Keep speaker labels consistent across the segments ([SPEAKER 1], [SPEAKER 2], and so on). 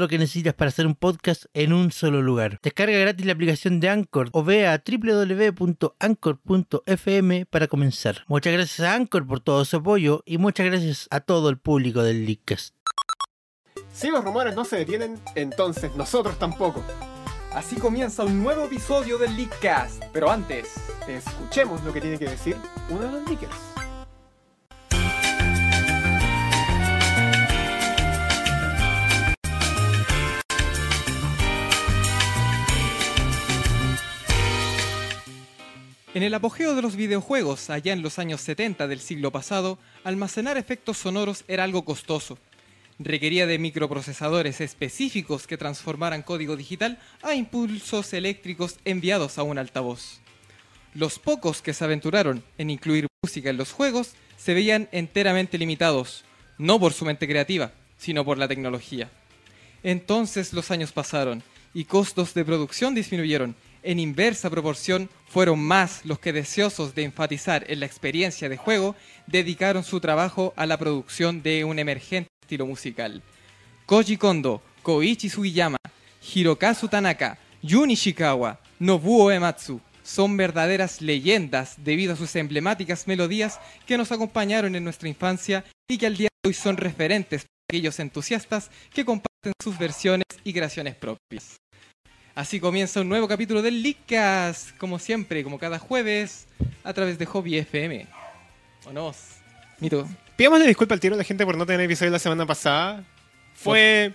[SPEAKER 1] lo que necesitas para hacer un podcast en un solo lugar. Descarga gratis la aplicación de Anchor o ve a www.anchor.fm para comenzar. Muchas gracias a Anchor por todo su apoyo y muchas gracias a todo el público del Leadcast.
[SPEAKER 2] Si los rumores no se detienen, entonces nosotros tampoco.
[SPEAKER 3] Así comienza un nuevo episodio del Leakcast. Pero antes,
[SPEAKER 2] Escuchemos lo que tiene que decir uno de los leakers.
[SPEAKER 3] en el apogeo de los videojuegos, allá en los años 70 del siglo pasado, almacenar efectos sonoros era algo costoso. Requería de microprocesadores específicos que transformaran código digital a impulsos eléctricos enviados a un altavoz. Los pocos que se aventuraron en incluir música en los juegos se veían enteramente limitados, no por su mente creativa, sino por la tecnología. Entonces los años pasaron y costos de producción disminuyeron. En inversa proporción fueron más los que deseosos de enfatizar en la experiencia de juego dedicaron su trabajo a la producción de un emergente estilo musical. Koji Kondo, Koichi Sugiyama, Hirokazu Tanaka, Jun Ishikawa, Nobuo Ematsu son verdaderas leyendas debido a sus emblemáticas melodías que nos acompañaron en nuestra infancia y que al día de hoy son referentes para aquellos entusiastas que comparten sus versiones y creaciones propias. Así comienza un nuevo capítulo del Licas, como siempre, como cada jueves, a través de Hobby FM. ¿O no? Mito.
[SPEAKER 2] Pidámosle disculpa al tiro a la gente por no tener episodio la semana pasada. Fue.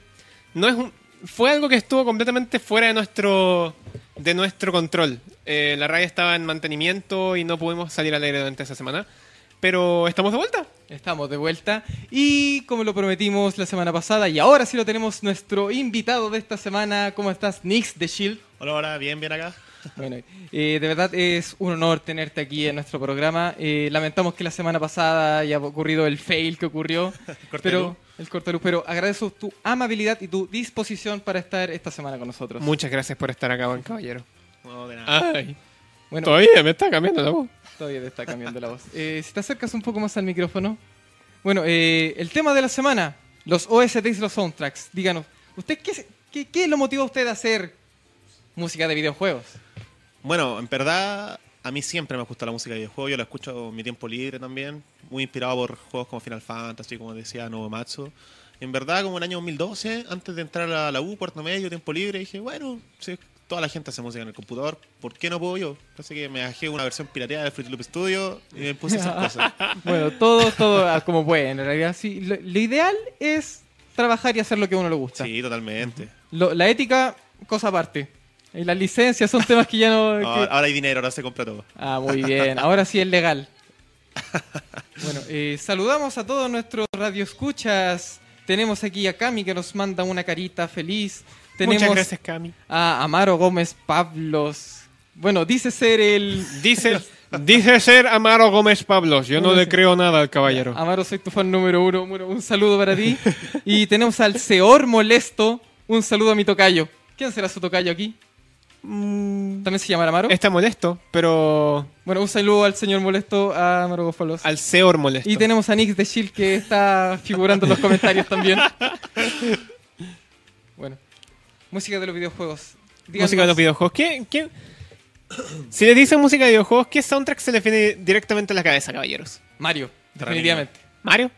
[SPEAKER 2] No es un- Fue algo que estuvo completamente fuera de nuestro. de nuestro control. Eh, la radio estaba en mantenimiento y no pudimos salir al aire durante esa semana. Pero estamos de vuelta.
[SPEAKER 3] Estamos de vuelta y como lo prometimos la semana pasada y ahora sí lo tenemos nuestro invitado de esta semana. ¿Cómo estás, Nix de Shield?
[SPEAKER 4] Hola, hola, bien, bien acá.
[SPEAKER 3] Bueno, eh, de verdad es un honor tenerte aquí en nuestro programa. Eh, lamentamos que la semana pasada haya ocurrido el fail que ocurrió,
[SPEAKER 4] Corté
[SPEAKER 3] pero
[SPEAKER 4] luz.
[SPEAKER 3] el cortaluz, pero agradezco tu amabilidad y tu disposición para estar esta semana con nosotros.
[SPEAKER 2] Muchas gracias por estar acá, buen caballero.
[SPEAKER 4] No, de nada.
[SPEAKER 2] Ay,
[SPEAKER 3] bueno,
[SPEAKER 2] todavía me está cambiando la voz.
[SPEAKER 3] Todavía te está cambiando la voz. Eh, si te acercas un poco más al micrófono. Bueno, eh, el tema de la semana, los OSTs y los soundtracks. Díganos, ¿usted qué, se- qué, qué lo motivó a usted a hacer música de videojuegos?
[SPEAKER 4] Bueno, en verdad, a mí siempre me gusta la música de videojuegos. Yo la escucho en mi tiempo libre también. Muy inspirado por juegos como Final Fantasy, como decía Nobumatsu. En verdad, como en el año 2012, antes de entrar a la U, cuarto medio, tiempo libre, dije, bueno, si toda la gente hace música en el computador, ¿por qué no puedo yo? Así que me bajé una versión pirateada de Fruit Loop Studio y me puse esas cosas.
[SPEAKER 3] Bueno, todo, todo ah, como pueden, en realidad. Sí, lo, lo ideal es trabajar y hacer lo que a uno le gusta.
[SPEAKER 4] Sí, totalmente.
[SPEAKER 3] Lo- la ética, cosa aparte. Y las licencias son temas que ya no... que-
[SPEAKER 2] Ah,
[SPEAKER 4] Ahora, ahora hay dinero, ahora se compra todo.
[SPEAKER 3] Ah, muy bien. Ahora sí es legal. Bueno, eh, saludamos a todos nuestros radioescuchas. Tenemos aquí a Cami que nos manda una carita feliz. Tenemos
[SPEAKER 2] Muchas gracias, Cami.
[SPEAKER 3] a Amaro Gómez Pablos. Bueno, dice ser el...
[SPEAKER 2] Dice, dice ser Amaro Gómez Pablos. Yo no le creo nada al caballero.
[SPEAKER 3] Amaro, soy tu fan número uno. Bueno, un saludo para ti. Y tenemos al Seor Molesto. Un saludo a mi tocayo. ¿Quién será su tocayo aquí? ¿También se llama Amaro?
[SPEAKER 2] Está molesto, pero
[SPEAKER 3] Bueno, un saludo al señor Molesto, a Amaro Gómez Pablos.
[SPEAKER 2] al Seor molesto.
[SPEAKER 3] Y tenemos a Nix de Shield que está figurando en los comentarios también. Bueno, música de los videojuegos. Díganos-
[SPEAKER 2] música de los videojuegos. ¿Qué, qué- Si les dicen música de videojuegos, ¿qué soundtrack se les viene directamente a la cabeza, caballeros?
[SPEAKER 3] Mario,
[SPEAKER 4] Terranigma.
[SPEAKER 3] definitivamente.
[SPEAKER 2] ¿Mario?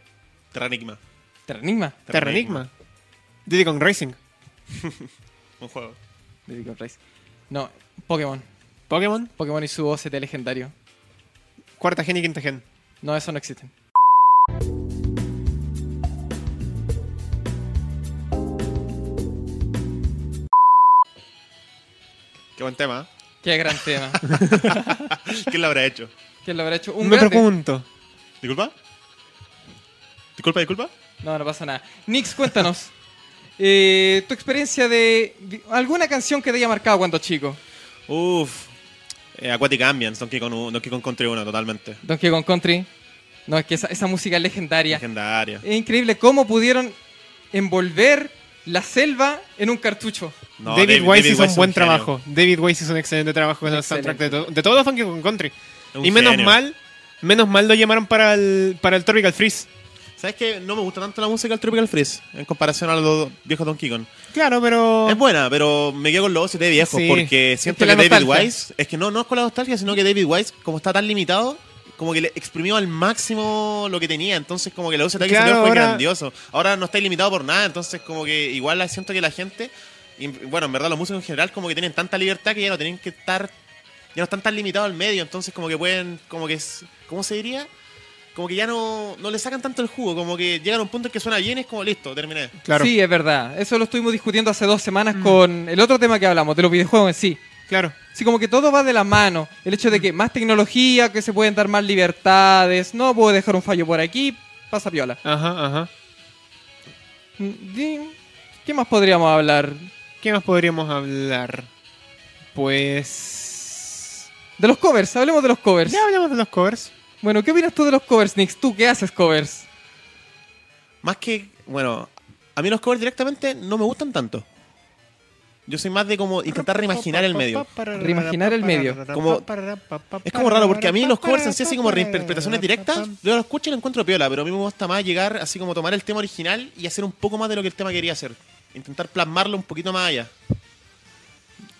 [SPEAKER 4] Terranigma.
[SPEAKER 3] Terranigma.
[SPEAKER 2] ¿Terranigma? Diddy Kong Racing.
[SPEAKER 4] Un juego.
[SPEAKER 3] de Deacon Race. No, Pokémon.
[SPEAKER 2] ¿Pokémon?
[SPEAKER 3] Pokémon y su OCT legendario.
[SPEAKER 2] Cuarta gen y quinta gen.
[SPEAKER 3] No, eso no existen.
[SPEAKER 4] Qué buen tema. ¿eh?
[SPEAKER 3] Qué Qué gran tema.
[SPEAKER 4] ¿Quién lo habrá hecho?
[SPEAKER 3] ¿Quién lo habrá hecho? Un
[SPEAKER 2] Me
[SPEAKER 3] grande.
[SPEAKER 2] pregunto.
[SPEAKER 4] ¿Disculpa? ¿Disculpa, disculpa?
[SPEAKER 3] No, no pasa nada. Nix, cuéntanos. eh, tu experiencia de vi- alguna canción que te haya marcado cuando chico.
[SPEAKER 4] Uf. Eh, Aquatic Ambience, Donkey Kong, u- Donkey Kong Country 1, totalmente.
[SPEAKER 3] Donkey Kong Country. No, es que esa, esa música es legendaria.
[SPEAKER 4] Legendaria.
[SPEAKER 3] Es increíble cómo pudieron envolver la selva en un cartucho.
[SPEAKER 4] No,
[SPEAKER 2] David Wise hizo
[SPEAKER 4] Wise
[SPEAKER 2] un buen
[SPEAKER 4] genio.
[SPEAKER 2] trabajo. David Wise hizo un excelente trabajo con el
[SPEAKER 3] Excelente.
[SPEAKER 2] soundtrack de, todo- de todos los Donkey Kong Country.
[SPEAKER 4] Un
[SPEAKER 2] y menos
[SPEAKER 4] genio.
[SPEAKER 2] mal, menos mal lo llamaron para el, para el Tropical Freeze.
[SPEAKER 4] ¿Sabes qué? No me gusta tanto la música del Tropical Freeze en comparación a los viejos Donkey Kong.
[SPEAKER 2] Claro, pero.
[SPEAKER 4] Es buena, pero me quedo con los OCT viejos
[SPEAKER 2] Sí.
[SPEAKER 4] porque siento
[SPEAKER 3] que la
[SPEAKER 4] que, David
[SPEAKER 3] nostalgia.
[SPEAKER 4] Wise, es que no, no es con la nostalgia, sino que David Wise, como está tan limitado, como que le exprimió al máximo lo que tenía. Entonces, como que la OCT que
[SPEAKER 2] Claro,
[SPEAKER 4] salió fue
[SPEAKER 2] ahora-
[SPEAKER 4] grandioso. Ahora no está limitado por nada, entonces, como que igual la- siento que la gente, y, bueno, en verdad los músicos en general, como que tienen tanta libertad que ya no tienen que estar, ya no están tan limitados al medio. Entonces, como que pueden, como que es, ¿cómo se diría? Como que ya no, no le sacan tanto el jugo, como que llegan a un punto en que suena bien y es como listo, terminé.
[SPEAKER 2] Claro,
[SPEAKER 3] Sí, es verdad. Eso lo estuvimos discutiendo hace dos semanas con el otro tema que hablamos, de los videojuegos en sí.
[SPEAKER 2] claro.
[SPEAKER 3] Sí, como que todo va de la mano. El hecho de que más tecnología, que se pueden dar más libertades, no puedo dejar un fallo por aquí, pasa piola.
[SPEAKER 2] Ajá, ajá.
[SPEAKER 3] Mm, di- ¿Qué más podríamos hablar?
[SPEAKER 2] ¿Qué más podríamos hablar? Pues.
[SPEAKER 3] De los covers, hablemos de los covers.
[SPEAKER 2] Ya hablamos de los covers.
[SPEAKER 3] Bueno, ¿qué opinas tú de los covers, Nix? ¿Tú qué haces covers?
[SPEAKER 4] Más que, bueno, a mí los covers directamente no me gustan tanto. Yo soy más de como intentar reimaginar el medio.
[SPEAKER 3] Reimaginar el medio.
[SPEAKER 4] Como- Es como raro porque a mí los covers en sí, así como reinterpretaciones directas, yo los escucho y los encuentro piola, pero a mí me gusta más llegar así como tomar el tema original y hacer un poco más de lo que el tema quería hacer. Intentar plasmarlo un poquito más allá.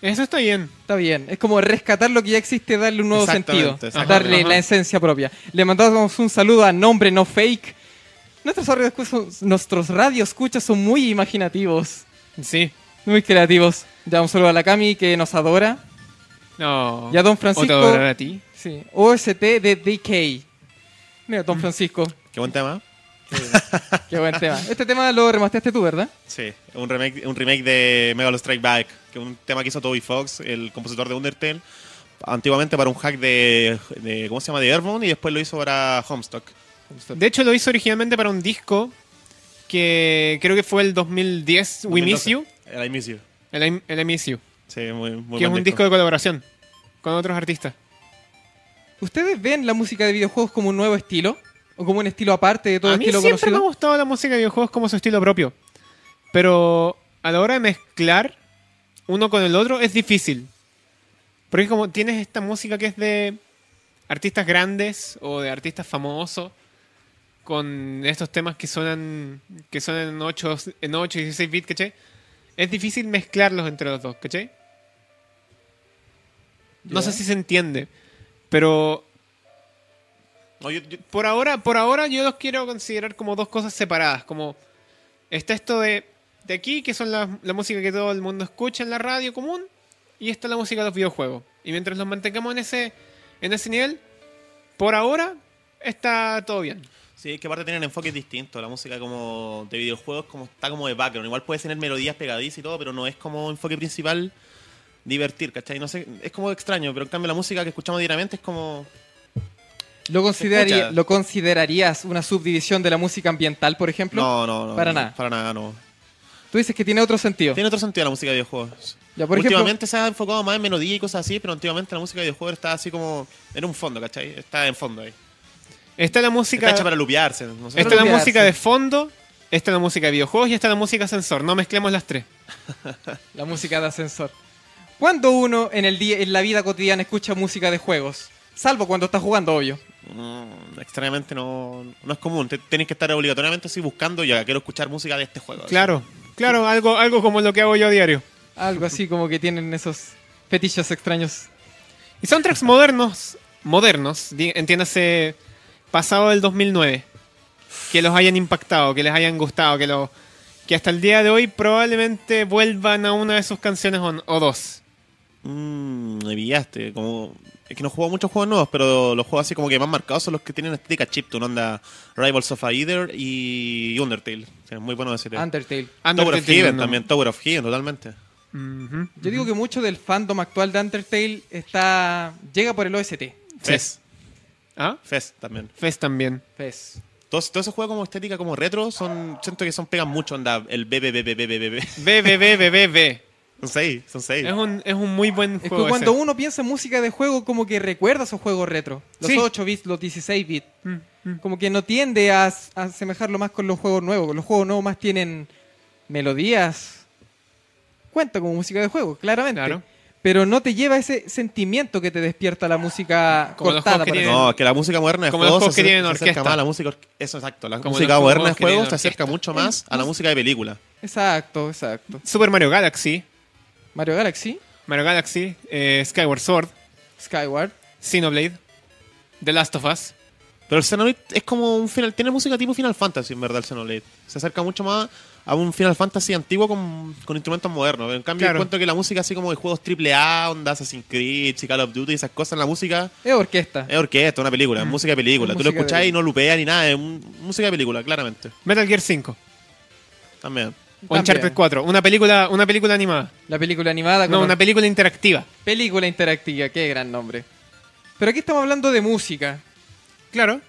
[SPEAKER 2] Eso está bien.
[SPEAKER 3] Está bien, es como rescatar lo que ya existe, darle un nuevo
[SPEAKER 4] Exactamente,
[SPEAKER 3] sentido,
[SPEAKER 4] exactamente.
[SPEAKER 3] darle
[SPEAKER 2] Ajá.
[SPEAKER 3] la esencia propia. Le mandamos un saludo a Nombre No Fake. Nuestros radio escuchas, nuestros radio escuchas son muy imaginativos,
[SPEAKER 2] Sí.
[SPEAKER 3] muy creativos. Ya un saludo a la Cami que nos adora.
[SPEAKER 2] No.
[SPEAKER 3] Y a don
[SPEAKER 2] ¿O te
[SPEAKER 3] Francisco-
[SPEAKER 2] adorará a ti?
[SPEAKER 3] Sí, OST de DK. Mira,
[SPEAKER 2] Mm.
[SPEAKER 3] don Francisco,
[SPEAKER 4] Qué buen tema.
[SPEAKER 3] qué buen tema. Este tema lo remasteaste tú, ¿verdad?
[SPEAKER 4] Sí, un remake, un remake de Megal Strike Back, que es un tema que hizo Toby Fox, el compositor de Undertale, antiguamente para un hack de, de- ¿cómo se llama? De Airborne y después lo hizo para Homestock.
[SPEAKER 2] De hecho, lo hizo originalmente para un disco que creo que fue el 2010, We Miss
[SPEAKER 4] 2012.
[SPEAKER 2] You.
[SPEAKER 4] El I Miss You.
[SPEAKER 2] El, I- el I Miss You,
[SPEAKER 4] Sí, muy, muy
[SPEAKER 2] que es
[SPEAKER 4] buen
[SPEAKER 2] un disco de colaboración con otros artistas.
[SPEAKER 3] ¿Ustedes ven la música de videojuegos como un nuevo estilo? ¿O como un estilo aparte de todo
[SPEAKER 2] a mí
[SPEAKER 3] estilo
[SPEAKER 2] siempre me ha
[SPEAKER 3] conocido?
[SPEAKER 2] gustado la música de videojuegos como su estilo propio. Pero a la hora de mezclar uno con el otro es difícil. Porque como tienes esta música que es de artistas grandes o de artistas famosos con estos temas que suenan que suenan en 8, en 8 y 16 bits, ¿cachai? Es difícil mezclarlos entre los dos, ¿cachai? No
[SPEAKER 3] Ya.
[SPEAKER 2] sé si se entiende, pero
[SPEAKER 4] No, yo- yo-
[SPEAKER 2] por ahora, por ahora yo los quiero considerar como dos cosas separadas. Como está esto de, de aquí, que son la, la música que todo el mundo escucha en la radio común, y está la música de los videojuegos. Y mientras los mantengamos en ese, en ese nivel, por ahora está todo bien.
[SPEAKER 4] Sí, es que aparte tienen enfoques distintos. La música como de videojuegos como está como de background. Igual puede tener melodías pegadizas y todo, pero no es como enfoque principal divertir, ¿cachai? No sé, es como extraño, pero en cambio la música que escuchamos diariamente es como...
[SPEAKER 3] ¿Lo, consideraría-
[SPEAKER 4] Escucha.
[SPEAKER 3] ¿Lo considerarías una subdivisión de la música ambiental, por ejemplo?
[SPEAKER 4] No, no, no.
[SPEAKER 3] Para
[SPEAKER 4] no,
[SPEAKER 3] nada.
[SPEAKER 4] Para nada, no.
[SPEAKER 3] Tú dices que tiene otro sentido.
[SPEAKER 4] Tiene otro sentido la música de videojuegos.
[SPEAKER 3] Ya, por ejemplo-
[SPEAKER 4] últimamente se ha enfocado más en melodía y cosas así, pero antiguamente la música de videojuegos está así como en un fondo, ¿cachai? Está en fondo ahí.
[SPEAKER 2] Está la
[SPEAKER 4] Está
[SPEAKER 2] música,
[SPEAKER 4] hecha para lupearse. No sé.
[SPEAKER 2] está la
[SPEAKER 3] Olvidarse.
[SPEAKER 2] música de fondo, está la música de videojuegos y está la música sensor. No mezclemos las tres.
[SPEAKER 3] La música de ascensor. ¿Cuándo uno en, el día, en la vida cotidiana escucha música de juegos? Salvo cuando está jugando, obvio.
[SPEAKER 4] Mm, extrañamente no, no es común. Te- Tenés que estar obligatoriamente así buscando, ya quiero escuchar música de este juego. así.
[SPEAKER 2] Claro, claro, algo, algo como lo que hago yo a diario.
[SPEAKER 3] Algo así como que tienen esos fetiches extraños.
[SPEAKER 2] Y soundtracks modernos, modernos, di- entiéndase, pasado del 2009, que los hayan impactado, que les hayan gustado, que, lo, que hasta el día de hoy probablemente vuelvan a una de sus canciones o, o dos.
[SPEAKER 4] Mmm, me pillaste. Como, es que no juego muchos juegos nuevos, pero los juegos así como que más marcados son los que tienen estética chiptune, onda Rivals of Either y Undertale. O sea, es muy bueno decir.
[SPEAKER 3] Undertale.
[SPEAKER 4] Tower
[SPEAKER 2] Undertale
[SPEAKER 4] of Heaven
[SPEAKER 2] no.
[SPEAKER 4] también, Tower of Heaven, totalmente.
[SPEAKER 2] Ujú.
[SPEAKER 3] Yo digo que mucho del fandom actual de Undertale está llega por el OST.
[SPEAKER 4] Fez.
[SPEAKER 2] ¿Ah?
[SPEAKER 4] Fez también.
[SPEAKER 2] Fez también.
[SPEAKER 3] Pues,
[SPEAKER 4] Todos, todos esos juegos como estética, como retro, son siento que son pegan mucho, onda, el BBBBBBB.
[SPEAKER 2] Ve, ve, ve, ve, ve, ve.
[SPEAKER 4] Son seis, son seis.
[SPEAKER 2] Es un, es un muy buen
[SPEAKER 3] es que
[SPEAKER 2] juego. ese.
[SPEAKER 3] cuando uno piensa en música de juego como que recuerda esos juegos retro, los
[SPEAKER 2] Sí.
[SPEAKER 3] 8 bits, los 16 bits,
[SPEAKER 2] Mm, mm.
[SPEAKER 3] como que no tiende a as- a asemejarlo más con los juegos nuevos, los juegos nuevos más tienen melodías cuenta como música de juego, claramente.
[SPEAKER 2] Claro.
[SPEAKER 3] Pero no te lleva ese sentimiento que te despierta la música
[SPEAKER 2] Como los juegos
[SPEAKER 3] cortada.
[SPEAKER 2] que
[SPEAKER 3] por
[SPEAKER 2] tienen-
[SPEAKER 3] ejemplo.
[SPEAKER 4] No, es que la música moderna de
[SPEAKER 2] Como los juegos que tienen
[SPEAKER 4] se acerca
[SPEAKER 2] orquesta.
[SPEAKER 4] más a la música. or- Eso, exacto. La
[SPEAKER 2] Como
[SPEAKER 4] música
[SPEAKER 2] los
[SPEAKER 4] moderna de
[SPEAKER 2] juegos que tienen
[SPEAKER 4] juegos se acerca
[SPEAKER 2] orquesta.
[SPEAKER 4] mucho más a la música de película.
[SPEAKER 3] Exacto, exacto.
[SPEAKER 2] Super Mario Galaxy,
[SPEAKER 3] Mario Galaxy,
[SPEAKER 2] Mario Galaxy, eh, Skyward Sword,
[SPEAKER 3] Skyward.
[SPEAKER 2] Xenoblade, The Last of Us.
[SPEAKER 4] Pero el Xenoblade es como un final. Tiene música tipo Final Fantasy, en verdad, el Xenoblade. Se acerca mucho más a un Final Fantasy antiguo con, con instrumentos modernos. En cambio,
[SPEAKER 2] Claro.
[SPEAKER 4] encuentro que la música, así como de juegos AAA, onda Assassin's Creed, y Call of Duty, esas cosas, la música
[SPEAKER 3] Es orquesta.
[SPEAKER 4] es orquesta, una película,
[SPEAKER 2] Mm.
[SPEAKER 4] es música de película.
[SPEAKER 3] Es
[SPEAKER 4] Tú lo
[SPEAKER 3] música de
[SPEAKER 4] escuchás y no lupeas ni nada, es un- música de película, claramente.
[SPEAKER 2] Metal Gear 5.
[SPEAKER 4] También.
[SPEAKER 2] O Uncharted
[SPEAKER 3] También.
[SPEAKER 2] 4. Una película, una película animada.
[SPEAKER 3] La película animada con
[SPEAKER 2] No,
[SPEAKER 3] una
[SPEAKER 2] una película interactiva.
[SPEAKER 3] película interactiva, qué gran nombre. Pero aquí estamos hablando de música.
[SPEAKER 2] Claro.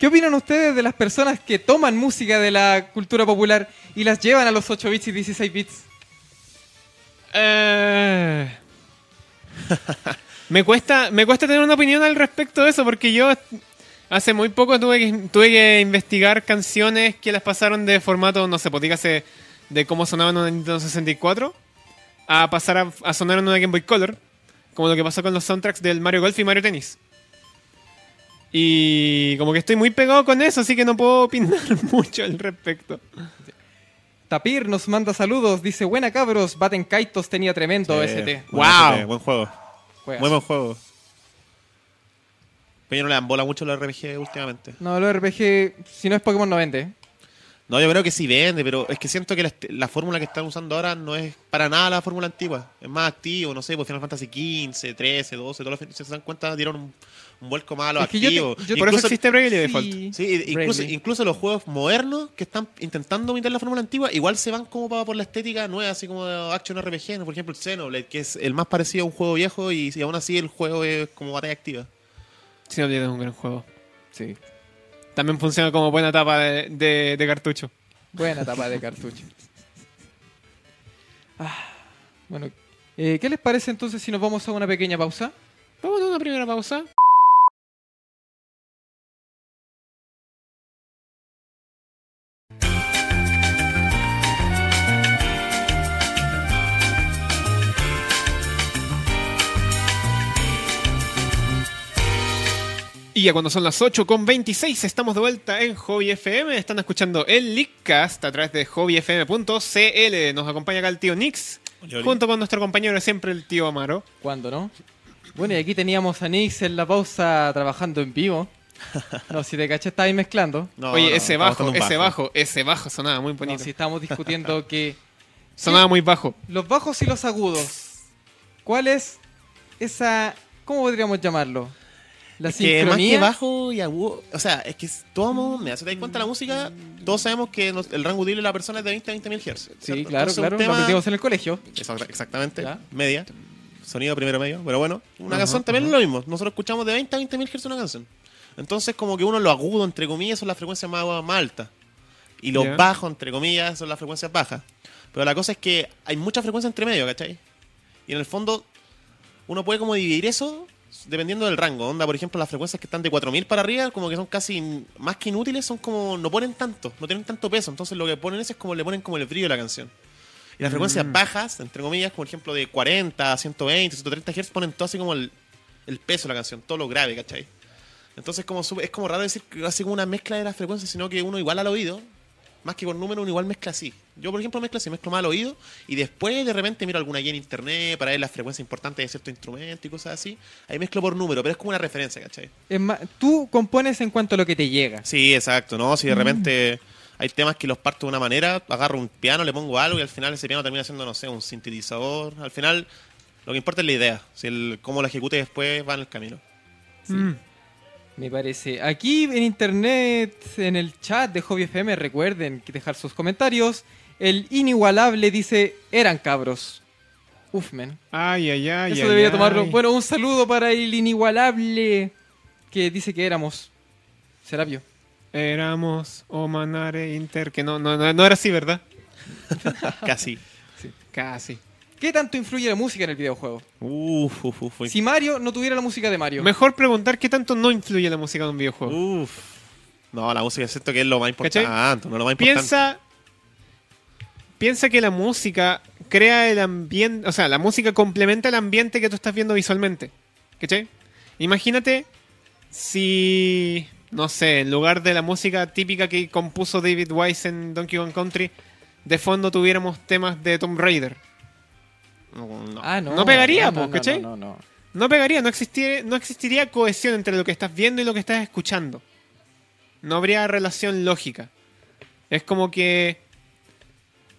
[SPEAKER 3] ¿Qué opinan ustedes de las personas que toman música de la cultura popular y las llevan a los 8 bits y 16 bits?
[SPEAKER 2] Eh, me cuesta me cuesta tener una opinión al respecto de eso porque yo hace muy poco tuve que, tuve que investigar canciones que las pasaron de formato, no sé, pues dígase de cómo sonaban en una Nintendo 64 a pasar a, a sonar en una Game Boy Color, como lo que pasó con los soundtracks del Mario Golf y Mario Tennis. Y como que estoy muy pegado con eso, así que no puedo opinar mucho al respecto.
[SPEAKER 3] Tapir nos manda saludos, dice, buena cabros, Baten Kaitos tenía tremendo
[SPEAKER 4] Eh,
[SPEAKER 3] ST.
[SPEAKER 4] buen
[SPEAKER 2] Wow.
[SPEAKER 4] ST, Buen juego.
[SPEAKER 3] Juegas.
[SPEAKER 4] Muy buen juego. Pero yo no le dan bola mucho a los RPG últimamente.
[SPEAKER 3] No, los RPG, si no es Pokémon no vende.
[SPEAKER 4] No, yo creo que sí vende, pero es que siento que la, est- la fórmula que están usando ahora no es para nada la fórmula antigua. Es más activo, no sé, pues Final Fantasy XV, 13, 12, todos los si se dan cuenta dieron un, un vuelco malo
[SPEAKER 3] Es que yo te- yo-
[SPEAKER 4] activo.
[SPEAKER 2] Por eso
[SPEAKER 4] Incluso-
[SPEAKER 2] existe Braille Default.
[SPEAKER 3] Sí.
[SPEAKER 4] Sí, incluso,
[SPEAKER 3] Bravely.
[SPEAKER 4] incluso los juegos modernos que están intentando imitar la fórmula antigua, igual se van como para por la estética nueva, así como de Action RPG, ¿no? por ejemplo el Xenoblade, que es el más parecido a un juego viejo y, y aún así el juego es como batalla activa.
[SPEAKER 2] Xenoblade es un gran juego.
[SPEAKER 3] Sí.
[SPEAKER 2] También funciona como buena tapa de, de- de cartucho.
[SPEAKER 3] Buena tapa de cartucho. Ah, bueno, eh, ¿qué les parece entonces si nos vamos a una pequeña pausa?
[SPEAKER 2] Vamos a una primera pausa. Y ya cuando son las 8 con 26 estamos de vuelta en Hobby FM. Están escuchando el Leakcast a través de hobbyfm.cl. Nos acompaña acá el tío Nix,
[SPEAKER 4] Oli, oli.
[SPEAKER 2] junto con nuestro compañero de siempre, el tío Amaro.
[SPEAKER 3] ¿Cuándo no? Bueno, y aquí teníamos a Nix en la pausa trabajando en vivo. No, si te caché, estaba ahí mezclando.
[SPEAKER 4] No,
[SPEAKER 2] Oye,
[SPEAKER 4] no,
[SPEAKER 2] ese
[SPEAKER 4] estamos
[SPEAKER 2] bajo,
[SPEAKER 4] con un
[SPEAKER 2] ese bajo, ese bajo sonaba muy
[SPEAKER 3] No,
[SPEAKER 2] bonito.
[SPEAKER 3] si estábamos discutiendo que
[SPEAKER 2] Sonaba muy bajo.
[SPEAKER 3] los bajos y los agudos. ¿Cuál es esa. ¿Cómo podríamos llamarlo? La
[SPEAKER 4] que más que
[SPEAKER 3] sincronía.
[SPEAKER 4] bajo y agudo, o sea, es que todos, me hace te das cuenta la música, todos sabemos que nos- el rango audible de la persona es de 20 a 20 mil hertz.
[SPEAKER 3] sí,
[SPEAKER 4] ¿cierto?
[SPEAKER 3] claro,
[SPEAKER 4] Entonces, un
[SPEAKER 3] claro. Lo
[SPEAKER 4] tema-
[SPEAKER 3] aprendimos en el colegio.
[SPEAKER 4] Esa- Exactamente,
[SPEAKER 3] Ya.
[SPEAKER 4] media. Sonido primero medio, pero bueno, una canción también es lo mismo. Nosotros escuchamos de 20 a 20 mil hertz una canción. Entonces, como que uno lo agudo, entre comillas, son las frecuencias más, más altas. Y los
[SPEAKER 2] Ya.
[SPEAKER 4] bajos, entre comillas, son las frecuencias bajas. Pero la cosa es que hay mucha frecuencia entre medio, ¿cachai? Y en el fondo, uno puede como dividir eso dependiendo del rango. Onda, por ejemplo, las frecuencias que están de 4000 para arriba, como que son casi in- más que inútiles, son como no ponen tanto, no tienen tanto peso. Entonces, lo que ponen eso es como le ponen como el brillo a la canción. Y las frecuencias
[SPEAKER 2] Mm,
[SPEAKER 4] bajas, entre comillas, como por ejemplo de 40, 120, 130 Hz, ponen todo así como el, el peso de la canción, todo lo grave, ¿cachai? Entonces como sub- es como raro decir que hace como una mezcla de las frecuencias, sino que uno igual al oído, más que con número, uno igual mezcla así. Yo, por ejemplo, mezclo así, mezclo más al oído y después de repente miro alguna guía en internet para ver las frecuencias importantes de cierto instrumento y cosas así. Ahí mezclo por número, pero es como una referencia, ¿cachai?
[SPEAKER 3] Es más, tú compones en cuanto a lo que te llega.
[SPEAKER 4] Sí, exacto, ¿no? Si de repente hay temas que los parto de una manera, agarro un piano, le pongo algo y al final ese piano termina siendo, no sé, un sintetizador. Al final, lo que importa es la idea. Si el, cómo la ejecute después va en el camino.
[SPEAKER 2] Mm.
[SPEAKER 3] Me parece. Aquí en internet, en el chat de Hobby FM, recuerden que dejar sus comentarios. El inigualable dice, eran cabros. Ufmen.
[SPEAKER 2] Ay, ay, ay.
[SPEAKER 3] Eso
[SPEAKER 2] ay,
[SPEAKER 3] debería
[SPEAKER 2] ay.
[SPEAKER 3] tomarlo. Bueno, un saludo para el inigualable que dice que éramos Serapio.
[SPEAKER 2] Éramos Omanare Inter. Que no, no, no, no era así, ¿verdad?
[SPEAKER 4] Casi.
[SPEAKER 2] Casi.
[SPEAKER 3] ¿Qué tanto influye la música en el videojuego?
[SPEAKER 4] Uf, uf, uf.
[SPEAKER 3] Si Mario no tuviera la música de Mario.
[SPEAKER 2] Mejor preguntar qué tanto no influye la música de un videojuego.
[SPEAKER 4] Uf. No, la música siento que es lo más
[SPEAKER 2] ¿Cachai?
[SPEAKER 4] importante. No lo más importante.
[SPEAKER 2] piensa piensa que la música crea el ambiente, o sea, la música complementa el ambiente que tú estás viendo visualmente. ¿Cachai? Imagínate si, no sé, en lugar de la música típica que compuso David Wise en Donkey Kong Country, de fondo tuviéramos temas de Tomb Raider.
[SPEAKER 4] No.
[SPEAKER 3] Ah, no.
[SPEAKER 2] No pegaría,
[SPEAKER 3] No, no,
[SPEAKER 2] po,
[SPEAKER 3] no,
[SPEAKER 2] ¿cachai?
[SPEAKER 3] no, no, no.
[SPEAKER 2] No pegaría, no existiría, no existiría cohesión entre lo que estás viendo y lo que estás escuchando. No habría relación lógica. Es como que.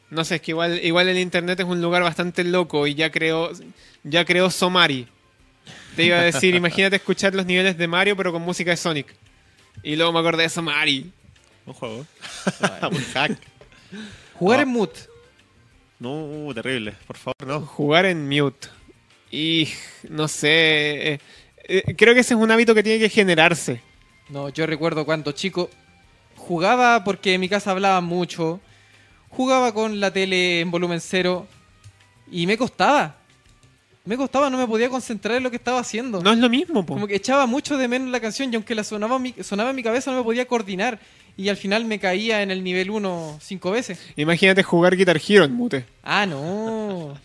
[SPEAKER 2] No sé, es que igual, igual el internet es un lugar bastante loco y ya creó. Ya creó Somari. Te iba a decir, imagínate escuchar los niveles de Mario, pero con música de Sonic. Y luego me acordé de Somari.
[SPEAKER 4] Un juego. un hack.
[SPEAKER 3] Jugar
[SPEAKER 4] Ah.
[SPEAKER 3] en mute.
[SPEAKER 4] No, terrible. Por favor, no.
[SPEAKER 2] Jugar en mute. Y no sé. eh, eh, creo que ese es un hábito que tiene que generarse.
[SPEAKER 3] No, yo recuerdo cuando chico jugaba porque en mi casa hablaba mucho. Jugaba con la tele en volumen cero y me costaba. Me costaba, no me podía concentrar en lo que estaba haciendo.
[SPEAKER 2] No pues. es lo mismo, po.
[SPEAKER 3] Como que echaba mucho de menos la canción y aunque la sonaba, en mi- sonaba en mi cabeza no me podía coordinar y al final me caía en el nivel 1 cinco veces.
[SPEAKER 2] Imagínate jugar Guitar Hero en mute.
[SPEAKER 3] Ah, no.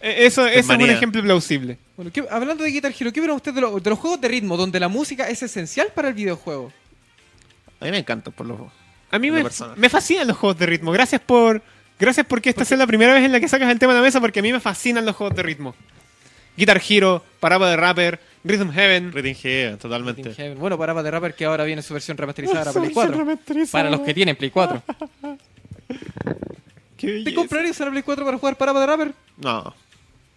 [SPEAKER 2] Eh, Eso,
[SPEAKER 4] Es
[SPEAKER 2] eso es un
[SPEAKER 4] manía.
[SPEAKER 2] ejemplo plausible.
[SPEAKER 3] Bueno, ¿qué- hablando de Guitar Hero, ¿qué opinan ustedes de, lo- de los juegos de ritmo donde la música es esencial para el videojuego?
[SPEAKER 4] A mí me encanta por los.
[SPEAKER 2] A mí
[SPEAKER 4] Una
[SPEAKER 2] me,
[SPEAKER 4] persona.
[SPEAKER 2] me fascinan los juegos de ritmo. Gracias por. Gracias porque esta es la primera vez en la que sacas el tema de la mesa porque a mí me fascinan los juegos de ritmo. Guitar Hero, Parapa de Rapper, Rhythm
[SPEAKER 3] Mm.
[SPEAKER 2] Heaven.
[SPEAKER 4] Rating G, totalmente.
[SPEAKER 3] Bueno, para Bad Rapper que ahora viene su versión remasterizada para
[SPEAKER 2] Son-
[SPEAKER 3] Play
[SPEAKER 2] son
[SPEAKER 3] 4.
[SPEAKER 2] remasterizada.
[SPEAKER 3] Para los que tienen Play 4.
[SPEAKER 2] Qué
[SPEAKER 3] ¿Te
[SPEAKER 2] belleza.
[SPEAKER 3] comprarías una Play 4 para jugar para Bad Rapper?
[SPEAKER 4] No.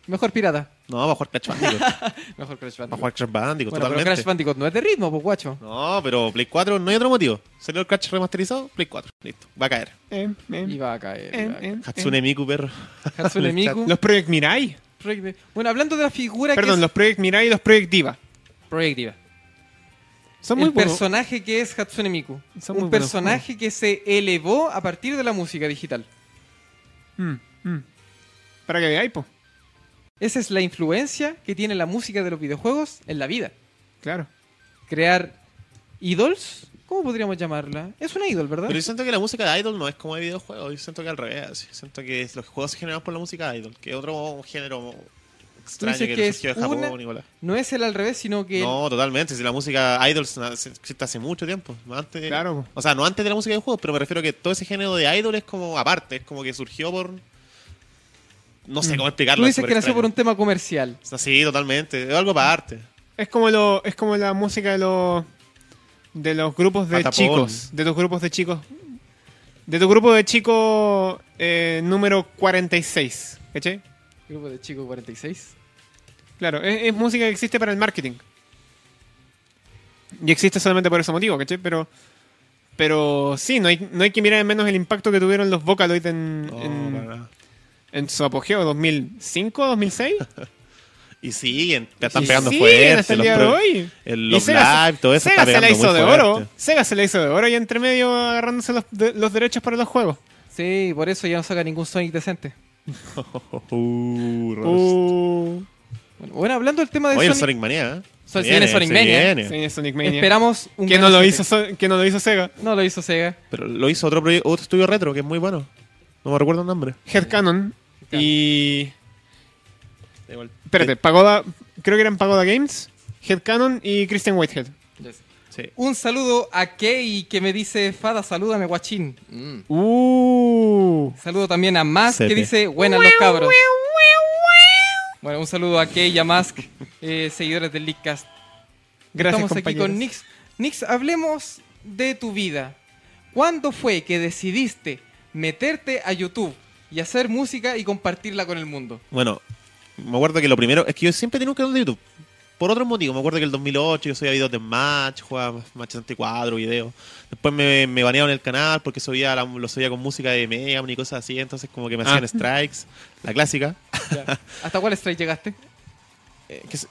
[SPEAKER 3] Mejor pirata.
[SPEAKER 4] No, va a jugar Crash Bandicoot. va
[SPEAKER 3] Mejor Crash
[SPEAKER 4] a
[SPEAKER 3] Bandicoot.
[SPEAKER 4] jugar Crash Bandicoot,
[SPEAKER 3] bueno, pero
[SPEAKER 4] totalmente.
[SPEAKER 3] Crash Bandicoot no es de ritmo, pues guacho.
[SPEAKER 4] No, pero Play 4 no hay otro motivo. Salió el Crash remasterizado, Play 4. Listo. Va a caer.
[SPEAKER 2] Eh, eh,
[SPEAKER 3] Y va a caer.
[SPEAKER 2] eh,
[SPEAKER 3] va a caer.
[SPEAKER 2] eh, eh.
[SPEAKER 4] Hatsune Miku, perro.
[SPEAKER 3] Hatsune Miku.
[SPEAKER 2] Los Project Mirai.
[SPEAKER 3] Project- Bueno, hablando de la figura
[SPEAKER 2] Perdón,
[SPEAKER 3] que
[SPEAKER 2] los Project Mirai y los Project Diva.
[SPEAKER 3] es... Project Diva.
[SPEAKER 2] Son muy
[SPEAKER 3] el
[SPEAKER 2] buenos.
[SPEAKER 3] personaje que es Hatsune Miku.
[SPEAKER 2] Son muy
[SPEAKER 3] un
[SPEAKER 2] buenos
[SPEAKER 3] personaje que se elevó a partir de la música digital.
[SPEAKER 2] Mm, mm. Para que veáis, po.
[SPEAKER 3] Esa es la influencia que tiene la música de los videojuegos en la vida.
[SPEAKER 2] Claro.
[SPEAKER 3] Crear idols, ¿cómo podríamos llamarla? Es una idol, ¿verdad?
[SPEAKER 4] Pero yo siento que la música de Idol no es como de videojuegos. Yo siento que al revés. así. Siento que los juegos se generan por la música de Idol, que es otro género extraño
[SPEAKER 3] dices
[SPEAKER 4] que,
[SPEAKER 3] que es
[SPEAKER 4] surgió de Japón,
[SPEAKER 3] una-
[SPEAKER 4] Nicolás.
[SPEAKER 3] No es el al revés, sino que...
[SPEAKER 4] No, totalmente. Si la música idol na- se- existe hace mucho tiempo. no Antes,
[SPEAKER 2] Claro.
[SPEAKER 4] O sea, no antes de la música de juegos, pero me refiero que todo ese género de idol es como aparte. Es como que surgió por. No sé cómo
[SPEAKER 3] Mm. Tú
[SPEAKER 4] explicarlo. es
[SPEAKER 3] dices
[SPEAKER 4] súper
[SPEAKER 3] que nació por un
[SPEAKER 4] extraño.
[SPEAKER 3] tema comercial.
[SPEAKER 4] O sea, Sí, totalmente. Es algo aparte.
[SPEAKER 2] Es como lo, es como la música de los de los grupos de
[SPEAKER 4] Patapón.
[SPEAKER 2] chicos, de tus grupos de chicos. De tu grupo de chicos eh, número 46, ¿cachai?
[SPEAKER 3] Grupo de Chico 46.
[SPEAKER 2] Claro, es, es música que existe para el marketing. Y existe solamente por ese motivo, ¿cachai? Pero pero sí, no hay, no hay que mirar en menos el impacto que tuvieron los Vocaloid en,
[SPEAKER 4] No,
[SPEAKER 2] en-
[SPEAKER 4] para nada.
[SPEAKER 2] en su apogeo, 2005, 2006.
[SPEAKER 4] Y siguen. Te están
[SPEAKER 2] Y
[SPEAKER 4] pegando
[SPEAKER 2] siguen
[SPEAKER 4] fuerte.
[SPEAKER 2] hasta el este
[SPEAKER 4] los
[SPEAKER 2] día de
[SPEAKER 4] pro-
[SPEAKER 2] hoy.
[SPEAKER 4] El
[SPEAKER 2] Y
[SPEAKER 4] Love
[SPEAKER 2] Sega
[SPEAKER 4] Live, todo eso
[SPEAKER 2] Sega
[SPEAKER 4] está
[SPEAKER 2] se la
[SPEAKER 4] pegando
[SPEAKER 2] hizo
[SPEAKER 4] muy
[SPEAKER 2] de
[SPEAKER 4] fuerte.
[SPEAKER 2] oro. Sega se la hizo de oro y entre medio agarrándose los, de- los derechos para los juegos.
[SPEAKER 3] Sí, por eso ya no saca ningún Sonic decente.
[SPEAKER 4] Uh, Roberto.
[SPEAKER 2] Uh,
[SPEAKER 3] Bueno, bueno, hablando del tema de
[SPEAKER 4] Oye, el
[SPEAKER 3] Sonic-
[SPEAKER 4] Sonic Mania. ¿eh?
[SPEAKER 3] Sol- se viene Sonic Mania, ¿eh?
[SPEAKER 4] viene.
[SPEAKER 2] sí, Sonic Mania.
[SPEAKER 3] Esperamos un
[SPEAKER 2] Que
[SPEAKER 3] gran
[SPEAKER 2] no, lo
[SPEAKER 3] Sonic.
[SPEAKER 2] hizo, So- que no lo hizo Sega.
[SPEAKER 3] No lo hizo Sega.
[SPEAKER 4] Pero lo hizo otro, proye- otro estudio retro que es muy bueno. No me recuerdo el nombre.
[SPEAKER 2] Headcanon.
[SPEAKER 3] Headcanon.
[SPEAKER 2] Y. Espérate, Pagoda. Creo que eran Pagoda Games, Headcanon y Christian Whitehead.
[SPEAKER 4] Sí.
[SPEAKER 3] Un saludo a Kei que me dice, Fada, salúdame guachín.
[SPEAKER 2] Mm. Uh.
[SPEAKER 3] Saludo también a Mask que
[SPEAKER 4] Sete.
[SPEAKER 3] dice, buenas los cabros. Bueno, un saludo a Kei y a Mask, eh, seguidores del Leakcast.
[SPEAKER 2] Gracias,
[SPEAKER 3] Estamos
[SPEAKER 2] compañeros.
[SPEAKER 3] aquí con Nix. Nix, hablemos de tu vida. ¿Cuándo fue que decidiste meterte a YouTube y hacer música y compartirla con el mundo?
[SPEAKER 4] Bueno, me acuerdo que lo primero es que yo siempre tenía un canal de YouTube. por otros motivos. Me acuerdo que el 2008 yo subía videos de Match, jugaba Match 64, videos. Después me, me banearon el canal porque subía la- lo subía con música de Mega Man y cosas así. Entonces como que me hacían
[SPEAKER 2] Ah.
[SPEAKER 4] strikes, la clásica.
[SPEAKER 3] ¿Hasta cuál strike llegaste?
[SPEAKER 4] Eh, ¿Qué, se-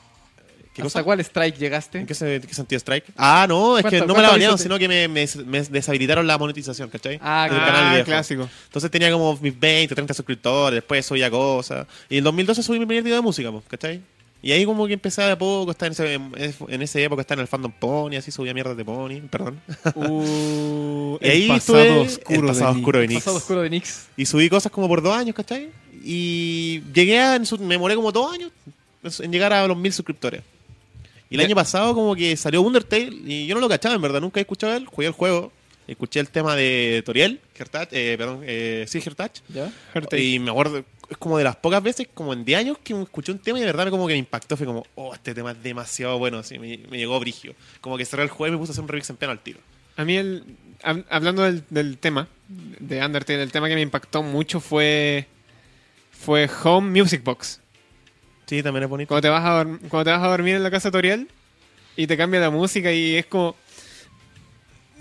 [SPEAKER 3] ¿Hasta
[SPEAKER 4] qué cosa?
[SPEAKER 3] cuál strike llegaste?
[SPEAKER 4] ¿En qué, se- qué sentido strike? Ah, no, es que
[SPEAKER 3] ¿Cuánto-
[SPEAKER 4] no me la
[SPEAKER 3] cuánto
[SPEAKER 4] banearon,
[SPEAKER 3] aviso te-
[SPEAKER 4] sino que me, me- me deshabilitaron la monetización, ¿cachai?
[SPEAKER 3] Ah,
[SPEAKER 4] Del
[SPEAKER 3] claro.
[SPEAKER 4] canal
[SPEAKER 2] Ah,
[SPEAKER 4] viejo.
[SPEAKER 2] clásico.
[SPEAKER 4] Entonces tenía como mis 20, 30 suscriptores, después subía cosas. Y en 2012 subí mi primer video de música, po, ¿cachai? Y ahí como que empecé de a poco, estaba en, ese- en- en esa época estaba en el fandom Pony, así subía mierdas de Pony, perdón.
[SPEAKER 2] Uh,
[SPEAKER 4] Y ahí
[SPEAKER 2] el pasado
[SPEAKER 4] estuve-
[SPEAKER 2] oscuro.
[SPEAKER 4] el pasado
[SPEAKER 2] de Nick.
[SPEAKER 4] oscuro de Nix.
[SPEAKER 3] Pasado oscuro de Nix.
[SPEAKER 4] Y subí cosas como por dos años, ¿cachai? Y llegué a. en su- me demoré como dos años en llegar a los mil suscriptores. Y el
[SPEAKER 3] Ya.
[SPEAKER 4] año pasado, como que salió Undertale y yo no lo cachaba, en verdad. Nunca he escuchado él. Jugué el juego. Escuché el tema de Toriel, Hertach, eh, perdón, eh, sí, Hertach.
[SPEAKER 3] ¿Ya?
[SPEAKER 2] Hurtay.
[SPEAKER 4] Y me acuerdo, es como de las pocas veces, como en 10 años, que escuché un tema y de verdad como que me impactó. Fue como, oh, este tema es demasiado bueno. Así me, me llegó brigio. Como que cerré el juego y me puse a hacer un remix en piano al tiro.
[SPEAKER 2] A mí, el, hab- hablando del, del tema, de Undertale, el tema que me impactó mucho fue, fue Home Music Box.
[SPEAKER 4] Sí, también es bonito.
[SPEAKER 2] Cuando te, vas a dorm- cuando te vas a dormir en la casa de Toriel y te cambia la música y es como...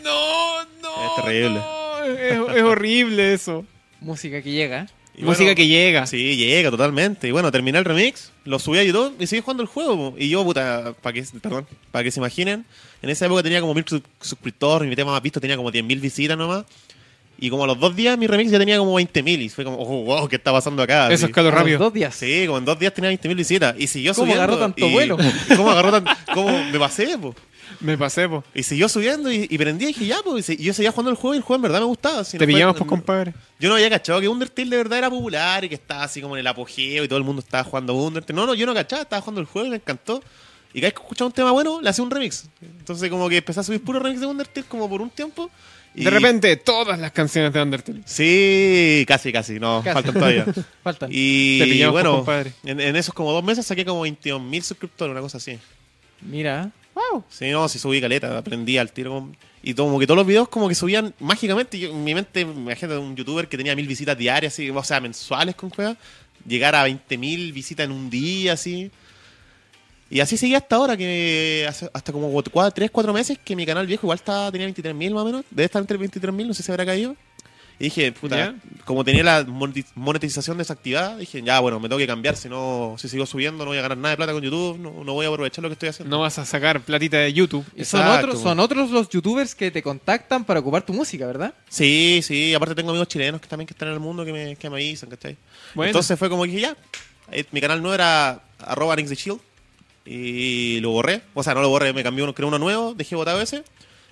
[SPEAKER 2] No, no.
[SPEAKER 4] Es terrible.
[SPEAKER 2] no, es, es horrible eso.
[SPEAKER 3] Música que llega.
[SPEAKER 4] Y
[SPEAKER 2] música
[SPEAKER 4] bueno,
[SPEAKER 2] que llega.
[SPEAKER 4] Sí, llega totalmente. Y bueno, terminé el remix, lo subí a YouTube y seguí jugando el juego. po. Y yo, puta, para que, perdón, para que se imaginen, en esa época tenía como mil sub- suscriptores, mi tema más visto tenía como 10.000 visitas nomás. Y como a los dos días mi remix ya tenía como 20.000 y fue como, oh, wow, ¿qué está pasando acá?
[SPEAKER 2] eso
[SPEAKER 4] Así.
[SPEAKER 2] es calor
[SPEAKER 3] A los
[SPEAKER 2] rápido.
[SPEAKER 3] Dos días.
[SPEAKER 4] Sí, como en dos días tenía 20.000 visitas. Y siguió
[SPEAKER 3] ¿Cómo
[SPEAKER 4] subiendo.
[SPEAKER 3] agarró tanto
[SPEAKER 4] y-
[SPEAKER 3] vuelo?
[SPEAKER 4] y ¿Cómo agarró tanto? ¿Cómo me pasé, po?
[SPEAKER 2] Me pasé, po.
[SPEAKER 4] Y siguió subiendo y, y prendí y dije, ya, pues. Y yo seguía jugando el juego y el juego en verdad me gustaba. así,
[SPEAKER 2] Te
[SPEAKER 4] no fue-
[SPEAKER 2] pillamos, pues,
[SPEAKER 4] no-
[SPEAKER 2] compadre.
[SPEAKER 4] yo no había cachado que Undertale de verdad era popular y que estaba así como en el apogeo y todo el mundo estaba jugando Undertale. No, no, yo no cachaba, estaba jugando el juego y me encantó. Y cada vez que escuchaba un tema bueno, le hacía un remix. Entonces como que empecé a subir puro remix de Undertale como por un tiempo. Y
[SPEAKER 2] De repente, todas las canciones de Undertale.
[SPEAKER 4] Sí, casi, casi, no,
[SPEAKER 3] Casi.
[SPEAKER 4] faltan todavía.
[SPEAKER 3] Faltan.
[SPEAKER 4] Y
[SPEAKER 2] Te pillamos,
[SPEAKER 4] bueno,
[SPEAKER 2] compadre.
[SPEAKER 4] en, en esos como dos meses saqué como 21.000 suscriptores, una cosa así.
[SPEAKER 3] Mira.
[SPEAKER 4] Sí, no, sí subí caleta, aprendí al tiro. como- Y todo- como que todos los videos como que subían mágicamente. Yo, en mi mente, imagínate un youtuber que tenía mil visitas diarias, así, o sea, mensuales con juega, llegar a 20.000 visitas en un día, así. Y así seguí hasta ahora, que hace- hasta como 3, 4 meses, que mi canal viejo igual estaba, tenía 23.000 más o menos. Debe estar entre 23.000, no sé si habrá caído. Y dije, puta,
[SPEAKER 2] Ya.
[SPEAKER 4] como tenía la moneti- monetización desactivada, dije, ya, bueno, me tengo que cambiar, si no, si sigo subiendo no voy a ganar nada de plata con YouTube, no, no voy a aprovechar lo que estoy haciendo.
[SPEAKER 2] No vas a sacar platita de YouTube.
[SPEAKER 3] Y Son
[SPEAKER 4] Exacto.
[SPEAKER 3] otros, son otros los youtubers que te contactan para ocupar tu música, ¿verdad?
[SPEAKER 4] Sí, sí, aparte tengo amigos chilenos que también que están en el mundo que me, que me avisan, ¿cachai?
[SPEAKER 2] Bueno.
[SPEAKER 4] Entonces fue como que dije, ya, eh, mi canal no era arroba Nix the Shield y lo borré, o sea, no lo borré, me cambié uno, creé uno nuevo, dejé botado ese,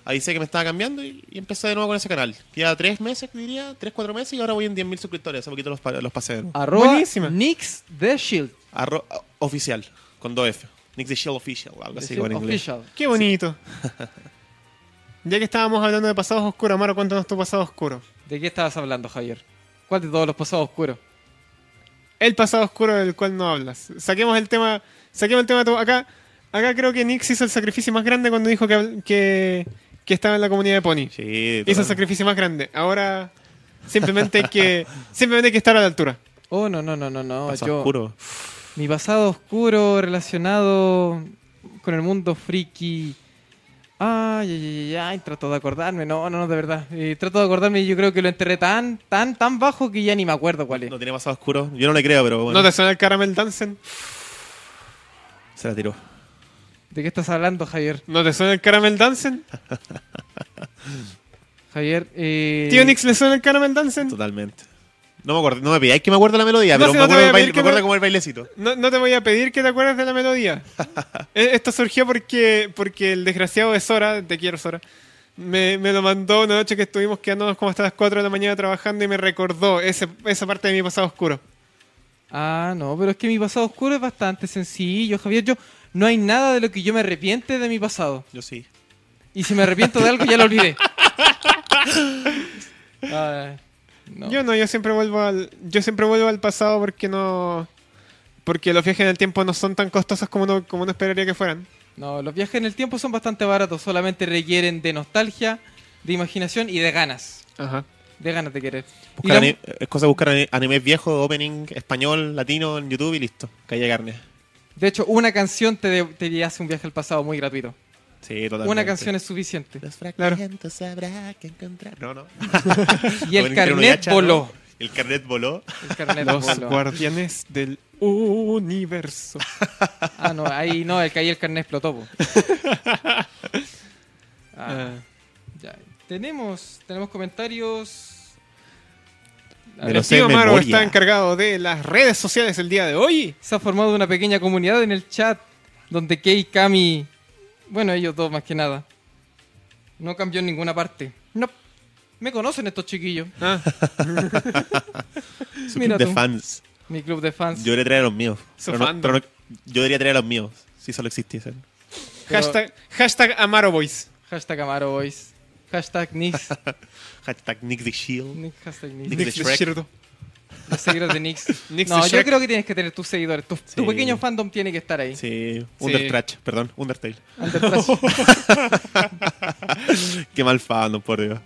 [SPEAKER 4] avisé que me estaba cambiando y, y empecé de nuevo con ese canal. Ya tres meses, diría, tres, cuatro meses y ahora voy en 10.000 suscriptores, hace poquito los, pa- los pasé de
[SPEAKER 2] Ah.
[SPEAKER 4] nuevo.
[SPEAKER 3] Arroba
[SPEAKER 2] Buenísima.
[SPEAKER 3] Nix The Shield.
[SPEAKER 4] Arro- oficial, con dos F, Nix the Shield Official, algo así
[SPEAKER 3] The
[SPEAKER 4] con
[SPEAKER 3] Shield
[SPEAKER 4] inglés.
[SPEAKER 3] Official.
[SPEAKER 2] Qué bonito. ya que estábamos hablando de pasados oscuros, Amaro, cuéntanos tu pasado oscuro.
[SPEAKER 3] ¿De qué estabas hablando, Javier? ¿Cuál de todos los pasados oscuros?
[SPEAKER 2] El pasado oscuro del cual no hablas. Saquemos el tema. Saquemos el tema. to- Acá, acá creo que Nix hizo el sacrificio más grande cuando dijo que, habl- que, que estaba en la comunidad de Pony.
[SPEAKER 4] Sí,
[SPEAKER 2] hizo el
[SPEAKER 4] total.
[SPEAKER 2] sacrificio más grande. Ahora simplemente hay que, simplemente hay que estar a la altura.
[SPEAKER 3] Oh, no, no, no, no, no.
[SPEAKER 4] Pasado
[SPEAKER 3] Yo,
[SPEAKER 4] oscuro.
[SPEAKER 3] Mi pasado oscuro relacionado con el mundo friki. Ay, ay, ay, ay, trato de acordarme. No, no, no, de verdad. Eh, trato de acordarme y yo creo que lo enterré tan, tan, tan bajo que ya ni me acuerdo cuál es.
[SPEAKER 4] No tiene pasado oscuro, yo no le creo, pero bueno,
[SPEAKER 2] ¿No te suena el caramel dancen?
[SPEAKER 4] se la tiró.
[SPEAKER 3] ¿De qué estás hablando, Javier?
[SPEAKER 2] ¿No te suena el caramel dancen?
[SPEAKER 3] Javier, eh...
[SPEAKER 2] ¿Tío Nix le suena el caramel dancen?
[SPEAKER 4] Totalmente. No me acuerdo, no me pidáis que me acuerdo la melodía,
[SPEAKER 2] No,
[SPEAKER 4] pero
[SPEAKER 2] si
[SPEAKER 4] me,
[SPEAKER 2] no te
[SPEAKER 4] acuerdo
[SPEAKER 2] voy a
[SPEAKER 4] el baile-
[SPEAKER 2] pedir que
[SPEAKER 4] me acuerdo
[SPEAKER 2] me-
[SPEAKER 4] como el bailecito.
[SPEAKER 2] No, no te voy a pedir que te acuerdes de la melodía. E- Esto surgió porque, porque el desgraciado de Sora, te quiero Sora, me, me lo mandó una noche que estuvimos quedándonos como hasta las 4 de la mañana trabajando y me recordó ese- esa parte de mi pasado oscuro.
[SPEAKER 3] Ah, no, pero es que mi pasado oscuro es bastante sencillo, Javier. Yo no hay nada de lo que yo me arrepiente de mi pasado.
[SPEAKER 4] Yo sí.
[SPEAKER 3] Y si me arrepiento de algo, ya lo olvidé. Ah,
[SPEAKER 4] Oh.
[SPEAKER 3] no.
[SPEAKER 2] Yo no, yo siempre vuelvo al, yo siempre vuelvo al pasado porque no... Porque los viajes en el tiempo no son tan costosos como uno, como uno esperaría que fueran.
[SPEAKER 3] No, los viajes en el tiempo son bastante baratos, solamente requieren de nostalgia, de imaginación y de ganas.
[SPEAKER 2] Ajá.
[SPEAKER 3] De ganas de querer. Y
[SPEAKER 4] Buscar
[SPEAKER 3] la-
[SPEAKER 4] ani- es cosa de buscar ani- animes viejos, opening español, latino en YouTube y listo. Calle carne.
[SPEAKER 3] De hecho, una canción te, de- te hace un viaje al pasado muy gratuito.
[SPEAKER 4] Sí, totalmente.
[SPEAKER 3] Una canción es suficiente.
[SPEAKER 4] Los
[SPEAKER 3] Claro.
[SPEAKER 4] fragmentos habrá que encontrar. No, no.
[SPEAKER 3] Y el
[SPEAKER 4] Bueno, era una
[SPEAKER 3] carnet
[SPEAKER 4] yacha, ¿no?
[SPEAKER 3] voló.
[SPEAKER 4] El carnet voló.
[SPEAKER 3] El carnet
[SPEAKER 2] Los
[SPEAKER 3] voló.
[SPEAKER 2] guardianes del universo.
[SPEAKER 3] Ah, no, ahí no, el que ahí el carnet explotó. po. Ah, ya. Tenemos, tenemos comentarios. A
[SPEAKER 4] Me
[SPEAKER 3] ver,
[SPEAKER 4] lo
[SPEAKER 2] El
[SPEAKER 4] sé de
[SPEAKER 2] tío Maro
[SPEAKER 4] memoria.
[SPEAKER 2] está encargado de las redes sociales el día de hoy.
[SPEAKER 3] Se ha formado una pequeña comunidad en el chat donde Kei, Kami, bueno, ellos dos más que nada. No cambió en ninguna parte. No. Me conocen estos chiquillos.
[SPEAKER 2] Ah,
[SPEAKER 4] Su
[SPEAKER 3] Mira
[SPEAKER 4] club de
[SPEAKER 3] tú.
[SPEAKER 4] fans.
[SPEAKER 3] Mi club de fans.
[SPEAKER 4] Yo debería traer a los míos.
[SPEAKER 2] Su
[SPEAKER 4] Pero no-
[SPEAKER 2] fandom.
[SPEAKER 4] pero no- yo debería traer a los míos. Si solo existiesen.
[SPEAKER 3] Pero-
[SPEAKER 2] hashtag, hashtag Amaro Boys.
[SPEAKER 3] Hashtag Amaro Boys. Hashtag Nix.
[SPEAKER 4] Hashtag Nick the Shield.
[SPEAKER 3] Nix, hashtag Nix.
[SPEAKER 4] Nick de
[SPEAKER 2] Nick de
[SPEAKER 4] Shrek.
[SPEAKER 2] Shirdo.
[SPEAKER 3] Los seguidores de Nix.
[SPEAKER 2] Nix
[SPEAKER 3] no,
[SPEAKER 2] de
[SPEAKER 3] yo
[SPEAKER 2] Shrek.
[SPEAKER 3] creo que tienes que tener tus seguidores. Tu, tu
[SPEAKER 4] Sí.
[SPEAKER 3] pequeño fandom tiene que estar ahí.
[SPEAKER 4] Sí. Undertratch, perdón. Undertale.
[SPEAKER 3] Undertrash.
[SPEAKER 4] Qué mal fandom, por Dios.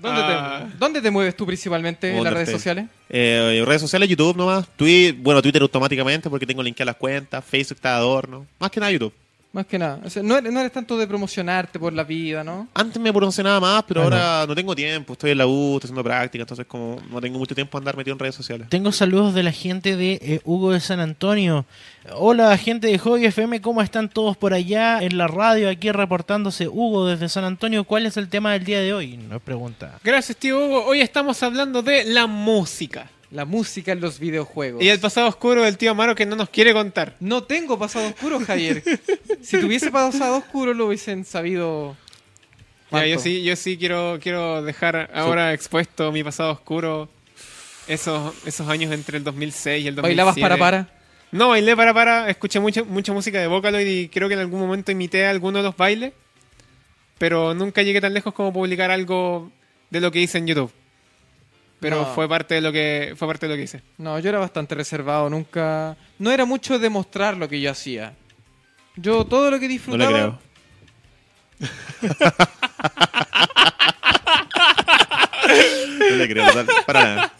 [SPEAKER 3] ¿Dónde,
[SPEAKER 2] Ah.
[SPEAKER 3] te, dónde te mueves tú principalmente en las
[SPEAKER 4] Undertale.
[SPEAKER 3] redes sociales?
[SPEAKER 4] Eh, redes sociales, YouTube nomás. Twi- bueno, Twitter automáticamente porque tengo linkeadas las cuentas. Facebook está de adorno. Más que nada YouTube.
[SPEAKER 3] Más que nada. O sea, no, eres, no eres tanto de promocionarte por la vida, ¿no?
[SPEAKER 4] Antes me promocionaba más, pero
[SPEAKER 5] Ah, no.
[SPEAKER 4] ahora no. tengo tiempo. Estoy en la U, estoy haciendo práctica, entonces como no tengo mucho tiempo a andar metido en redes sociales.
[SPEAKER 5] Tengo saludos de la gente de eh, Hugo de San Antonio. Hola, gente de Hobby FM, ¿cómo están todos por allá en la radio? Aquí reportándose Hugo desde San Antonio. ¿Cuál es el tema del día de hoy? Nos pregunta.
[SPEAKER 2] Gracias, tío Hugo. Hoy estamos hablando de la música.
[SPEAKER 3] La música en los videojuegos.
[SPEAKER 2] Y el pasado oscuro del tío Amaro que no nos quiere contar.
[SPEAKER 3] No tengo pasado oscuro, Javier. si tuviese pasado oscuro, lo hubiesen sabido.
[SPEAKER 2] Ya, yo
[SPEAKER 3] Marco.
[SPEAKER 2] sí, yo sí quiero, quiero dejar ahora expuesto mi pasado oscuro. Esos, esos años entre el 2006 y el 2007.
[SPEAKER 3] Bailabas para para.
[SPEAKER 2] No, bailé para para. Escuché mucha, mucha música de Vocaloid y creo que en algún momento imité alguno de los bailes. Pero nunca llegué tan lejos como publicar algo de lo que hice en YouTube. Pero
[SPEAKER 3] No.
[SPEAKER 2] fue parte de lo que fue parte de lo que hice.
[SPEAKER 3] No, yo era bastante reservado, nunca. No era mucho de mostrar lo que yo hacía. Yo todo lo que
[SPEAKER 4] No le
[SPEAKER 3] disfrutaba.
[SPEAKER 4] creo. no le creo, total, para nada.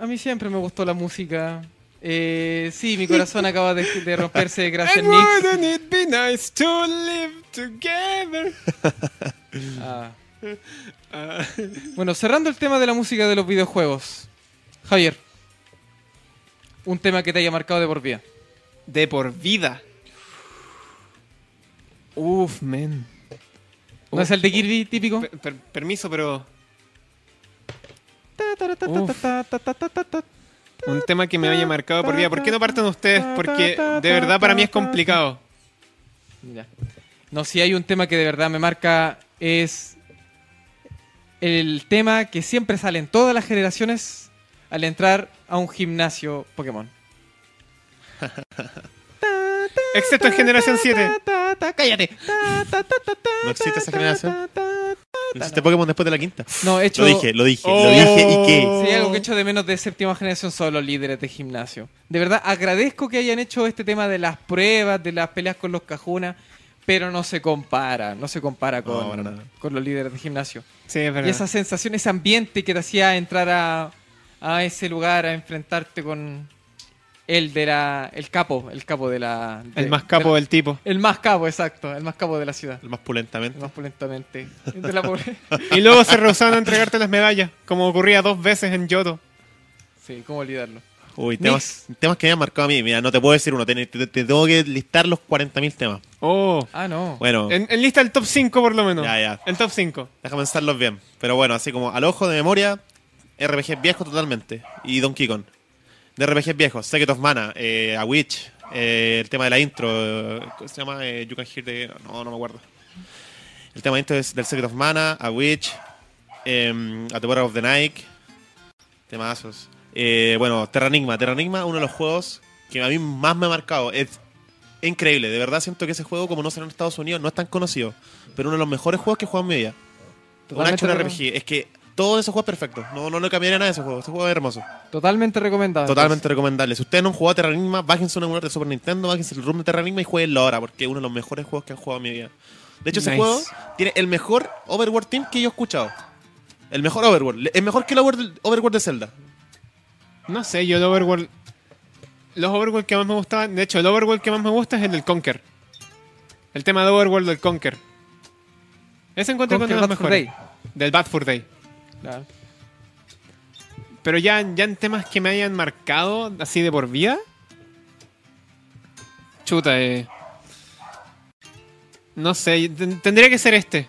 [SPEAKER 3] A mí siempre me gustó la música. Eh, sí, mi corazón acaba de, de romperse gracias a Nix.
[SPEAKER 2] wouldn't it be nice to live together?
[SPEAKER 3] Ah.
[SPEAKER 2] Ah,
[SPEAKER 3] Bueno, cerrando el tema de la música de los videojuegos. Javier, un tema que te haya marcado de por vida.
[SPEAKER 2] de por vida. Uf, men.
[SPEAKER 3] ¿No es el de Kirby típico?
[SPEAKER 2] Per- per- permiso, pero
[SPEAKER 3] Uf.
[SPEAKER 2] un tema que me haya marcado por vida. ¿Por qué no parten ustedes? Porque de verdad para mí es complicado.
[SPEAKER 3] Ya. No, si hay un tema que de verdad me marca es el tema que siempre sale en todas las generaciones al entrar a un gimnasio Pokémon.
[SPEAKER 2] Excepto en generación 7.
[SPEAKER 3] Ta, ta, ¡Cállate!
[SPEAKER 4] No existe esa generación. No existe
[SPEAKER 3] no.
[SPEAKER 4] Pokémon después de la quinta.
[SPEAKER 3] No, he hecho...
[SPEAKER 4] Lo dije, lo dije,
[SPEAKER 2] Oh.
[SPEAKER 4] lo dije y qué.
[SPEAKER 3] Sí, algo que echo de menos de séptima generación son los líderes de gimnasio. De verdad, agradezco que hayan hecho este tema de las pruebas, de las peleas con los cajunas, pero no se compara, no se compara
[SPEAKER 4] No,
[SPEAKER 3] con,
[SPEAKER 4] para nada.
[SPEAKER 3] con los líderes de gimnasio.
[SPEAKER 2] Sí, es verdad.
[SPEAKER 3] Y esa sensación, ese ambiente que te hacía entrar a, a ese lugar, a enfrentarte con el de la, el capo, el capo de la... de-
[SPEAKER 2] El más capo
[SPEAKER 3] de
[SPEAKER 2] del tipo.
[SPEAKER 3] la- El más capo, exacto, el más capo de la ciudad.
[SPEAKER 4] El más
[SPEAKER 3] El
[SPEAKER 4] pulentamente.
[SPEAKER 3] más polentamente. De la pobre-
[SPEAKER 2] Y luego se rehusaban a entregarte las medallas, como ocurría dos veces en Yoto.
[SPEAKER 3] Sí, cómo olvidarlo.
[SPEAKER 4] Uy, temas, temas que me han marcado a mí. Mira, no te puedo decir uno. Te, te- te tengo que listar los 40.000 temas.
[SPEAKER 2] Oh.
[SPEAKER 3] Ah, no.
[SPEAKER 4] Bueno,
[SPEAKER 2] En, en lista el top 5 por lo menos.
[SPEAKER 4] Ya, ya.
[SPEAKER 2] El top 5.
[SPEAKER 4] déjame pensarlos bien. Pero bueno, así como al ojo de memoria, RPG viejo totalmente. Y Donkey Kong. De RPG viejo, Secret of Mana, eh, A Witch, eh, el tema de la intro. eh, ¿Cómo se llama? Eh, you Can Hear the... No, no me acuerdo. El tema de intro es del Secret of Mana, A Witch, eh, A The Power of the Night. Temazos. Eh, bueno, Terranigma. Terranigma, uno de los juegos que a mí más me ha marcado. Es increíble. De verdad siento que ese juego, como no salió en Estados Unidos, no es tan conocido. Pero uno de los mejores juegos que he jugado en mi vida. Un
[SPEAKER 3] Totalmente
[SPEAKER 4] action
[SPEAKER 3] de acuerdo.
[SPEAKER 4] RPG. Es que todo ese juego es perfecto. No, no le cambiaría nada de ese juego. Ese juego es hermoso.
[SPEAKER 2] Ah,
[SPEAKER 3] Totalmente recomendado.
[SPEAKER 4] Totalmente recomendable. Si ustedes no han jugado a Terranigma, bájense un emulador de Super Nintendo, bájense el room de Terranigma y jueguenlo ahora, porque es uno de los mejores juegos que han jugado en mi vida. De hecho, ese
[SPEAKER 2] Nice.
[SPEAKER 4] juego tiene el mejor Overworld Team que yo he escuchado. El mejor Overworld. Es mejor que el Overworld, Overworld de Zelda.
[SPEAKER 2] No sé, yo el Overworld. los Overworld que más me gustaban, de hecho, el Overworld que más me gusta es el del Conker. El tema de Overworld del Conker. Ese encuentro con
[SPEAKER 3] Conker
[SPEAKER 2] uno de los
[SPEAKER 3] Bad Fur
[SPEAKER 2] mejores. Del Bad Fur Day.
[SPEAKER 3] Claro.
[SPEAKER 2] Pero ya, ya en temas que me hayan marcado así de por vida. Chuta, eh. No sé, ten- tendría que ser este.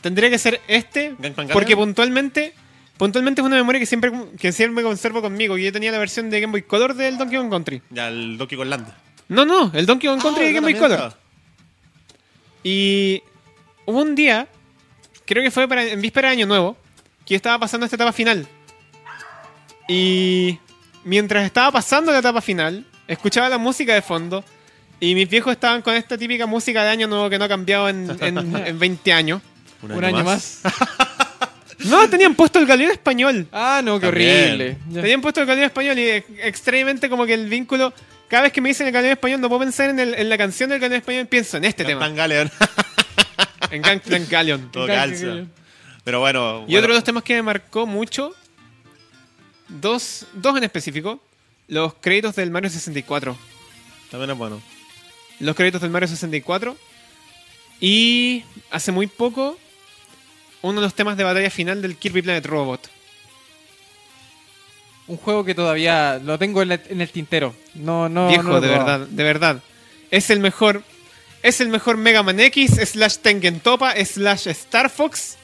[SPEAKER 2] Tendría que ser este.
[SPEAKER 4] Gangplank
[SPEAKER 2] Porque
[SPEAKER 4] Gaiden.
[SPEAKER 2] puntualmente. Puntualmente es una memoria que siempre, que siempre conservo conmigo. Y yo tenía la versión de Game Boy Color del Donkey Kong Country.
[SPEAKER 4] Ya el Donkey Kong Land.
[SPEAKER 2] No, no, el Donkey Kong Country
[SPEAKER 4] Ah,
[SPEAKER 2] de Ah, Game
[SPEAKER 4] no,
[SPEAKER 2] Boy
[SPEAKER 4] también
[SPEAKER 2] Color.
[SPEAKER 4] estaba.
[SPEAKER 2] Y hubo un día, creo que fue para, en víspera de Año Nuevo, que yo estaba pasando esta etapa final. Y mientras estaba pasando la etapa final, escuchaba la música de fondo y mis viejos estaban con esta típica música de Año Nuevo que no ha cambiado en, en- en 20 años.
[SPEAKER 3] Un, año más.
[SPEAKER 2] No, tenían puesto el galeón español.
[SPEAKER 3] Ah, no, qué
[SPEAKER 4] También.
[SPEAKER 3] horrible. Ya.
[SPEAKER 2] Tenían puesto el galeón español y eh, extrañamente como que el vínculo... Cada vez que me dicen el galeón español no puedo pensar en, el- en la canción del galeón español, pienso en este tema,
[SPEAKER 4] Gangplank Galeon.
[SPEAKER 2] en Gangplank Galleon.
[SPEAKER 4] Todo
[SPEAKER 3] Gangplank
[SPEAKER 4] calza.
[SPEAKER 3] Gaiden.
[SPEAKER 4] Pero bueno.
[SPEAKER 2] Y otro de los temas que me marcó mucho, dos, dos en específico, los créditos del Mario 64.
[SPEAKER 4] También es bueno.
[SPEAKER 2] Los créditos del Mario 64. Y hace muy poco, uno de los temas de batalla final del Kirby Planet Robot.
[SPEAKER 3] Un juego que todavía lo tengo en, la- en el tintero. No, no.
[SPEAKER 2] Viejo,
[SPEAKER 3] no lo he
[SPEAKER 2] de
[SPEAKER 3] probado.
[SPEAKER 2] verdad, de verdad. Es el mejor. Es el mejor Mega Man X, slash Tengen Topa, slash Star Fox,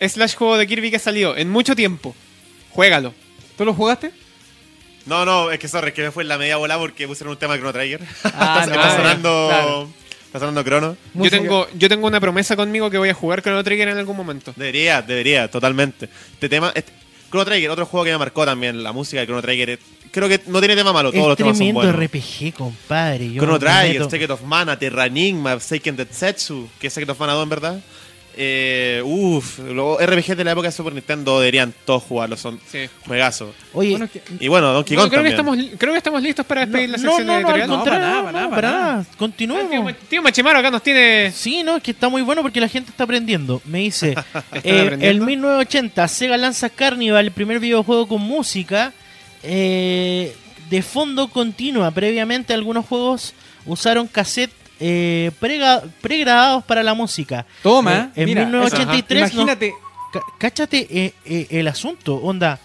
[SPEAKER 2] slash juego de Kirby que salió en mucho tiempo. Juégalo.
[SPEAKER 3] ¿Tú lo jugaste?
[SPEAKER 4] No, no, es que sorry, es que me fue en la media bola porque pusieron un tema de Chrono Trigger.
[SPEAKER 3] Ah,
[SPEAKER 4] está,
[SPEAKER 3] no,
[SPEAKER 4] está
[SPEAKER 2] ya,
[SPEAKER 4] sonando.
[SPEAKER 3] claro.
[SPEAKER 4] Está sonando Chrono.
[SPEAKER 2] Yo
[SPEAKER 3] Música.
[SPEAKER 2] tengo, yo tengo una promesa conmigo que voy a jugar con el Trigger en algún momento.
[SPEAKER 4] Debería, debería, totalmente. Este tema. este- Chrono Trigger, otro juego que me marcó también, la música de Chrono Trigger. es- Creo que no tiene tema malo, todos
[SPEAKER 1] Es
[SPEAKER 4] los temas son
[SPEAKER 1] tremendo
[SPEAKER 4] buenos.
[SPEAKER 1] RPG, compadre. Yo
[SPEAKER 4] Chrono
[SPEAKER 1] me
[SPEAKER 4] Trigger,
[SPEAKER 1] meto-
[SPEAKER 4] Secret of Mana, Terra Enigma, Seiken Detsetsu, que es Secret of Mana 2 en verdad. Eh, uf, los RPG de la época de Super Nintendo deberían todos jugarlos, son
[SPEAKER 2] Sí.
[SPEAKER 4] juegazos.
[SPEAKER 1] Oye,
[SPEAKER 3] Bueno, que-
[SPEAKER 4] Y bueno, Donkey
[SPEAKER 2] No,
[SPEAKER 4] Kong
[SPEAKER 2] creo, que
[SPEAKER 4] también.
[SPEAKER 2] estamos, creo que estamos listos para
[SPEAKER 1] no,
[SPEAKER 2] despedir la
[SPEAKER 1] no,
[SPEAKER 2] sección
[SPEAKER 1] no, no, al
[SPEAKER 2] editorial.
[SPEAKER 3] No,
[SPEAKER 1] contrario,
[SPEAKER 3] para nada,
[SPEAKER 1] no,
[SPEAKER 3] para nada,
[SPEAKER 1] para
[SPEAKER 3] para
[SPEAKER 1] nada.
[SPEAKER 3] nada.
[SPEAKER 2] Tío
[SPEAKER 1] Continuemos.
[SPEAKER 2] Mach- Tío Machimaro acá nos tiene.
[SPEAKER 1] Sí, no, es que está muy bueno porque la gente está aprendiendo. Me dice, eh, el
[SPEAKER 2] aprendiendo?
[SPEAKER 1] 1980, Sega lanza Carnival, el primer videojuego con música eh, de fondo continua. Previamente algunos juegos usaron cassette eh, prega- pregrabados para la música.
[SPEAKER 3] Toma.
[SPEAKER 1] Eh, en
[SPEAKER 3] mira,
[SPEAKER 1] 1983
[SPEAKER 3] eso- Imagínate,
[SPEAKER 1] Ca- cáchate eh, eh, el asunto, onda.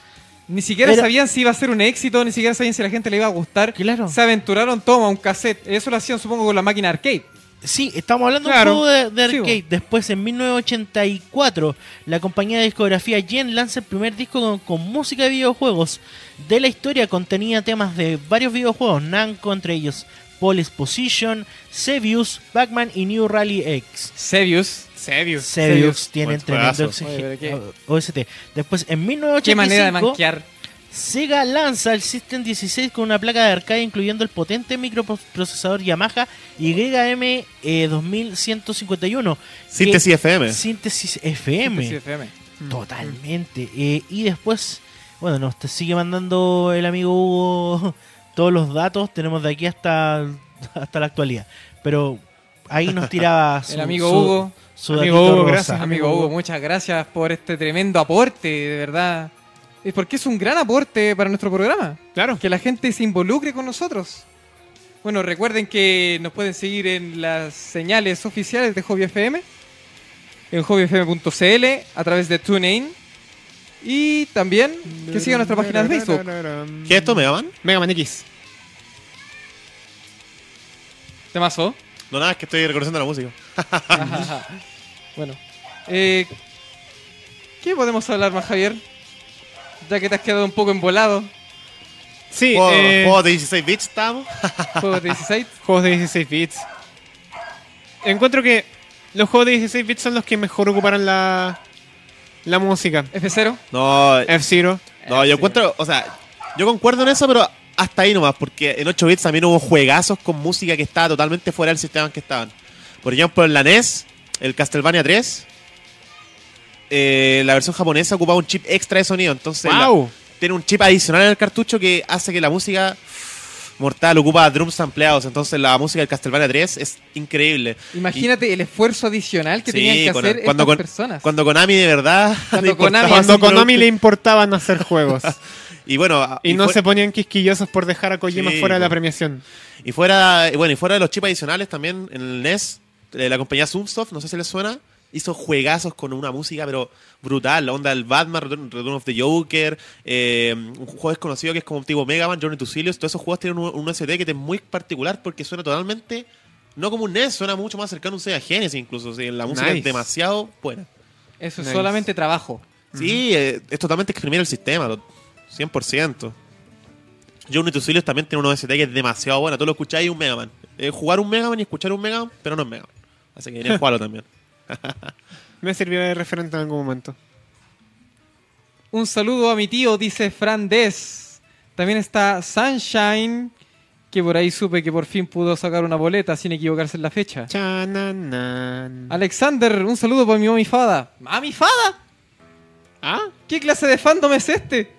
[SPEAKER 3] ni siquiera
[SPEAKER 1] Era-
[SPEAKER 3] sabían si iba a ser un éxito, ni siquiera sabían si a la gente le iba a gustar.
[SPEAKER 1] Claro.
[SPEAKER 3] Se aventuraron, toma, un cassette. Eso lo hacían, supongo, con la máquina arcade.
[SPEAKER 1] Sí, estamos hablando de un
[SPEAKER 3] Claro.
[SPEAKER 1] juego de, de
[SPEAKER 3] Sí,
[SPEAKER 1] arcade.
[SPEAKER 3] bo.
[SPEAKER 1] Después, en 1984, la compañía de discografía Gen lanza el primer disco con, con música de videojuegos de la historia. Contenía temas de varios videojuegos, Namco, entre ellos Police Position, Sevius, Pac-Man y New Rally X.
[SPEAKER 3] Sevius.
[SPEAKER 2] Serios.
[SPEAKER 1] Sevius tiene
[SPEAKER 4] buen
[SPEAKER 1] tremendo
[SPEAKER 4] juegazo.
[SPEAKER 1] exige-
[SPEAKER 3] Oye, pero
[SPEAKER 1] OST. Después, en
[SPEAKER 3] Qué
[SPEAKER 1] 1985,
[SPEAKER 3] manera de manquear.
[SPEAKER 1] Sega lanza el System 16 con una placa de arcade incluyendo el potente microprocesador Yamaha YM eh, 2151.
[SPEAKER 4] Síntesis FM.
[SPEAKER 1] Síntesis FM.
[SPEAKER 3] Sí, FM.
[SPEAKER 1] Totalmente. Eh, y después, bueno, nos te sigue mandando el amigo Hugo todos los datos. Tenemos de aquí hasta, hasta la actualidad. Pero ahí nos tiraba su,
[SPEAKER 3] El amigo
[SPEAKER 1] su-
[SPEAKER 3] Hugo.
[SPEAKER 1] su
[SPEAKER 2] Amigo
[SPEAKER 1] datito
[SPEAKER 2] Hugo,
[SPEAKER 1] rosa.
[SPEAKER 2] gracias.
[SPEAKER 3] Amigo Hugo, muchas gracias por este tremendo aporte, de verdad. Es porque es un gran aporte para nuestro programa.
[SPEAKER 2] Claro.
[SPEAKER 3] Que la gente se involucre con nosotros. Bueno, recuerden que nos pueden seguir en las señales oficiales de Hobby FM, en hobbyfm.cl, a través de TuneIn y también que sigan nuestra página de Facebook.
[SPEAKER 4] ¿Qué es esto, Mega Man?
[SPEAKER 2] Mega Man X.
[SPEAKER 3] Temazo.
[SPEAKER 4] No, nada, es que estoy reconociendo la música.
[SPEAKER 3] Ajá. bueno. Eh, ¿Qué podemos hablar más, Javier? Ya que te has quedado un poco embolado.
[SPEAKER 2] Sí,
[SPEAKER 4] Juego-
[SPEAKER 2] eh,
[SPEAKER 4] juego de 16 bits estamos.
[SPEAKER 3] Juegos de 16.
[SPEAKER 2] juegos de 16 bits. Encuentro que los juegos de 16 bits son los que mejor ocuparon la, la música.
[SPEAKER 3] F0.
[SPEAKER 4] No,
[SPEAKER 2] F-Zero.
[SPEAKER 3] Eh,
[SPEAKER 4] no, yo encuentro, o sea, yo concuerdo en eso, pero hasta ahí nomás, porque en 8 bits también hubo juegazos con música que estaba totalmente fuera del sistema en que estaban. Por ejemplo, en la NES, el Castlevania 3, eh, la versión japonesa ocupaba un chip extra de sonido, entonces la-
[SPEAKER 2] ¡Wow!
[SPEAKER 4] tiene un chip adicional en el cartucho que hace que la música mortal ocupa drums ampliados, entonces la música del Castlevania 3 es increíble.
[SPEAKER 3] Imagínate el esfuerzo adicional que
[SPEAKER 4] Sí,
[SPEAKER 3] tenían que
[SPEAKER 4] con-
[SPEAKER 3] hacer
[SPEAKER 4] cuando
[SPEAKER 3] estas
[SPEAKER 4] con-
[SPEAKER 3] personas.
[SPEAKER 4] Cuando Konami de verdad...
[SPEAKER 3] Cuando
[SPEAKER 4] le importaba
[SPEAKER 3] Konami
[SPEAKER 4] hacer
[SPEAKER 2] Cuando
[SPEAKER 4] un
[SPEAKER 2] Konami
[SPEAKER 4] producto-
[SPEAKER 2] le importaban hacer juegos.
[SPEAKER 4] Y bueno, a-
[SPEAKER 2] Y, no
[SPEAKER 4] fue-
[SPEAKER 2] se ponían quisquillosos por dejar a Kojima
[SPEAKER 4] Sí,
[SPEAKER 2] fuera de la
[SPEAKER 4] po.
[SPEAKER 2] premiación.
[SPEAKER 4] Y fuera, y bueno, y fuera de los chips adicionales también, en el NES, eh, la compañía Sunsoft, no sé si les suena, hizo juegazos con una música, pero brutal. La onda del Batman, Return, Return of the Joker, eh, un juego desconocido que es como un tipo Mega Man, Journey to Sirius. Todos esos juegos tienen un, un ST que es muy particular porque suena totalmente, no como un NES, suena mucho más cercano a un Sega Genesis incluso. o sea, la música es
[SPEAKER 2] Nice.
[SPEAKER 4] demasiado buena.
[SPEAKER 3] Eso es
[SPEAKER 2] Nice.
[SPEAKER 3] solamente trabajo.
[SPEAKER 4] Sí, eh, es totalmente exprimir el sistema, lo- 100%. Journey to Sirius también tiene unos OST que es demasiado bueno. Tú lo escucháis y un Mega Man. Eh, jugar un Mega Man y escuchar un Mega Man, pero no es Mega Man. Así que deberían jugarlo también.
[SPEAKER 2] Me sirvió de referente en algún momento.
[SPEAKER 3] Un saludo a mi tío, dice Fran Des. También está Sunshine, que por ahí supe que por fin pudo sacar una boleta sin equivocarse en la fecha.
[SPEAKER 2] Chananan.
[SPEAKER 3] Ah. Alexander, un saludo para mi mami Fada. ¿Mami Fada?
[SPEAKER 2] ¿Ah?
[SPEAKER 3] ¿Qué clase de fandom es este?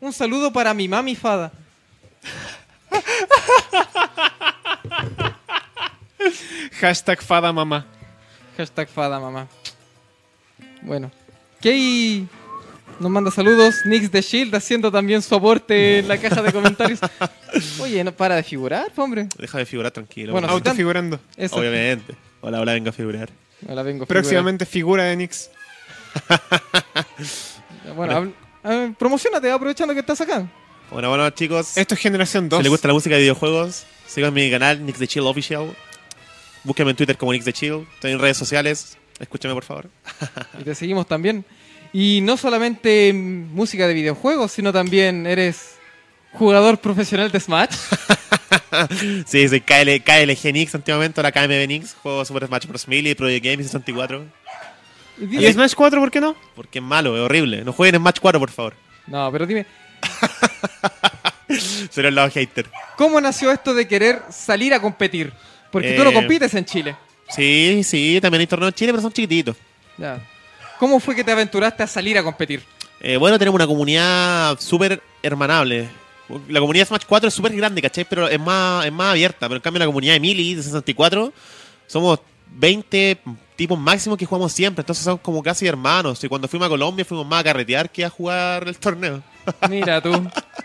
[SPEAKER 3] Un saludo para mi mami Fada.
[SPEAKER 2] Hashtag Fada Mamá.
[SPEAKER 3] Hashtag Fada, mamá. Bueno. Key nos manda saludos. Nix de Shield haciendo también su aporte en la caja de comentarios. Oye, no para de figurar, po, hombre.
[SPEAKER 4] Deja de figurar tranquilo.
[SPEAKER 3] Bueno,
[SPEAKER 4] por favor.
[SPEAKER 2] Autofigurando.
[SPEAKER 3] Esa.
[SPEAKER 4] obviamente. Hola, hola, venga a figurar.
[SPEAKER 3] No la vengo a figurar.
[SPEAKER 2] Próximamente figura de Nix.
[SPEAKER 3] Bueno, habl- eh, promocionate aprovechando que estás acá.
[SPEAKER 4] Bueno, bueno, chicos.
[SPEAKER 2] Esto es Generación 2.
[SPEAKER 4] Si les gusta la música de videojuegos, sigan mi canal, Nix the Chill Official. Búsquenme en Twitter como Nix the Chill. Estoy en redes sociales. Escúchame, por favor.
[SPEAKER 3] Y te seguimos también. Y no solamente mm, música de videojuegos, sino también eres jugador profesional de Smash.
[SPEAKER 4] Sí, dice KL, KLG Nix antiguamente, ahora KMB Nix, juego Super Smash Bros. Melee, Project Games 64.
[SPEAKER 3] Y
[SPEAKER 2] ¿Y
[SPEAKER 3] dime-
[SPEAKER 2] Smash 4 por qué no?
[SPEAKER 4] Porque es malo, es horrible. No jueguen en Match 4, por favor.
[SPEAKER 3] No, pero dime,
[SPEAKER 4] Seré el lado hater.
[SPEAKER 3] ¿cómo nació esto de querer salir a competir? Porque tú
[SPEAKER 4] Eh,
[SPEAKER 3] no compites en Chile.
[SPEAKER 4] Sí, sí, también hay torneos en Chile, pero son chiquititos.
[SPEAKER 3] Ya. ¿Cómo fue que te aventuraste a salir a competir?
[SPEAKER 4] Eh, bueno, tenemos una comunidad súper hermanable. La comunidad de Smash 4 es súper grande, ¿cachai? Pero es más, es más abierta. Pero en cambio, la comunidad de Melee, de 64, somos 20 tipos máximos que jugamos siempre. Entonces, somos como casi hermanos. Y cuando fuimos a Colombia, fuimos más a carretear que a jugar el torneo.
[SPEAKER 3] Mira tú. Esos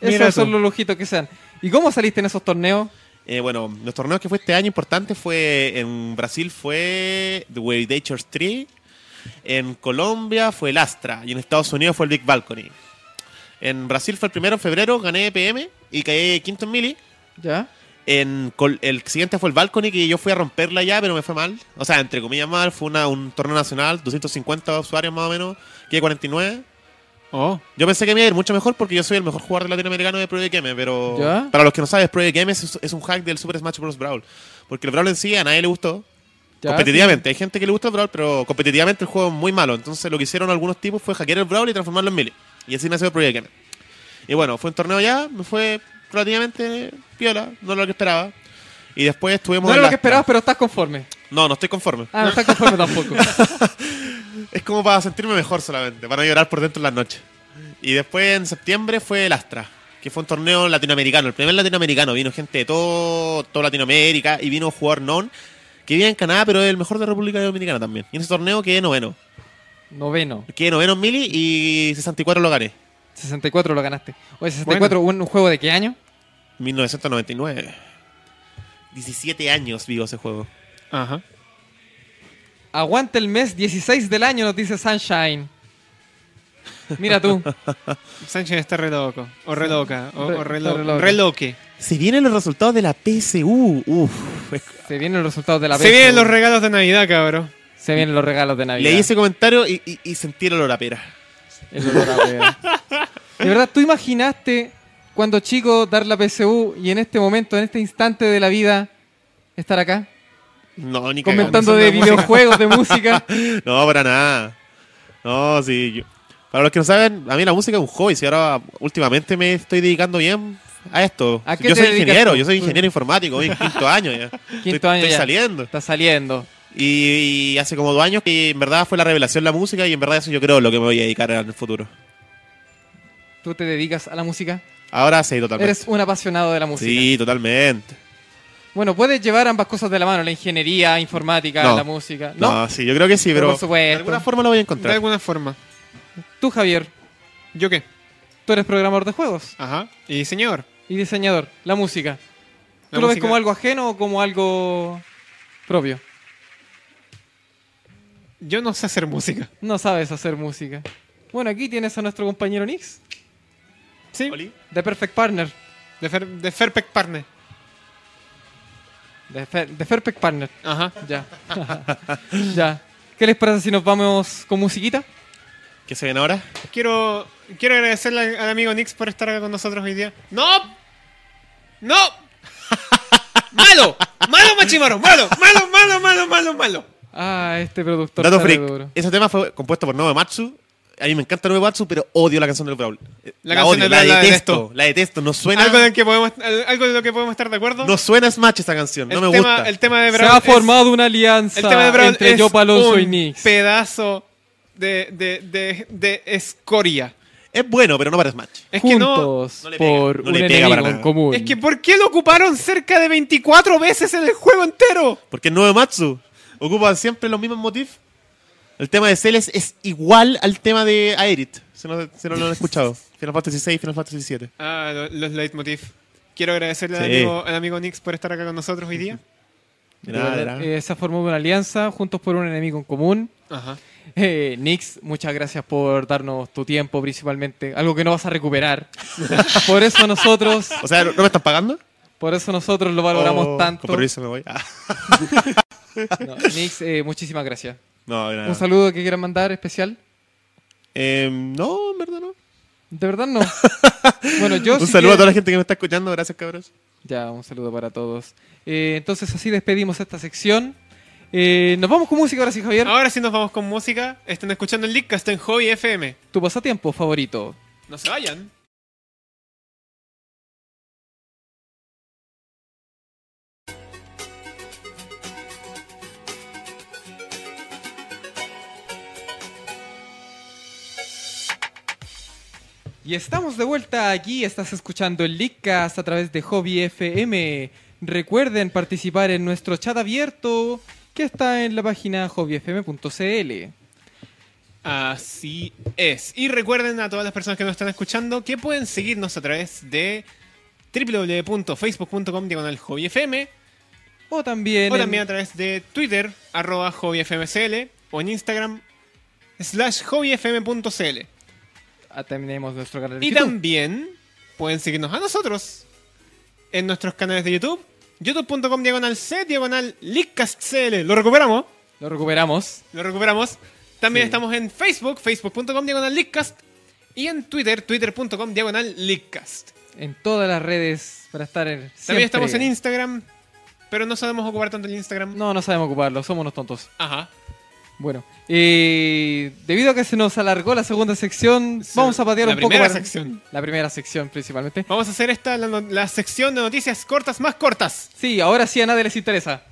[SPEAKER 2] Mira tú.
[SPEAKER 3] son los lujitos que sean. ¿Y cómo saliste en esos torneos?
[SPEAKER 4] Eh, bueno, los torneos que fue este año importante fue en Brasil fue The Way Nature's Tree, en Colombia fue el Astra y en Estados Unidos fue el Big Balcony. En Brasil fue el primero en febrero, gané PM y caí quinto en Mili.
[SPEAKER 3] ¿Ya?
[SPEAKER 4] En Col- el siguiente fue el Balcony, que yo fui a romperla ya, pero me fue mal. O sea, entre comillas mal, fue una- un torneo nacional, 250 usuarios más o menos, quedé 49.
[SPEAKER 2] Oh.
[SPEAKER 4] Yo pensé que me iba a ir mucho mejor porque yo soy el mejor jugador latinoamericano de Project Game, pero
[SPEAKER 3] ¿Ya?
[SPEAKER 4] para los que no saben, Project Game es, es un hack del Super Smash Bros. Brawl. Porque el Brawl en sí a nadie le gustó.
[SPEAKER 3] ¿Ya?
[SPEAKER 4] competitivamente, hay gente que le gusta el Brawl, pero competitivamente el juego es muy malo. Entonces lo que hicieron algunos tipos fue hackear el Brawl y transformarlo en melee. Y así nació Project Game. Y bueno, fue un torneo ya, me fue relativamente piola, no era lo que esperaba. Y después estuvimos.
[SPEAKER 3] No
[SPEAKER 4] en
[SPEAKER 3] era lo
[SPEAKER 4] la-
[SPEAKER 3] que esperabas, pero estás conforme.
[SPEAKER 4] No, no estoy conforme.
[SPEAKER 3] Ah, no estás conforme tampoco.
[SPEAKER 4] Es como para sentirme mejor solamente, para no llorar por dentro en las noches. Y después en septiembre fue el Astra, que fue un torneo latinoamericano, el primer latinoamericano. Vino gente de todo, toda Latinoamérica y vino a jugar Non, que vive en Canadá, pero es el mejor de República Dominicana también. Y en ese torneo quedé noveno.
[SPEAKER 3] Noveno.
[SPEAKER 4] Quedé noveno en Mili y 64 lo gané.
[SPEAKER 3] 64 lo ganaste. Oye, 64, un- un juego de qué año?
[SPEAKER 4] 1999. 17 años vivo ese juego.
[SPEAKER 2] Ajá.
[SPEAKER 3] Aguanta el mes 16 del año, nos dice Sunshine. Mira tú.
[SPEAKER 2] Sánchez está re loco. O re loca. O,
[SPEAKER 3] Re-
[SPEAKER 2] o re,
[SPEAKER 3] está
[SPEAKER 2] lo-
[SPEAKER 3] re loco.
[SPEAKER 2] re loque.
[SPEAKER 4] Se vienen los resultados de la PSU. Uf, es-
[SPEAKER 3] Se vienen los resultados de la
[SPEAKER 2] Se
[SPEAKER 3] PSU.
[SPEAKER 2] vienen los regalos de Navidad, cabrón.
[SPEAKER 3] Se vienen los regalos de Navidad.
[SPEAKER 4] leí ese comentario y, y- y sentí el olor a pera.
[SPEAKER 3] El olor a pega. De verdad, ¿tú imaginaste cuando chico dar la PSU y en este momento, en este instante de la vida, estar acá?
[SPEAKER 4] No, ni cagando.
[SPEAKER 3] Comentando de
[SPEAKER 2] Haciendo
[SPEAKER 3] videojuegos, de música.
[SPEAKER 4] No, para nada. No, sí. yo- Para los que no saben, a mí la música es un hobby. Si ahora últimamente me estoy dedicando bien a esto.
[SPEAKER 3] ¿A qué
[SPEAKER 4] yo
[SPEAKER 3] te
[SPEAKER 4] soy
[SPEAKER 3] dedicas
[SPEAKER 4] ingeniero,
[SPEAKER 3] tú?
[SPEAKER 4] yo soy ingeniero informático, voy en quinto año ya.
[SPEAKER 3] Quinto
[SPEAKER 4] estoy,
[SPEAKER 3] año
[SPEAKER 4] Estoy
[SPEAKER 3] ya.
[SPEAKER 4] saliendo.
[SPEAKER 3] Está saliendo.
[SPEAKER 4] Y, y hace como dos años que en verdad fue la revelación la música y en verdad eso yo creo lo que me voy a dedicar en el futuro.
[SPEAKER 3] ¿Tú te dedicas a la música?
[SPEAKER 4] Ahora sí, totalmente.
[SPEAKER 3] Eres un apasionado de la música.
[SPEAKER 4] Sí, totalmente.
[SPEAKER 3] Bueno, puedes llevar ambas cosas de la mano, la ingeniería, informática,
[SPEAKER 4] No.
[SPEAKER 3] la música.
[SPEAKER 4] ¿No?
[SPEAKER 3] No,
[SPEAKER 4] sí, yo creo que sí,
[SPEAKER 3] Pero
[SPEAKER 4] pero
[SPEAKER 3] por supuesto.
[SPEAKER 4] de alguna forma lo voy a
[SPEAKER 2] De
[SPEAKER 4] encontrar.
[SPEAKER 2] alguna forma.
[SPEAKER 3] tú Javier,
[SPEAKER 2] ¿Yo qué?
[SPEAKER 3] Tú eres programador de juegos
[SPEAKER 2] Ajá. Y diseñador.
[SPEAKER 3] y diseñador. La música.
[SPEAKER 2] La
[SPEAKER 3] ¿Tú lo ves
[SPEAKER 2] música-
[SPEAKER 3] como algo ajeno o como algo propio?
[SPEAKER 2] Yo no sé hacer música.
[SPEAKER 3] No sabes hacer música. Bueno, aquí tienes a nuestro compañero Nix,
[SPEAKER 2] Sí.
[SPEAKER 4] Oli.
[SPEAKER 3] de Perfect Partner.
[SPEAKER 2] De, Fer- de Fairpack Partner.
[SPEAKER 3] De, Fer- de Perfect Partner.
[SPEAKER 2] Ajá.
[SPEAKER 3] Ya. ya. ¿Qué les parece si nos vamos con musiquita?
[SPEAKER 4] ¿Qué se ven ahora?
[SPEAKER 2] Quiero, quiero agradecerle al al amigo Nix por estar acá con nosotros hoy día. ¡No! ¡No! ¡Malo! ¡Malo, Machimaro! ¡Malo! ¡Malo, malo, malo, malo, malo!
[SPEAKER 3] Ah, este productor.
[SPEAKER 4] Dato
[SPEAKER 3] tarde
[SPEAKER 4] Freak.
[SPEAKER 3] duro.
[SPEAKER 4] Ese tema fue compuesto por Nobuematsu. A mí me encanta Nobuematsu, pero odio la canción del Brawl. Eh,
[SPEAKER 2] La canción del Brawl la
[SPEAKER 4] detesto.
[SPEAKER 2] detesto.
[SPEAKER 4] La detesto. No suena,
[SPEAKER 2] Algo, de que podemos, al- algo de lo que podemos estar de acuerdo.
[SPEAKER 4] no suena Smash esa canción. No
[SPEAKER 2] el
[SPEAKER 4] me
[SPEAKER 2] tema,
[SPEAKER 4] gusta.
[SPEAKER 2] El tema de
[SPEAKER 3] Se
[SPEAKER 2] Brawl
[SPEAKER 3] ha
[SPEAKER 2] es-
[SPEAKER 3] formado una alianza
[SPEAKER 2] el tema de Brawl
[SPEAKER 3] entre
[SPEAKER 2] es
[SPEAKER 3] Yo, Palonso
[SPEAKER 2] un
[SPEAKER 3] y Nix.
[SPEAKER 2] pedazo de, de, de, de escoria.
[SPEAKER 4] Es bueno, pero no para Smash.
[SPEAKER 2] Es que no...
[SPEAKER 3] juntos
[SPEAKER 4] no le pega,
[SPEAKER 3] por
[SPEAKER 4] no
[SPEAKER 3] un
[SPEAKER 4] le pega para
[SPEAKER 3] enemigo
[SPEAKER 4] nada.
[SPEAKER 3] en común.
[SPEAKER 2] Es que ¿por qué lo ocuparon cerca de 24 veces en el juego entero?
[SPEAKER 4] Porque el nuevo Matsu ocupa siempre los mismos motifs. El tema de Celes es igual al tema de Aerith, si no, si no lo han escuchado. Final Fantasy VI, Final Fantasy VII.
[SPEAKER 2] Ah, lo- los leitmotiv. Quiero agradecerle al,
[SPEAKER 4] Sí.
[SPEAKER 2] amigo, al amigo Nix por estar acá con nosotros hoy día.
[SPEAKER 4] De nada, de nada.
[SPEAKER 3] Eh, se ha formado una alianza juntos por un enemigo en común.
[SPEAKER 2] Ajá.
[SPEAKER 3] Eh, Nix, muchas gracias por darnos tu tiempo principalmente, algo que no vas a recuperar. por eso nosotros,
[SPEAKER 4] O sea, ¿no me están pagando?
[SPEAKER 3] por eso nosotros lo valoramos
[SPEAKER 4] Oh,
[SPEAKER 3] tanto.
[SPEAKER 4] Con permiso me voy. Ah,
[SPEAKER 3] No, Nix, eh, muchísimas gracias.
[SPEAKER 4] no, de nada.
[SPEAKER 3] Un saludo que quieran mandar especial.
[SPEAKER 4] Eh, no, en verdad no.
[SPEAKER 3] De verdad no. bueno, yo
[SPEAKER 4] Un
[SPEAKER 3] si
[SPEAKER 4] saludo a
[SPEAKER 3] quieren-
[SPEAKER 4] toda la gente que me está escuchando. Gracias, cabros.
[SPEAKER 3] Ya, un saludo para todos. Eh, entonces así despedimos esta sección. Eh, nos vamos con música ahora sí, Javier.
[SPEAKER 2] Ahora sí nos vamos con música. Están escuchando el Leadcast en Hobby FM.
[SPEAKER 3] Tu pasatiempo favorito.
[SPEAKER 2] No se vayan.
[SPEAKER 3] Y estamos de vuelta aquí, estás escuchando el Leadcast a través de Hobby FM. Recuerden participar en nuestro chat abierto que está en la página hobbyfm.cl.
[SPEAKER 2] Así es. Y recuerden a todas las personas que nos están escuchando que pueden seguirnos a través de www.facebook.com diagonal hobbyfm
[SPEAKER 3] O también,
[SPEAKER 2] o
[SPEAKER 3] en-
[SPEAKER 2] también a través de Twitter arroba hobbyfmcl o en Instagram slash hobbyfm.cl
[SPEAKER 3] ah, tenemos nuestro canal de
[SPEAKER 2] Y
[SPEAKER 3] YouTube.
[SPEAKER 2] también pueden seguirnos a nosotros en nuestros canales de YouTube. YouTube.com diagonal C, diagonal LeakCastCL. Lo recuperamos,
[SPEAKER 3] Lo recuperamos.
[SPEAKER 2] lo recuperamos. También
[SPEAKER 3] Sí.
[SPEAKER 2] estamos en Facebook, facebook.com diagonal LeakCast. Y en Twitter, twitter.com diagonal LeakCast.
[SPEAKER 3] En todas las redes para estar en... siempre.
[SPEAKER 2] También estamos en Instagram, pero no sabemos ocupar tanto el Instagram.
[SPEAKER 3] No, no sabemos ocuparlo, somos unos tontos.
[SPEAKER 2] Ajá.
[SPEAKER 3] Bueno, eh, debido a que se nos alargó la segunda sección,
[SPEAKER 2] Sí,
[SPEAKER 3] vamos a patear
[SPEAKER 2] la
[SPEAKER 3] un poco
[SPEAKER 2] primera
[SPEAKER 3] para-
[SPEAKER 2] sección.
[SPEAKER 3] La primera sección principalmente.
[SPEAKER 2] Vamos a hacer esta, la, no- la sección de noticias cortas más cortas.
[SPEAKER 3] Sí, ahora sí a nadie les interesa.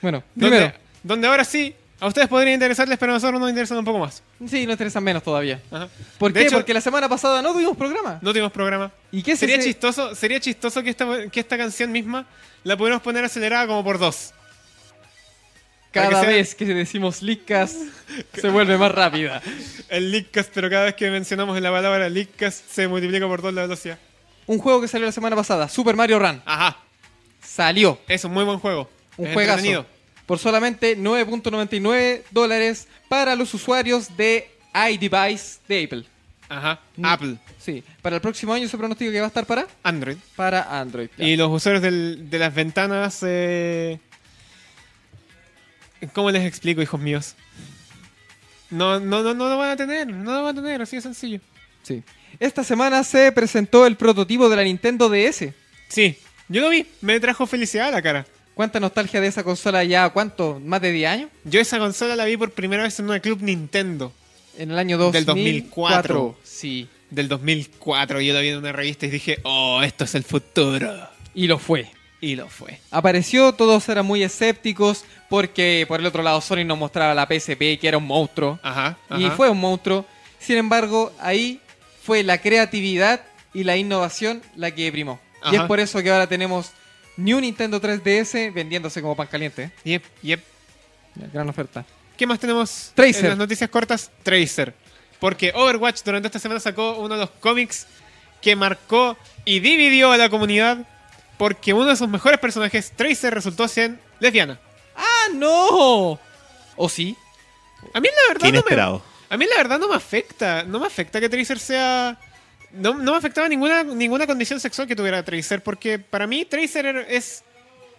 [SPEAKER 3] Bueno,
[SPEAKER 2] Donde-
[SPEAKER 3] primero.
[SPEAKER 2] donde ahora sí, a ustedes podrían interesarles, pero a nosotros nos interesan un poco más.
[SPEAKER 3] Sí, nos interesan menos todavía.
[SPEAKER 2] Ajá.
[SPEAKER 3] ¿Por
[SPEAKER 2] De
[SPEAKER 3] qué?
[SPEAKER 2] hecho-
[SPEAKER 3] Porque la semana pasada no tuvimos programa.
[SPEAKER 2] No tuvimos programa.
[SPEAKER 3] ¿Y qué es
[SPEAKER 2] sería
[SPEAKER 3] ese-
[SPEAKER 2] chistoso, sería chistoso que esta, que esta canción misma la pudiéramos poner acelerada como por dos.
[SPEAKER 3] Cada
[SPEAKER 2] para que sea-
[SPEAKER 3] vez que decimos licas se vuelve más rápida.
[SPEAKER 2] El leakcast, pero cada vez que mencionamos la palabra leakcast se multiplica por dos la velocidad.
[SPEAKER 3] Un juego que salió la semana pasada, Super Mario Run.
[SPEAKER 2] Ajá,
[SPEAKER 3] Salió.
[SPEAKER 2] es un muy buen juego.
[SPEAKER 3] Un
[SPEAKER 2] Es entretenido.
[SPEAKER 3] juegazo. Por solamente 9.99 dólares para los usuarios de iDevice de Apple.
[SPEAKER 2] Ajá,
[SPEAKER 3] Mm.
[SPEAKER 2] Apple,
[SPEAKER 3] Sí. Para el próximo año se pronostica que va a estar para...
[SPEAKER 2] Android.
[SPEAKER 3] Para Android. ya.
[SPEAKER 2] Y los usuarios del- de las ventanas... eh, ¿Cómo les explico, hijos míos? No, no, no, no lo van a tener, no lo van a tener, así de sencillo.
[SPEAKER 3] Sí. Esta semana se presentó el prototipo de la Nintendo DS.
[SPEAKER 2] Sí, yo lo vi, me trajo felicidad a la cara.
[SPEAKER 3] ¿Cuánta nostalgia de esa consola ya? ¿Cuánto? ¿Más de 10 años?
[SPEAKER 2] Yo esa consola la vi por primera vez en una club Nintendo
[SPEAKER 3] En el año
[SPEAKER 2] Del
[SPEAKER 3] 2004.
[SPEAKER 2] 2004.
[SPEAKER 3] Sí.
[SPEAKER 2] del 2004. Yo la vi en una revista y dije, oh, esto es el futuro.
[SPEAKER 3] Y lo fue.
[SPEAKER 2] Y lo fue.
[SPEAKER 3] Apareció, todos eran muy escépticos porque por el otro lado Sony nos mostraba la PSP que era un monstruo.
[SPEAKER 2] Ajá.
[SPEAKER 3] Y
[SPEAKER 2] ajá.
[SPEAKER 3] fue un monstruo. Sin embargo, ahí fue la creatividad y la innovación la que primó. Y es
[SPEAKER 2] Ajá.
[SPEAKER 3] por eso que ahora tenemos New Nintendo 3DS vendiéndose como pan caliente.
[SPEAKER 2] Yep, yep.
[SPEAKER 3] Gran oferta.
[SPEAKER 2] ¿Qué más tenemos?
[SPEAKER 3] Tracer.
[SPEAKER 2] En las noticias cortas, Tracer. porque Overwatch durante esta semana sacó uno de los cómics que marcó y dividió a la comunidad porque uno de sus mejores personajes, Tracer, resultó siendo lesbiana.
[SPEAKER 3] ¡Ah, no! ¿O sí?
[SPEAKER 2] A mí la verdad no me,
[SPEAKER 4] Inesperado.
[SPEAKER 2] a mí la verdad no me afecta, no me afecta que Tracer sea no, no me afectaba ninguna ninguna condición sexual que tuviera Tracer porque para mí Tracer era- es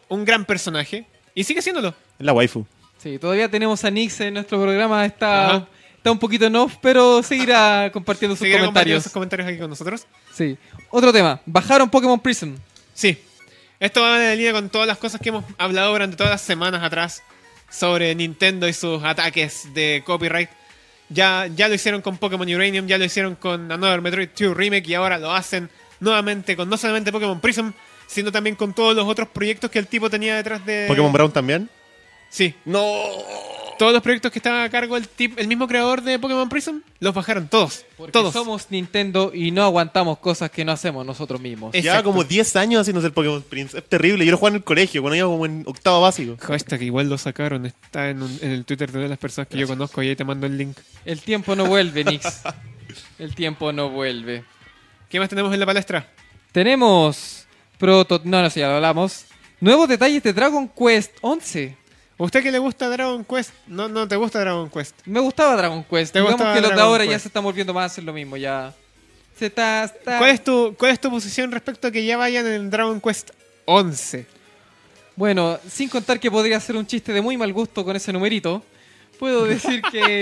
[SPEAKER 2] un gran personaje y sigue siéndolo.
[SPEAKER 4] La waifu.
[SPEAKER 3] Sí, todavía tenemos a Nix en nuestro programa. Está,
[SPEAKER 2] Ajá.
[SPEAKER 3] está un poquito en off, pero seguirá compartiendo sus
[SPEAKER 2] Seguirá compartiendo
[SPEAKER 3] comentarios.
[SPEAKER 2] sus comentarios aquí con nosotros.
[SPEAKER 3] Sí. Otro tema. Bajaron Pokémon Prism.
[SPEAKER 2] Sí. Esto va en línea con todas las cosas que hemos hablado durante todas las semanas atrás sobre Nintendo y sus ataques de copyright. Ya, ya lo hicieron con Pokémon Uranium, ya lo hicieron con Another Metroid 2 Remake y ahora lo hacen nuevamente con no solamente Pokémon Prism, sino también con todos los otros proyectos que el tipo tenía detrás de...
[SPEAKER 4] Eh, Pokémon Brown también.
[SPEAKER 2] Sí,
[SPEAKER 4] No.
[SPEAKER 2] todos los proyectos que estaban a cargo el, tip- el mismo creador de Pokémon Prism, los bajaron todos.
[SPEAKER 3] Porque
[SPEAKER 2] todos.
[SPEAKER 3] somos Nintendo y no aguantamos cosas que no hacemos nosotros mismos.
[SPEAKER 2] Eh.
[SPEAKER 4] Lleva
[SPEAKER 2] Exacto.
[SPEAKER 4] como 10 años haciéndose el Pokémon Prince. Es terrible. Yo lo jugaba en el colegio, cuando iba como en octavo básico.
[SPEAKER 2] Hashtag este igual lo sacaron, está en, un- en el Twitter de una de las personas que yo conozco y ahí te mando el link.
[SPEAKER 3] El tiempo no vuelve, Nix. El tiempo no vuelve.
[SPEAKER 2] ¿Qué más tenemos en la palestra?
[SPEAKER 3] Tenemos proto... No, no, sí, ya lo hablamos. Nuevos detalles de Dragon Quest 11.
[SPEAKER 2] ¿A ¿Usted que le gusta Dragon Quest? No, no te gusta Dragon Quest.
[SPEAKER 3] Me gustaba Dragon Quest.
[SPEAKER 2] ¿Te
[SPEAKER 3] Digamos
[SPEAKER 2] gustaba
[SPEAKER 3] que los de
[SPEAKER 2] Dragon
[SPEAKER 3] ahora ya
[SPEAKER 2] Quest?
[SPEAKER 3] se están volviendo más a hacer lo mismo. Ya se está... está-
[SPEAKER 2] ¿Cuál es tu, cuál es tu posición respecto a que ya vayan en Dragon Quest 11?
[SPEAKER 3] Bueno, sin contar que podría ser un chiste de muy mal gusto con ese numerito, puedo decir que.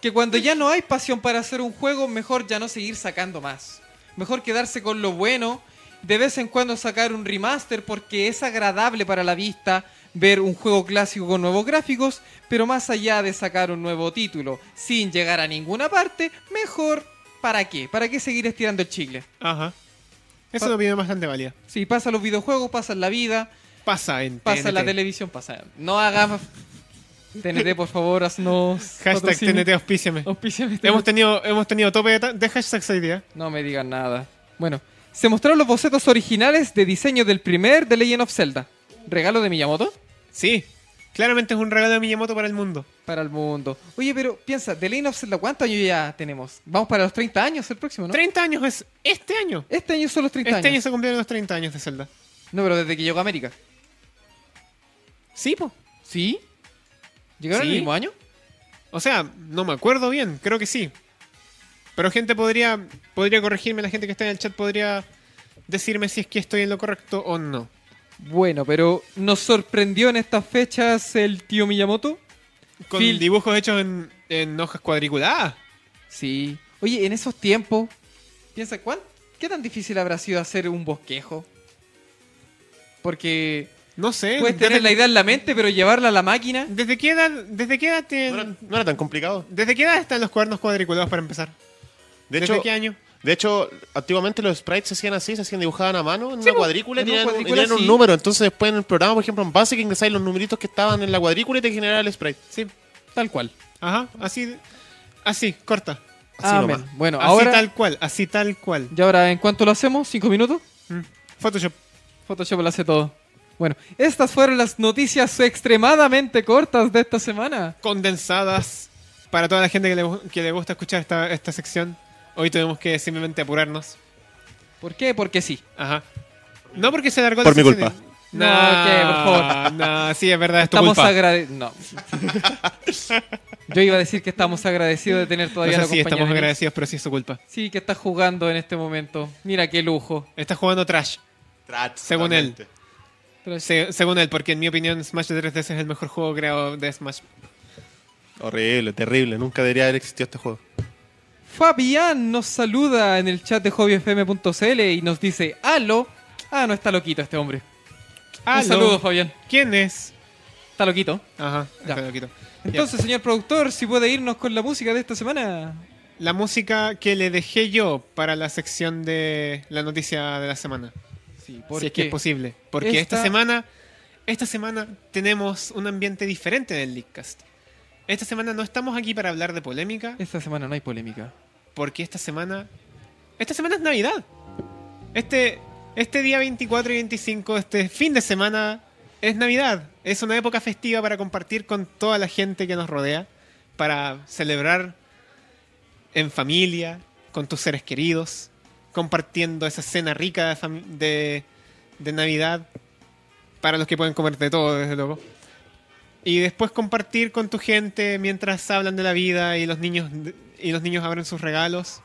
[SPEAKER 3] que cuando ya no hay pasión para hacer un juego, mejor ya no seguir sacando más. Mejor quedarse con lo bueno, de vez en cuando sacar un remaster porque es agradable para la vista ver un juego clásico con nuevos gráficos, pero más allá de sacar un nuevo título sin llegar a ninguna parte, mejor ¿para qué? ¿Para qué seguir estirando el chicle?
[SPEAKER 2] Ajá. Es
[SPEAKER 3] Pa-
[SPEAKER 2] una opinión bastante válida.
[SPEAKER 3] Si pasa los videojuegos, pasa en la vida,
[SPEAKER 2] Pasa en
[SPEAKER 3] Pasa
[SPEAKER 2] TNT.
[SPEAKER 3] la televisión, pasa. No hagamos. TNT, por favor, haznos.
[SPEAKER 2] Hashtag
[SPEAKER 3] patrocinio.
[SPEAKER 2] TNT, auspíciame.
[SPEAKER 3] Auspíciame.
[SPEAKER 2] Hemos tenido, hemos tenido tope de, ta- de hashtags hoy día.
[SPEAKER 3] No me digan nada. Bueno, se mostraron los bocetos originales de diseño del primer The Legend of Zelda. Regalo de Miyamoto
[SPEAKER 2] Sí. Claramente es un regalo de Miyamoto para el mundo.
[SPEAKER 3] para el mundo. Oye, pero piensa, The Legend of Zelda, ¿cuántos años ya tenemos? Vamos para los 30 años el próximo, ¿no?
[SPEAKER 2] 30 años es este año.
[SPEAKER 3] Este año son los 30
[SPEAKER 2] Este año
[SPEAKER 3] años.
[SPEAKER 2] se cumplieron los 30 años de Zelda.
[SPEAKER 3] No, pero desde que llegó a América.
[SPEAKER 2] Sí, po.
[SPEAKER 3] ¿Sí? ¿Llegaron
[SPEAKER 2] Sí.
[SPEAKER 3] el mismo año?
[SPEAKER 2] O sea, no me acuerdo bien, creo que sí. Pero gente podría, podría corregirme, la gente que está en el chat podría decirme si es que estoy en lo correcto o no.
[SPEAKER 3] Bueno, pero ¿nos sorprendió en estas fechas el tío Miyamoto?
[SPEAKER 2] Con
[SPEAKER 3] Phil.
[SPEAKER 2] dibujos hechos en, en hojas Ah, cuadriculadas.
[SPEAKER 3] Sí. Oye, en esos tiempos, piensa, ¿cuán, ¿qué tan difícil habrá sido hacer un bosquejo? Porque
[SPEAKER 2] No sé.
[SPEAKER 3] puedes tener la idea en la mente, pero llevarla a la máquina.
[SPEAKER 2] ¿Desde qué edad, desde qué edad te-
[SPEAKER 4] No era, no era tan complicado.
[SPEAKER 2] desde qué edad están los cuadernos cuadriculados para empezar?
[SPEAKER 4] De
[SPEAKER 2] ¿Desde
[SPEAKER 4] hecho,
[SPEAKER 2] qué año?
[SPEAKER 4] de hecho, antiguamente los sprites se hacían así, se hacían dibujaban a mano pues, en
[SPEAKER 2] Sí,
[SPEAKER 4] una
[SPEAKER 2] po,
[SPEAKER 4] cuadrícula y
[SPEAKER 3] en una
[SPEAKER 4] tenían, un- y
[SPEAKER 3] cuadrícula,
[SPEAKER 4] tenían
[SPEAKER 3] sí.
[SPEAKER 4] un número. Entonces después en el programa, por ejemplo, en Basic ingresáis los numeritos que estaban en la cuadrícula y te generaba el sprite.
[SPEAKER 2] Sí.
[SPEAKER 3] Tal cual.
[SPEAKER 2] Ajá. Así, así, corta.
[SPEAKER 4] Así
[SPEAKER 3] Amén.
[SPEAKER 4] nomás.
[SPEAKER 3] Bueno,
[SPEAKER 2] así
[SPEAKER 3] ahora.
[SPEAKER 2] tal cual, así tal cual.
[SPEAKER 3] ¿Y ahora en cuánto lo hacemos? ¿Cinco minutos?
[SPEAKER 2] Mm. Photoshop.
[SPEAKER 3] Photoshop lo hace todo. Bueno, estas fueron las noticias extremadamente cortas de esta semana.
[SPEAKER 2] condensadas para toda la gente que le, que le gusta escuchar esta, esta sección. Hoy tuvimos que simplemente apurarnos.
[SPEAKER 3] ¿Por qué? Porque sí.
[SPEAKER 2] Ajá. No porque se alargó
[SPEAKER 4] Por
[SPEAKER 2] la
[SPEAKER 4] mi
[SPEAKER 2] sección.
[SPEAKER 4] culpa.
[SPEAKER 2] No,
[SPEAKER 3] No, ¿qué? Por favor.
[SPEAKER 2] No, sí, es verdad, es tu
[SPEAKER 3] Estamos
[SPEAKER 2] culpa.
[SPEAKER 3] agradecidos. No. Yo iba a decir que estamos agradecidos de tener
[SPEAKER 2] No sé
[SPEAKER 3] todavía la
[SPEAKER 2] si
[SPEAKER 3] compañía
[SPEAKER 2] estamos
[SPEAKER 3] de Nick.
[SPEAKER 2] agradecidos, pero sí es su culpa.
[SPEAKER 3] Sí, que está jugando en este momento. Mira qué lujo.
[SPEAKER 2] Está jugando trash, Según él.
[SPEAKER 4] Totalmente.
[SPEAKER 3] Pues
[SPEAKER 2] se- según él, porque en mi opinión Smash de 3DS es el mejor juego creado de Smash.
[SPEAKER 4] Horrible, terrible. Nunca debería haber existido este juego.
[SPEAKER 3] Fabián nos saluda en el chat de hobbyfm.cl y nos dice, ¡Halo! Ah, no está loquito este hombre.
[SPEAKER 2] Ah,
[SPEAKER 3] Un saludo, Fabián.
[SPEAKER 2] ¿Quién es?
[SPEAKER 3] Está loquito.
[SPEAKER 2] Ajá,
[SPEAKER 3] Ya.
[SPEAKER 2] ya. lo quito. Ya.
[SPEAKER 3] Entonces, señor productor, si puede irnos con la música de esta semana.
[SPEAKER 2] La música que le dejé yo para la sección de la noticia de la semana.
[SPEAKER 3] Sí,
[SPEAKER 2] si es que es posible. Porque
[SPEAKER 3] Esta-
[SPEAKER 2] esta semana, esta semana tenemos un ambiente diferente en el Leakcast. Esta semana no estamos aquí para hablar de polémica,
[SPEAKER 3] Esta semana no hay polémica.
[SPEAKER 2] porque esta semana, esta semana es Navidad. Este, este día 24 y 25, este fin de semana es Navidad. Es una época festiva para compartir con toda la gente que nos rodea, para celebrar en familia, con tus seres queridos, compartiendo esa cena rica de, fami- de- de Navidad, para los que pueden comer de todo, desde luego. Y después compartir con tu gente mientras hablan de la vida y los niños, y los niños abren sus regalos.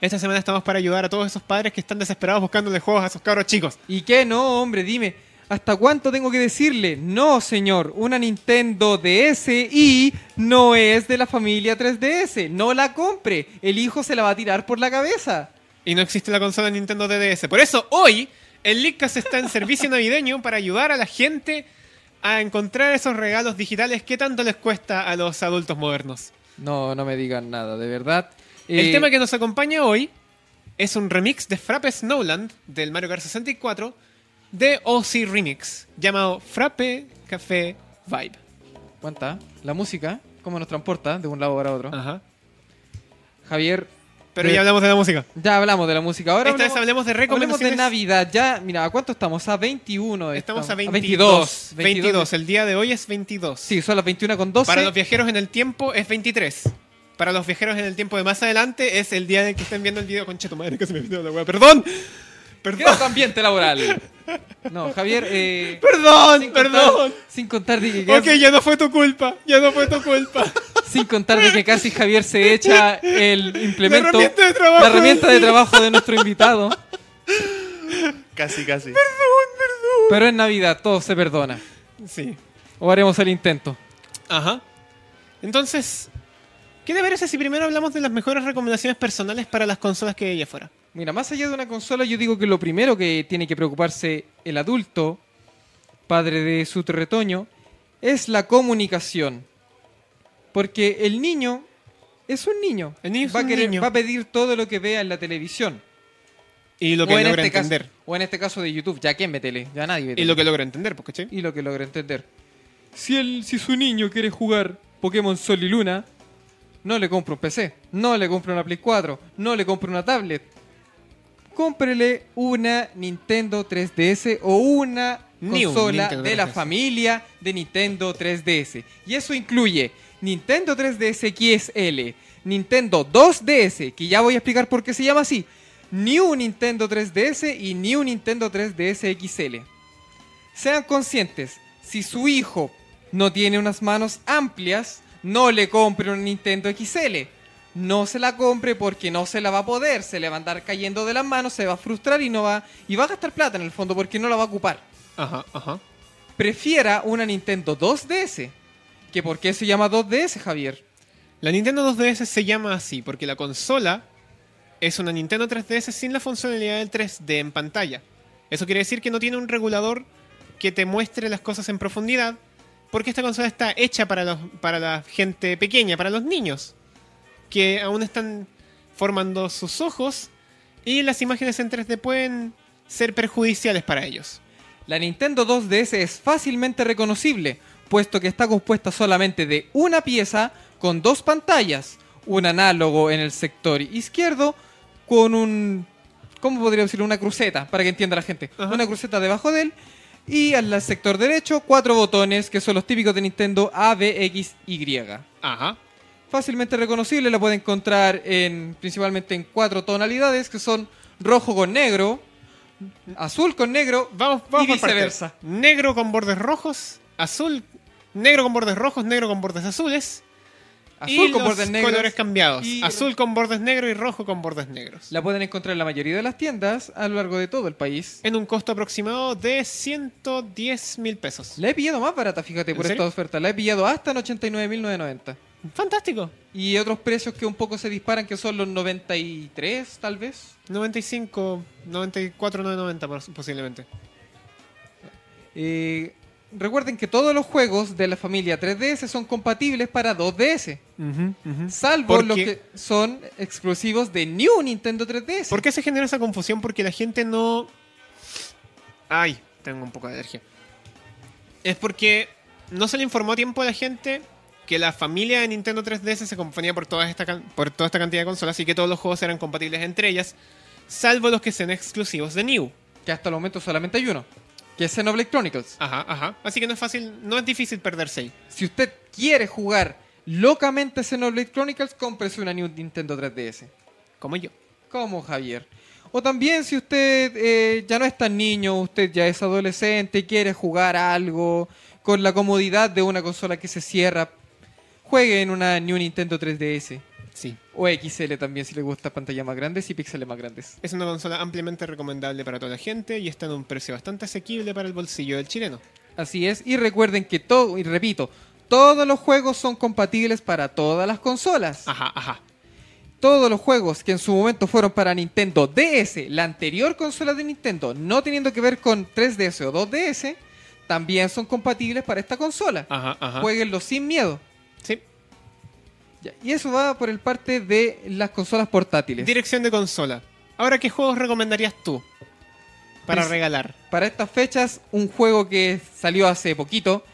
[SPEAKER 2] Esta semana estamos para ayudar a todos esos padres que están desesperados buscándole juegos a sus cabros chicos.
[SPEAKER 3] ¿Y qué no, hombre? Dime, ¿hasta cuánto tengo que decirle? No, señor, una Nintendo DSi no es de la familia 3DS. No la compre. El hijo se la va a tirar por la cabeza.
[SPEAKER 2] Y no existe la consola Nintendo DDS. Por eso hoy el Leadcast está en servicio navideño para ayudar a la gente a encontrar esos regalos digitales que tanto les cuesta a los adultos modernos.
[SPEAKER 3] No, no me digan nada, de verdad.
[SPEAKER 2] El
[SPEAKER 3] Eh,
[SPEAKER 2] tema que nos acompaña hoy es un remix de Frappe Snowland del Mario Kart 64 de OC Remix llamado Frappe Café Vibe.
[SPEAKER 3] ¿Cuánta? La música, cómo nos transporta de un lado para otro.
[SPEAKER 2] Ajá.
[SPEAKER 3] Javier,
[SPEAKER 2] Ah. Pero
[SPEAKER 3] Eh,
[SPEAKER 2] ya hablamos de la música.
[SPEAKER 3] ya hablamos de la música. Ahora
[SPEAKER 2] Esta vez
[SPEAKER 3] hablemos,
[SPEAKER 2] hablemos de
[SPEAKER 3] hablemos de
[SPEAKER 2] recomendaciones.
[SPEAKER 3] Navidad. Ya, mira, ¿a cuánto estamos? A 21.
[SPEAKER 2] Estamos a 22.
[SPEAKER 3] 22.
[SPEAKER 2] 22. El día de hoy es 22.
[SPEAKER 3] Sí, son las 21 con 12.
[SPEAKER 2] Para los viajeros en el tiempo es 23. Para los viajeros en el tiempo de más adelante es el día en el que estén viendo el video. Concha tu madre, que se me vino la wea. Perdón. Perdón.
[SPEAKER 3] Creo que ambiente laboral. No, Javier, eh,
[SPEAKER 2] Perdón,
[SPEAKER 3] sin contar-
[SPEAKER 2] perdón.
[SPEAKER 3] sin contar de que
[SPEAKER 2] Ok,
[SPEAKER 3] casi,
[SPEAKER 2] ya no fue tu culpa. Ya no fue tu culpa.
[SPEAKER 3] sin contar de que casi Javier se echa el implemento,
[SPEAKER 2] La herramienta de trabajo.
[SPEAKER 3] la herramienta de trabajo de nuestro invitado.
[SPEAKER 4] Casi, casi.
[SPEAKER 3] Pero en Navidad todo se perdona.
[SPEAKER 2] Sí.
[SPEAKER 3] O haremos el intento.
[SPEAKER 2] Ajá. Entonces, ¿qué te parece si primero hablamos de las mejores recomendaciones personales para las consolas que hay afuera?
[SPEAKER 3] Mira, más allá de una consola, yo digo que lo primero que tiene que preocuparse el adulto, padre de su retoño, es la comunicación. Porque el niño es un niño.
[SPEAKER 2] El niño es
[SPEAKER 3] va, a
[SPEAKER 2] un
[SPEAKER 3] querer-
[SPEAKER 2] niño.
[SPEAKER 3] va a pedir todo lo que vea en la televisión.
[SPEAKER 2] Y lo que
[SPEAKER 3] o, en
[SPEAKER 2] logra
[SPEAKER 3] este
[SPEAKER 2] entender.
[SPEAKER 3] caso, o en este caso de YouTube, ya quién ve tele, ya nadie ve
[SPEAKER 2] Y
[SPEAKER 3] tele.
[SPEAKER 2] lo que logra entender, pues, ¿cachai?
[SPEAKER 3] Y lo que logra entender. Si, él, si su niño quiere jugar Pokémon Sol y Luna, no le compro un PC, no le compro una Play 4, no le compro una tablet. Cómprele una Nintendo 3DS o una
[SPEAKER 2] New
[SPEAKER 3] consola
[SPEAKER 2] Nintendo
[SPEAKER 3] de la
[SPEAKER 2] 3DS.
[SPEAKER 3] familia de Nintendo 3DS. Y eso incluye Nintendo 3DS XL, Nintendo 2DS, que ya voy a explicar por qué se llama así, New Nintendo 3DS y New Nintendo 3DS XL. Sean conscientes, si su hijo no tiene unas manos amplias, no le compre un Nintendo XL. No se la compre porque no se la va a poder, se le va a andar cayendo de las manos, se va a frustrar y no va y va a gastar plata en el fondo porque no la va a ocupar.
[SPEAKER 2] Ajá, ajá.
[SPEAKER 3] Prefiera una Nintendo 2DS. ¿Que por qué se llama 2DS, Javier?
[SPEAKER 2] La Nintendo 2DS se llama así porque la consola es una Nintendo 3DS sin la funcionalidad del 3D en pantalla. Eso quiere decir que no tiene un regulador que te muestre las cosas en profundidad porque esta consola está hecha para, los- para la gente pequeña, para los niños, que aún están formando sus ojos y las imágenes en 3D pueden ser perjudiciales para ellos.
[SPEAKER 3] La Nintendo 2DS es fácilmente reconocible, puesto que está compuesta solamente de una pieza con dos pantallas, un análogo en el sector izquierdo con un ¿cómo podría decirlo? una cruceta, para que entienda la gente.
[SPEAKER 2] Ajá.
[SPEAKER 3] Una cruceta debajo de él y al sector derecho cuatro botones que son los típicos de Nintendo A, B, X, Y.
[SPEAKER 2] Ajá.
[SPEAKER 3] Fácilmente reconocible, la puede encontrar en principalmente en cuatro tonalidades que son rojo con negro, azul con negro,
[SPEAKER 2] Vamos, vamos
[SPEAKER 3] Y
[SPEAKER 2] por partes.
[SPEAKER 3] viceversa.
[SPEAKER 2] Negro con bordes rojos, azul, negro con bordes rojos, negro con bordes azules.
[SPEAKER 3] Azul
[SPEAKER 2] y
[SPEAKER 3] con
[SPEAKER 2] los
[SPEAKER 3] bordes negros.
[SPEAKER 2] colores cambiados.
[SPEAKER 3] y-
[SPEAKER 2] Azul con bordes negros y rojo con bordes negros.
[SPEAKER 3] La pueden encontrar en la mayoría de las tiendas a lo largo de todo el país.
[SPEAKER 2] En un costo aproximado de 110 mil pesos.
[SPEAKER 3] La he pillado más barata, fíjate,
[SPEAKER 2] ¿En
[SPEAKER 3] por
[SPEAKER 2] serio?
[SPEAKER 3] esta oferta. La he pillado hasta en 89.990.
[SPEAKER 2] Fantástico.
[SPEAKER 3] Y otros precios que un poco se disparan, que son los 93, tal vez.
[SPEAKER 2] 95, 94, 990 pos- posiblemente.
[SPEAKER 3] Eh, recuerden que todos los juegos de la familia 3DS son compatibles para 2DS. Salvo
[SPEAKER 2] Porque-
[SPEAKER 3] los que son exclusivos de New Nintendo 3DS.
[SPEAKER 2] ¿Por qué se genera esa confusión? Porque la gente no... Ay, tengo un poco de alergia. Es porque no se le informó a tiempo a la gente que la familia de Nintendo 3DS se componía por toda esta, can- por toda esta cantidad de consolas y que todos los juegos eran compatibles entre ellas, salvo los que sean exclusivos de New.
[SPEAKER 3] Que hasta el momento solamente hay uno. Que es Xenoblade Chronicles.
[SPEAKER 2] Ajá, ajá. Así que no es fácil, no es difícil perderse ahí.
[SPEAKER 3] Si usted quiere jugar locamente Xenoblade Chronicles, cómprese una New Nintendo 3DS.
[SPEAKER 2] Como yo.
[SPEAKER 3] Como Javier. O también si usted eh, ya no es tan niño, usted ya es adolescente, quiere jugar algo con la comodidad de una consola que se cierra, juegue en una New Nintendo 3DS.
[SPEAKER 2] Sí.
[SPEAKER 3] O XL también si le gusta pantallas más grandes y píxeles más grandes.
[SPEAKER 2] Es una consola ampliamente recomendable para toda la gente y está en un precio bastante asequible para el bolsillo del chileno.
[SPEAKER 3] Así es, y recuerden que todo, y repito, todos los juegos son compatibles para todas las consolas.
[SPEAKER 2] Ajá, ajá.
[SPEAKER 3] todos los juegos que en su momento fueron para Nintendo DS, la anterior consola de Nintendo, no teniendo que ver con 3DS o 2DS, también son compatibles para esta consola.
[SPEAKER 2] Ajá, ajá.
[SPEAKER 3] Jueguenlos sin miedo.
[SPEAKER 2] Sí.
[SPEAKER 3] Ya, Y eso va por el parte de las consolas portátiles.
[SPEAKER 2] Dirección de consola. Ahora, ¿qué juegos recomendarías tú para
[SPEAKER 3] Pues-
[SPEAKER 2] regalar?
[SPEAKER 3] para estas fechas, un juego que salió hace poquito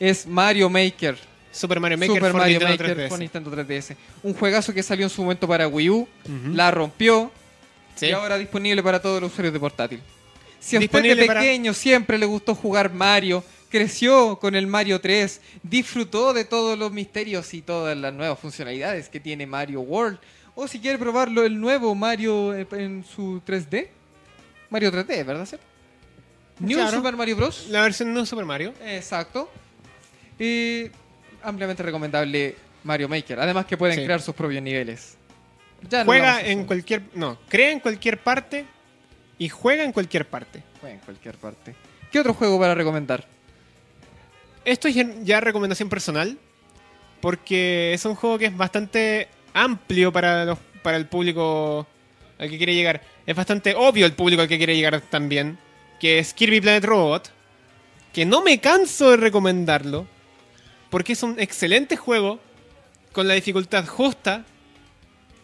[SPEAKER 3] es Mario Maker.
[SPEAKER 2] Super Mario Maker
[SPEAKER 3] Super
[SPEAKER 2] for
[SPEAKER 3] Mario
[SPEAKER 2] Nintendo
[SPEAKER 3] Maker
[SPEAKER 2] 3DS.
[SPEAKER 3] por Nintendo 3DS. Un juegazo que salió en su momento para Wii U,
[SPEAKER 2] Ujú.
[SPEAKER 3] la rompió,
[SPEAKER 2] Sí.
[SPEAKER 3] y ahora disponible para todos los usuarios de portátil. Si a usted de
[SPEAKER 2] Disponible para-
[SPEAKER 3] pequeño siempre le gustó jugar Mario, creció con el Mario 3, disfrutó de todos los misterios y todas las nuevas funcionalidades que tiene Mario World, o si quiere probarlo el nuevo Mario eh, en su 3D, Mario 3D, ¿verdad? cierto? New
[SPEAKER 2] Claro.
[SPEAKER 3] Super Mario Bros.
[SPEAKER 2] La versión no Super Mario.
[SPEAKER 3] Exacto. Y ampliamente recomendable Mario Maker. Además que pueden
[SPEAKER 2] Sí.
[SPEAKER 3] crear sus propios niveles. Ya no lo
[SPEAKER 2] Juega
[SPEAKER 3] vamos a
[SPEAKER 2] en
[SPEAKER 3] hacer.
[SPEAKER 2] cualquier. No, crea en cualquier parte y juega en cualquier parte.
[SPEAKER 3] Juega en cualquier parte. ¿Qué otro juego para recomendar?
[SPEAKER 2] Esto es ya- ya recomendación personal, porque es un juego que es bastante amplio para, los, para el público al que quiere llegar. Es bastante obvio el público al que quiere llegar también, que es Kirby Planet Robot, que no me canso de recomendarlo, porque es un excelente juego, con la dificultad justa,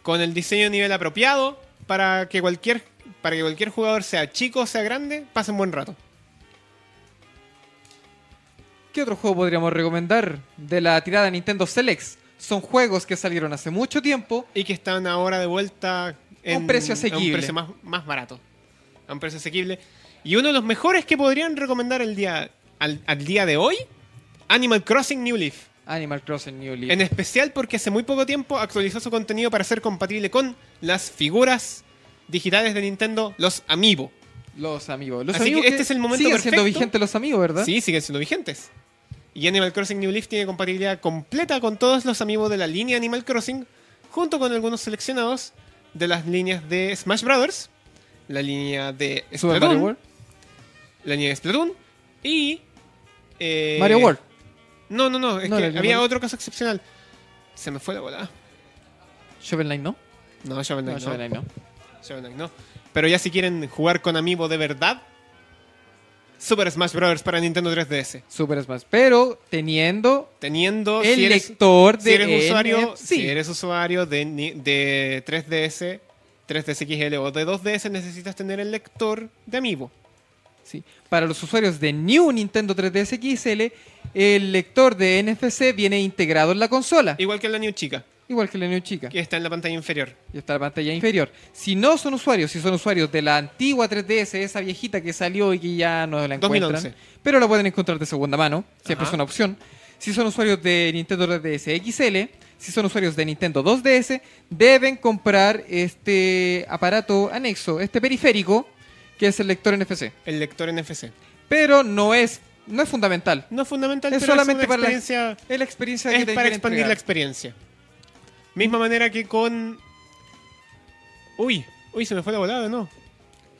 [SPEAKER 2] con el diseño de nivel apropiado, para que cualquier, para que cualquier jugador, sea chico o sea grande, pase un buen rato.
[SPEAKER 3] ¿Qué otro juego podríamos recomendar de la tirada Nintendo Selects? Son juegos que salieron hace mucho tiempo.
[SPEAKER 2] Y que están ahora de vuelta en
[SPEAKER 3] Un precio
[SPEAKER 2] a
[SPEAKER 3] asequible.
[SPEAKER 2] un precio más, más barato. A un precio asequible. Y uno de los mejores que podrían recomendar el día, al, al día de hoy, Animal Crossing New Leaf.
[SPEAKER 3] Animal Crossing New Leaf.
[SPEAKER 2] En especial porque hace muy poco tiempo actualizó su contenido para ser compatible con las figuras digitales de Nintendo, los Amiibo.
[SPEAKER 3] Los amigos. Los
[SPEAKER 2] Así que
[SPEAKER 3] amigos
[SPEAKER 2] este es el momento
[SPEAKER 3] siguen siendo
[SPEAKER 2] perfecto.
[SPEAKER 3] vigentes los amigos, ¿verdad?
[SPEAKER 2] Sí, siguen siendo vigentes. Y Animal Crossing New Leaf tiene compatibilidad completa con todos los amigos de la línea Animal Crossing, junto con algunos seleccionados de las líneas de Smash Brothers, la línea de
[SPEAKER 3] Super Mario
[SPEAKER 2] Splatoon,
[SPEAKER 3] World.
[SPEAKER 2] la línea de Splatoon y eh,
[SPEAKER 3] Mario World.
[SPEAKER 2] No, no, no, es
[SPEAKER 3] No,
[SPEAKER 2] que
[SPEAKER 3] la línea
[SPEAKER 2] había
[SPEAKER 3] World.
[SPEAKER 2] otro caso excepcional. Se me fue la bola.
[SPEAKER 3] Shovel Knight no.
[SPEAKER 2] No, Shovel
[SPEAKER 3] No,
[SPEAKER 2] Knight no.
[SPEAKER 3] Shovel Knight no.
[SPEAKER 2] Shovel Knight no. Pero ya si quieren jugar con amigos de verdad, Super Smash Brothers para Nintendo 3DS.
[SPEAKER 3] Super Smash. Pero teniendo
[SPEAKER 2] Teniendo
[SPEAKER 3] el
[SPEAKER 2] si eres-
[SPEAKER 3] lector de
[SPEAKER 2] si eres usuario,
[SPEAKER 3] NFC.
[SPEAKER 2] si eres usuario de, ni- de 3DS, 3DS XL o de 2DS, necesitas tener el lector de Amiibo.
[SPEAKER 3] Sí. Para los usuarios de New Nintendo 3DS XL, el lector de NFC viene integrado en la consola.
[SPEAKER 2] Igual que la New Chica,
[SPEAKER 3] Igual que la New Chica.
[SPEAKER 2] que está en la pantalla inferior.
[SPEAKER 3] y está la pantalla inferior. Si no son usuarios, si son usuarios de la antigua 3DS, esa viejita que salió y que ya no la encuentran,
[SPEAKER 2] 2011.
[SPEAKER 3] pero la pueden encontrar de segunda mano, siempre
[SPEAKER 2] Ajá.
[SPEAKER 3] es una opción. Si son usuarios de Nintendo 3DS XL, si son usuarios de Nintendo 2DS, deben comprar este aparato anexo, este periférico, que es el lector NFC.
[SPEAKER 2] El lector NFC.
[SPEAKER 3] Pero no es, no es fundamental.
[SPEAKER 2] No es fundamental,
[SPEAKER 3] Es
[SPEAKER 2] pero
[SPEAKER 3] solamente
[SPEAKER 2] es una
[SPEAKER 3] para la-
[SPEAKER 2] experiencia.
[SPEAKER 3] Es la experiencia que
[SPEAKER 2] Es
[SPEAKER 3] te
[SPEAKER 2] para
[SPEAKER 3] quieren
[SPEAKER 2] expandir la
[SPEAKER 3] entregar.
[SPEAKER 2] experiencia. Misma manera que con. Uy, uy, se me fue la volada, ¿no?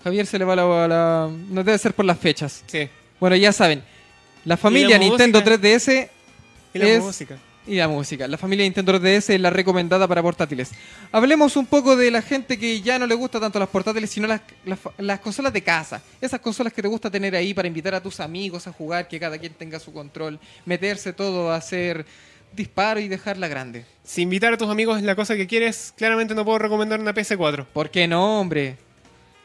[SPEAKER 3] Javier se le va la, la... No debe ser por las fechas.
[SPEAKER 2] Sí.
[SPEAKER 3] Bueno, ya saben, la familia
[SPEAKER 2] música.
[SPEAKER 3] Nintendo 3DS
[SPEAKER 2] Y la
[SPEAKER 3] Es-
[SPEAKER 2] música.
[SPEAKER 3] y la música. La familia Nintendo 3DS es la recomendada para portátiles. Hablemos un poco de la gente que ya no le gusta tanto las portátiles, sino las, las, las consolas de casa. Esas consolas que te gusta tener ahí para invitar a tus amigos a jugar, que cada quien tenga su control, meterse todo, hacer disparo y dejarla grande.
[SPEAKER 2] Si invitar a tus amigos es la cosa que quieres, claramente no puedo recomendar una PS4.
[SPEAKER 3] ¿Por qué no, hombre?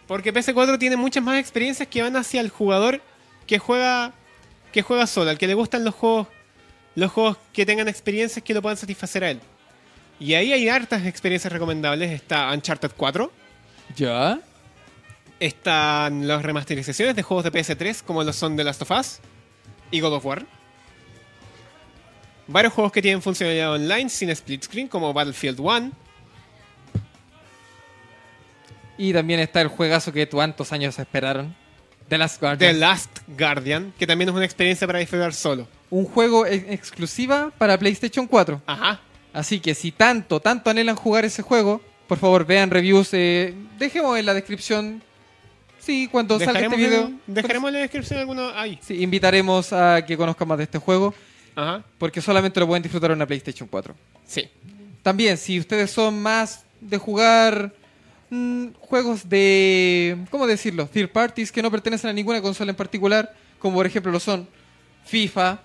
[SPEAKER 2] Porque PS4 tiene muchas más experiencias que van hacia el jugador que juega que juega solo, al que le gustan los juegos los juegos que tengan experiencias que lo puedan satisfacer a él. Y ahí hay hartas experiencias recomendables, está Uncharted 4,
[SPEAKER 3] ¿Ya?
[SPEAKER 2] están las remasterizaciones de juegos de PS3 como los son The Last of Us y God of War. Varios juegos que tienen funcionalidad online sin split screen, como Battlefield 1.
[SPEAKER 3] Y también está el juegazo que cuántos años esperaron. The Last
[SPEAKER 2] The
[SPEAKER 3] Guardian.
[SPEAKER 2] Last Guardian, que también es una experiencia para disfrutar solo.
[SPEAKER 3] Un juego ex- exclusiva para PlayStation 4.
[SPEAKER 2] Ajá.
[SPEAKER 3] Así que si tanto, tanto anhelan jugar ese juego, por favor vean reviews. eh, dejemos en la descripción. Sí, cuando salga este
[SPEAKER 2] Dejaremos,
[SPEAKER 3] video.
[SPEAKER 2] en, dejaremos en la descripción alguno ahí.
[SPEAKER 3] Sí, invitaremos a que conozcan más de este juego.
[SPEAKER 2] Ajá.
[SPEAKER 3] Porque solamente lo pueden disfrutar en una PlayStation 4.
[SPEAKER 2] Sí.
[SPEAKER 3] También, si ustedes son más de jugar mm, juegos de, ¿cómo decirlo? Third parties que no pertenecen a ninguna consola en particular, como por ejemplo lo son FIFA,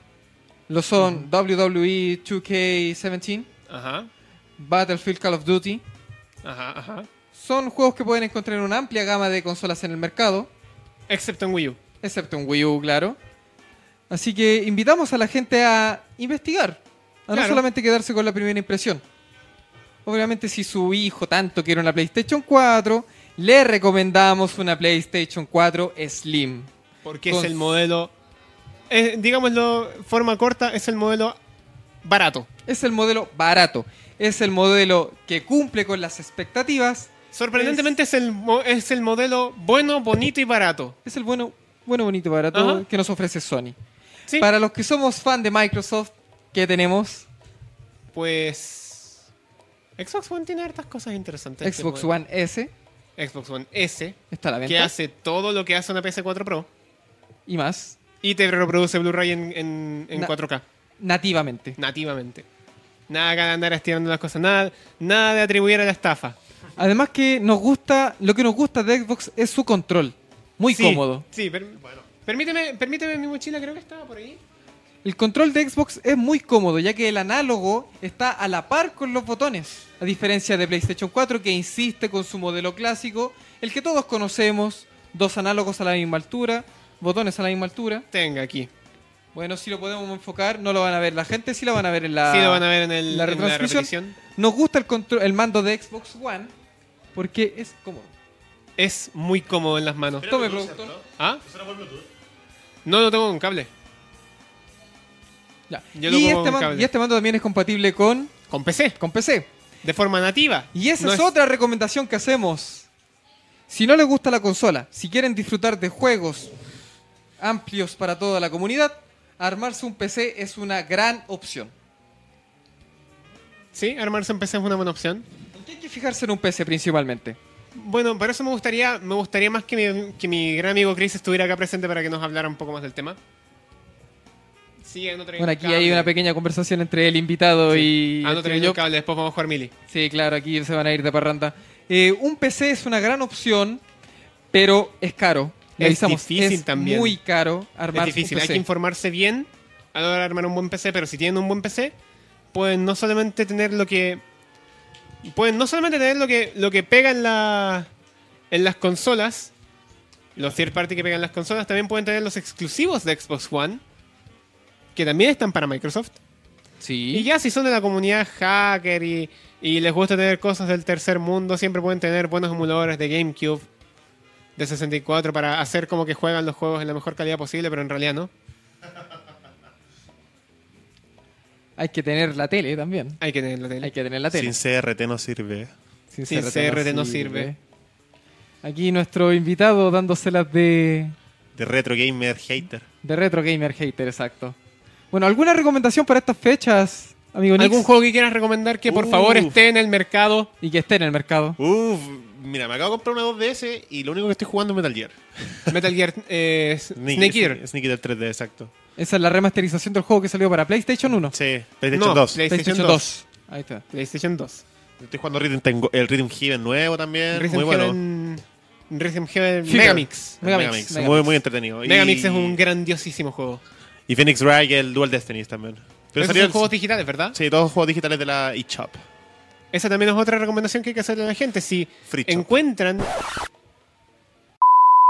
[SPEAKER 3] lo son E, WWE 2K17,
[SPEAKER 2] Ajá.
[SPEAKER 3] Battlefield Call of Duty.
[SPEAKER 2] Ajá, ajá.
[SPEAKER 3] Son juegos que pueden encontrar en una amplia gama de consolas en el mercado,
[SPEAKER 2] Excepto en Wii U.
[SPEAKER 3] excepto en Wii U, claro. Así que invitamos a la gente a investigar, a no
[SPEAKER 2] Claro.
[SPEAKER 3] solamente quedarse con la primera impresión. Obviamente si su hijo tanto quiere una PlayStation 4, le recomendamos una PlayStation 4 Slim.
[SPEAKER 2] Porque
[SPEAKER 3] Con-
[SPEAKER 2] es el modelo. eh, digámoslo, forma corta, es el modelo barato.
[SPEAKER 3] Es el modelo barato, es el modelo que cumple con las expectativas,
[SPEAKER 2] Sorprendentemente es, el, mo- es el modelo bueno, bonito y barato.
[SPEAKER 3] es el bueno, bueno bonito barato
[SPEAKER 2] Ajá.
[SPEAKER 3] que nos ofrece Sony.
[SPEAKER 2] Sí.
[SPEAKER 3] Para los que somos fan de Microsoft, ¿qué tenemos?
[SPEAKER 2] Pues. Xbox One tiene hartas cosas interesantes. Este
[SPEAKER 3] Xbox
[SPEAKER 2] modelo.
[SPEAKER 3] One S
[SPEAKER 2] Xbox One S,
[SPEAKER 3] está a la
[SPEAKER 2] que
[SPEAKER 3] venta
[SPEAKER 2] hace todo lo que hace una PS4 Pro
[SPEAKER 3] y más
[SPEAKER 2] y te reproduce Blu-ray en, en- en
[SPEAKER 3] Na-
[SPEAKER 2] 4K,
[SPEAKER 3] nativamente.
[SPEAKER 2] nativamente. Nada que andar estirando las cosas, nada, nada de atribuir a la estafa.
[SPEAKER 3] Además que nos gusta, lo que nos gusta de Xbox es su control, muy
[SPEAKER 2] Sí,
[SPEAKER 3] cómodo.
[SPEAKER 2] Sí, per- permíteme, permíteme mi mochila, creo que estaba por ahí.
[SPEAKER 3] El control de Xbox es muy cómodo, ya que el análogo está a la par con los botones, a diferencia de PlayStation 4 que insiste con su modelo clásico, el que todos conocemos, dos análogos a la misma altura, botones a la misma altura.
[SPEAKER 2] Tenga aquí.
[SPEAKER 3] Bueno, si lo podemos enfocar, no lo van a ver la gente, sí lo van a ver en la
[SPEAKER 2] sí, lo van a ver en, el,
[SPEAKER 3] Ah, la
[SPEAKER 2] en la
[SPEAKER 3] retransmisión.
[SPEAKER 2] repetición.
[SPEAKER 3] Nos gusta el contro- el mando de Xbox One porque es cómodo.
[SPEAKER 2] Es muy cómodo en las manos.
[SPEAKER 3] Tome, productor.
[SPEAKER 2] ¿Ah? No, no tengo un cable.
[SPEAKER 3] Ya.
[SPEAKER 2] Yo lo
[SPEAKER 3] Y,
[SPEAKER 2] pongo
[SPEAKER 3] este
[SPEAKER 2] con
[SPEAKER 3] man-
[SPEAKER 2] cable.
[SPEAKER 3] y este mando también es compatible con,
[SPEAKER 2] Con PC,
[SPEAKER 3] con PC.
[SPEAKER 2] de forma nativa.
[SPEAKER 3] Y esa
[SPEAKER 2] No
[SPEAKER 3] es, otra recomendación que hacemos. Si no les gusta la consola, si quieren disfrutar de juegos amplios para toda la comunidad, armarse un PC es una gran opción.
[SPEAKER 2] Sí, armarse en PC es una buena opción.
[SPEAKER 3] ¿En qué hay que fijarse en un PC principalmente?
[SPEAKER 2] Bueno, para eso me gustaría, me gustaría más que mi, que mi gran amigo Chris estuviera acá presente para que nos hablara un poco más del tema. Sí, ando trayendo
[SPEAKER 3] Bueno, aquí
[SPEAKER 2] cable.
[SPEAKER 3] hay una pequeña conversación entre el
[SPEAKER 2] Sí,
[SPEAKER 3] invitado
[SPEAKER 2] Ah,
[SPEAKER 3] y... este
[SPEAKER 2] ando
[SPEAKER 3] entre
[SPEAKER 2] trayendo
[SPEAKER 3] yo.
[SPEAKER 2] un cable, después vamos a jugar Mili.
[SPEAKER 3] Sí, claro, aquí se van a ir de parranda. Eh, un PC es una gran opción, pero es caro. Le
[SPEAKER 2] Es
[SPEAKER 3] avisamos,
[SPEAKER 2] difícil
[SPEAKER 3] es
[SPEAKER 2] también.
[SPEAKER 3] muy caro
[SPEAKER 2] Es
[SPEAKER 3] armar
[SPEAKER 2] difícil,
[SPEAKER 3] un
[SPEAKER 2] hay
[SPEAKER 3] PC.
[SPEAKER 2] que informarse bien a la hora de armar un buen PC, pero si tienen un buen PC, pueden no solamente tener lo que. Pueden no solamente tener lo que, lo que pega en, la, en las consolas, los third party que pegan en las consolas, también pueden tener los exclusivos de Xbox One, que también están para Microsoft.
[SPEAKER 3] Sí.
[SPEAKER 2] Y ya si son de la comunidad hacker y, y les gusta tener cosas del tercer mundo, siempre pueden tener buenos emuladores de GameCube, de 64, para hacer como que juegan los juegos en la mejor calidad posible, pero en realidad no.
[SPEAKER 3] Hay que tener la tele también.
[SPEAKER 2] Hay que tener la tele.
[SPEAKER 3] Hay que tener la tele.
[SPEAKER 4] Sin CRT no sirve.
[SPEAKER 3] Sin,
[SPEAKER 2] sin CRT no sirve.
[SPEAKER 3] Aquí nuestro invitado dándoselas de,
[SPEAKER 4] De retro gamer hater.
[SPEAKER 3] de retro gamer hater, exacto. Bueno, ¿alguna recomendación para estas fechas, amigo Nix?
[SPEAKER 2] ¿Algún juego que quieras recomendar que por
[SPEAKER 4] Uf.
[SPEAKER 2] favor esté en el mercado?
[SPEAKER 3] Y que esté en el mercado.
[SPEAKER 4] Uf, mira, me acabo de comprar una 2DS y lo único que estoy jugando es Metal Gear.
[SPEAKER 2] Metal Gear eh, Snake Eater.
[SPEAKER 4] Snake Eater 3D, exacto.
[SPEAKER 3] Esa es la remasterización del juego que salió para PlayStation 1.
[SPEAKER 4] Sí, PlayStation
[SPEAKER 2] No,
[SPEAKER 4] 2.
[SPEAKER 2] Play- PlayStation
[SPEAKER 3] 2. Ahí está.
[SPEAKER 2] PlayStation 2.
[SPEAKER 4] Estoy jugando Rhythm Tango- el Rhythm Heaven nuevo también.
[SPEAKER 2] Rhythm
[SPEAKER 4] Eh, muy bueno.
[SPEAKER 2] Heaven- Rhythm Heaven
[SPEAKER 3] Fever.
[SPEAKER 2] Megamix.
[SPEAKER 4] El
[SPEAKER 3] Megamix,
[SPEAKER 4] Megamix,
[SPEAKER 3] Megamix.
[SPEAKER 4] Muy, muy entretenido. Y-
[SPEAKER 2] Megamix es un grandiosísimo juego.
[SPEAKER 4] Y Phoenix Wright, el Dual Destinies también. Pero
[SPEAKER 2] Pero
[SPEAKER 4] salió
[SPEAKER 2] son
[SPEAKER 4] el...
[SPEAKER 2] juegos digitales, ¿verdad?
[SPEAKER 4] Sí, todos los juegos digitales de la eShop.
[SPEAKER 2] Esa también es otra recomendación que hay que hacerle a la gente. Si
[SPEAKER 4] Free shop.
[SPEAKER 2] encuentran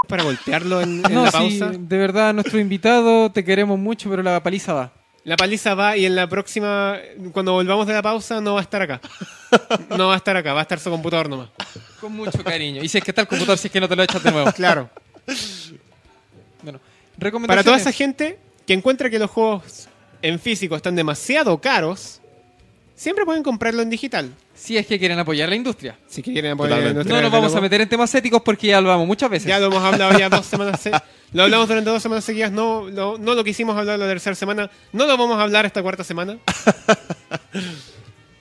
[SPEAKER 2] para golpearlo en, en
[SPEAKER 3] No,
[SPEAKER 2] la
[SPEAKER 3] sí,
[SPEAKER 2] pausa,
[SPEAKER 3] de verdad, nuestro invitado, te queremos mucho, pero la paliza va.
[SPEAKER 2] la paliza va y en la próxima, cuando volvamos de la pausa, no va a estar acá. No va a estar acá, va a estar su computador nomás.
[SPEAKER 3] Con mucho cariño. Y si es que está el computador, si es que no te lo echas de nuevo.
[SPEAKER 2] Claro.
[SPEAKER 3] Bueno,
[SPEAKER 2] Para toda esa
[SPEAKER 3] recomendaciones.
[SPEAKER 2] gente que encuentra que los juegos en físico están demasiado caros, siempre pueden comprarlo en digital.
[SPEAKER 3] Si es que quieren apoyar la industria.
[SPEAKER 2] Si quieren apoyar
[SPEAKER 4] Totalmente.
[SPEAKER 2] la industria
[SPEAKER 3] No nos
[SPEAKER 2] del
[SPEAKER 3] vamos a
[SPEAKER 2] videojuego.
[SPEAKER 3] meter en temas éticos porque ya lo hablamos muchas veces.
[SPEAKER 2] Ya lo hemos hablado ya dos semanas. se- Lo hablamos durante dos semanas seguidas. No, no, no lo quisimos hablar la tercera semana. No lo vamos a hablar esta cuarta semana.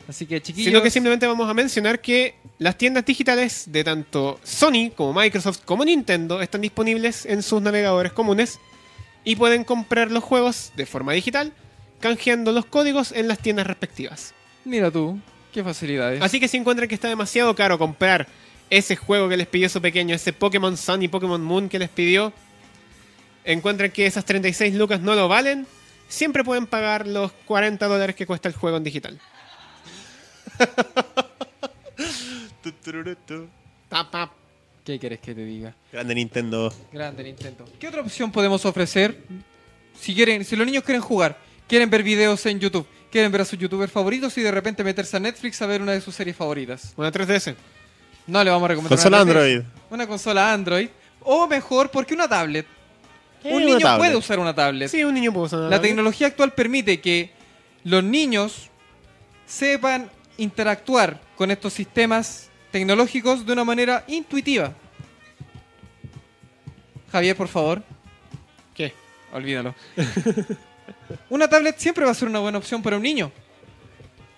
[SPEAKER 3] Así que chiquillos,
[SPEAKER 2] Sino que simplemente vamos a mencionar que las tiendas digitales de tanto Sony como Microsoft como Nintendo están disponibles en sus navegadores comunes y pueden comprar los juegos de forma digital canjeando los códigos en las tiendas respectivas.
[SPEAKER 3] mira tú, qué facilidades.
[SPEAKER 2] Así que si encuentran que está demasiado caro comprar ese juego que les pidió su pequeño, ese Pokémon Sun y Pokémon Moon que les pidió, encuentran que esas 36 lucas no lo valen, siempre pueden pagar los 40 dólares que cuesta el juego en digital.
[SPEAKER 4] Tu, tururú, tu.
[SPEAKER 2] Pa, pa.
[SPEAKER 3] ¿Qué querés que te diga?
[SPEAKER 4] Grande Nintendo.
[SPEAKER 3] Grande Nintendo. ¿Qué otra opción podemos ofrecer? Si quieren, si los niños quieren jugar, quieren ver videos en YouTube, quieren ver a sus youtubers favoritos y de repente meterse a Netflix a ver una de sus series favoritas.
[SPEAKER 2] Una 3DS.
[SPEAKER 3] No le vamos a recomendar. una
[SPEAKER 4] Consola Android.
[SPEAKER 3] Una consola Android. O mejor, porque una tablet.
[SPEAKER 4] Eh,
[SPEAKER 3] Un
[SPEAKER 4] una
[SPEAKER 3] niño
[SPEAKER 4] tablet.
[SPEAKER 3] puede usar una tablet.
[SPEAKER 2] Sí, un niño puede usar una
[SPEAKER 3] La
[SPEAKER 2] tablet.
[SPEAKER 3] tecnología actual permite que los niños sepan interactuar con estos sistemas tecnológicos de una manera intuitiva. Javier, por favor,
[SPEAKER 2] ¿Qué?
[SPEAKER 3] olvídalo. una tablet siempre va a ser una buena opción para un niño.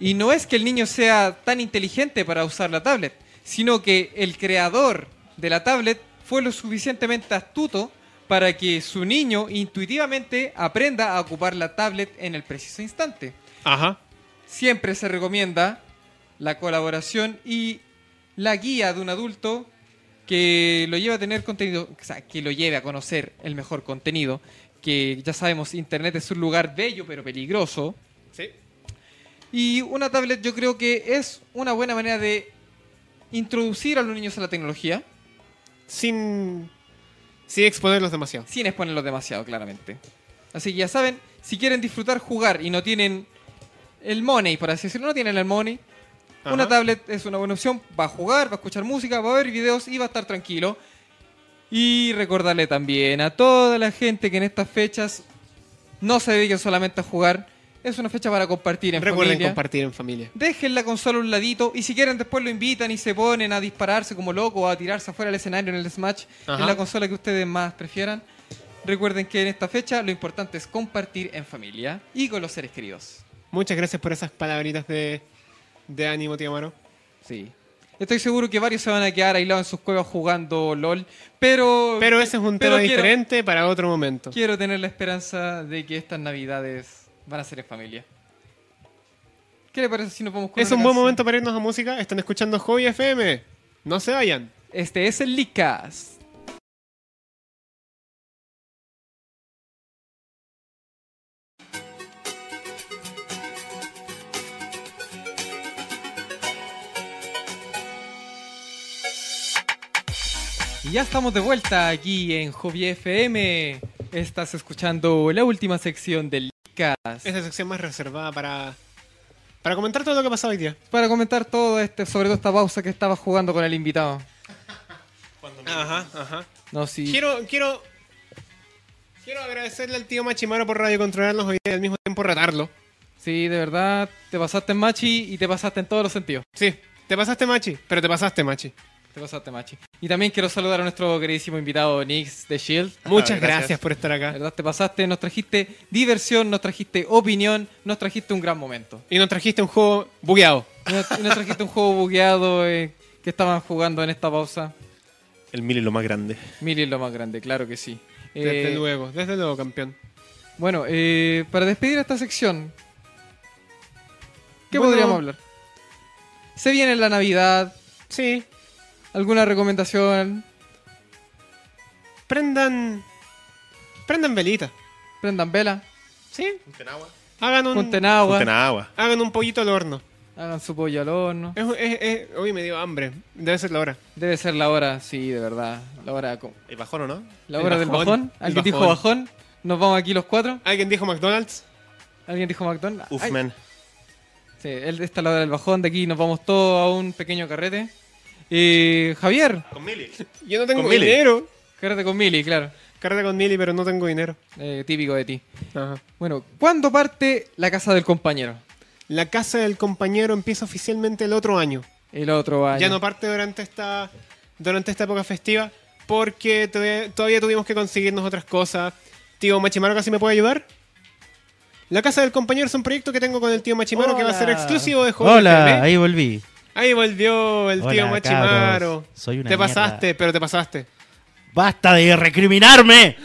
[SPEAKER 3] Y no es que el niño sea tan inteligente para usar la tablet, sino que el creador de la tablet fue lo suficientemente astuto para que su niño intuitivamente aprenda a ocupar la tablet en el preciso instante.
[SPEAKER 2] Ajá.
[SPEAKER 3] Siempre se recomienda la colaboración y la guía de un adulto que lo lleve a tener contenido, o sea, que lo lleve a conocer el mejor contenido, que ya sabemos, Internet es un lugar bello pero peligroso.
[SPEAKER 2] Sí.
[SPEAKER 3] Y una tablet yo creo que es una buena manera de introducir a los niños a la tecnología
[SPEAKER 2] Sin, sin exponerlos demasiado.
[SPEAKER 3] sin exponerlos demasiado, claramente. Así que ya saben, si quieren disfrutar jugar y no tienen el money, por así decirlo, no tienen el money,
[SPEAKER 2] Ajá.
[SPEAKER 3] una tablet es una buena opción. Va a jugar, va a escuchar música, va a ver videos y va a estar tranquilo. Y recordarle también a toda la gente que en estas fechas no se dediquen solamente a jugar. Es una fecha para compartir en
[SPEAKER 2] Recuerden
[SPEAKER 3] familia.
[SPEAKER 2] compartir en familia.
[SPEAKER 3] Dejen la consola a un ladito y si quieren después lo invitan y se ponen a dispararse como locos o a tirarse afuera del escenario en el Smash
[SPEAKER 2] Ajá.
[SPEAKER 3] en la consola que ustedes más prefieran. Recuerden que en esta fecha lo importante es compartir en familia y con los seres queridos.
[SPEAKER 2] Muchas gracias por esas palabritas de, de ánimo, tío Amaro.
[SPEAKER 3] Sí. Estoy seguro que varios se van a quedar aislados en sus cuevas jugando LOL, pero,
[SPEAKER 2] Pero ese es un
[SPEAKER 3] pero
[SPEAKER 2] tema
[SPEAKER 3] quiero-
[SPEAKER 2] diferente para otro momento.
[SPEAKER 3] quiero tener la esperanza de que estas navidades van a ser en familia. ¿Qué le parece si nos vamos con
[SPEAKER 2] Es
[SPEAKER 3] una
[SPEAKER 2] un buen
[SPEAKER 3] canción?
[SPEAKER 2] momento para irnos a música. Están escuchando Hobby FM. No se vayan.
[SPEAKER 3] Este es el Licas. Y ya estamos de vuelta aquí en Hobby FM. Estás escuchando la última sección del Licas.
[SPEAKER 2] Es la sección más reservada para, para comentar todo lo que ha pasado hoy día.
[SPEAKER 3] Para comentar todo este, sobre todo esta pausa que estaba jugando con el invitado.
[SPEAKER 2] Ajá, ajá.
[SPEAKER 3] No, sí.
[SPEAKER 2] Quiero, quiero, quiero agradecerle al tío Machimaro por radio controlarnos hoy día y al mismo tiempo retarlo.
[SPEAKER 3] Sí, de verdad, te pasaste en Machi y te pasaste en todos los sentidos.
[SPEAKER 2] Sí, te pasaste, Machi, pero te pasaste, Machi.
[SPEAKER 3] Te pasaste, Machi. Y también quiero saludar a nuestro queridísimo invitado Nix de Shield.
[SPEAKER 2] Muchas
[SPEAKER 4] Gracias.
[SPEAKER 2] Ah, gracias por estar
[SPEAKER 3] De
[SPEAKER 2] acá.
[SPEAKER 3] verdad, te pasaste, nos trajiste diversión, nos trajiste opinión, nos trajiste un gran momento.
[SPEAKER 2] Y nos trajiste un juego bugueado.
[SPEAKER 3] Y Nos, y nos trajiste un juego bugueado eh, que estaban jugando en esta pausa.
[SPEAKER 4] El mil y lo más grande.
[SPEAKER 3] Mil es lo más grande, claro que sí. Eh,
[SPEAKER 2] Desde luego, desde luego, campeón.
[SPEAKER 3] bueno, eh, para despedir esta sección, ¿qué
[SPEAKER 2] Bueno.
[SPEAKER 3] podríamos hablar? Se viene la Navidad,
[SPEAKER 2] Sí,
[SPEAKER 3] alguna recomendación,
[SPEAKER 2] prendan. Prendan velita.
[SPEAKER 3] prendan vela,
[SPEAKER 2] Sí,
[SPEAKER 4] Punten agua.
[SPEAKER 2] hagan un.
[SPEAKER 3] punten agua,
[SPEAKER 4] Punten agua.
[SPEAKER 2] Hagan un pollito al horno.
[SPEAKER 3] hagan su pollo al horno.
[SPEAKER 2] Es, es- es- hoy me dio hambre. Debe ser la hora.
[SPEAKER 3] Debe ser la hora, sí, de verdad. La hora, co-
[SPEAKER 4] ¿El bajón o no?
[SPEAKER 3] la
[SPEAKER 2] El
[SPEAKER 3] hora del
[SPEAKER 2] bajón,
[SPEAKER 3] bajón.
[SPEAKER 2] el
[SPEAKER 3] Alguien dijo
[SPEAKER 2] bajón.
[SPEAKER 3] bajón. Nos vamos aquí los cuatro.
[SPEAKER 2] ¿Alguien dijo McDonald's?
[SPEAKER 3] Alguien dijo McDonald's.
[SPEAKER 4] Uf,
[SPEAKER 3] Ay,
[SPEAKER 4] man.
[SPEAKER 3] Sí, el- esta es la hora del bajón. De aquí nos vamos todos a un pequeño carrete. Eh, Javier,
[SPEAKER 4] Con mili.
[SPEAKER 2] Yo no tengo
[SPEAKER 4] Con Mili.
[SPEAKER 2] dinero.
[SPEAKER 3] carrete con Mili, claro.
[SPEAKER 2] Carta con Mili, pero no tengo dinero.
[SPEAKER 3] Eh, típico de ti.
[SPEAKER 2] Ajá.
[SPEAKER 3] Bueno, ¿cuándo parte la casa del compañero?
[SPEAKER 2] La casa del compañero empieza oficialmente el otro año.
[SPEAKER 3] El otro año.
[SPEAKER 2] Ya no parte durante esta, durante esta época festiva porque todavía, todavía tuvimos que conseguirnos otras cosas. Tío Machimaro casi me puede ayudar. La casa del compañero es un proyecto que tengo con el tío Machimaro que va a ser
[SPEAKER 1] Hola.
[SPEAKER 2] exclusivo de Joven
[SPEAKER 1] Hola,
[SPEAKER 2] FM. Ahí.
[SPEAKER 1] ahí volví.
[SPEAKER 2] volvió el tío
[SPEAKER 1] Hola,
[SPEAKER 2] Machimaro.
[SPEAKER 1] cabros. Soy una
[SPEAKER 2] te
[SPEAKER 1] mierda.
[SPEAKER 2] pasaste, pero te pasaste.
[SPEAKER 1] ¡Basta de recriminarme!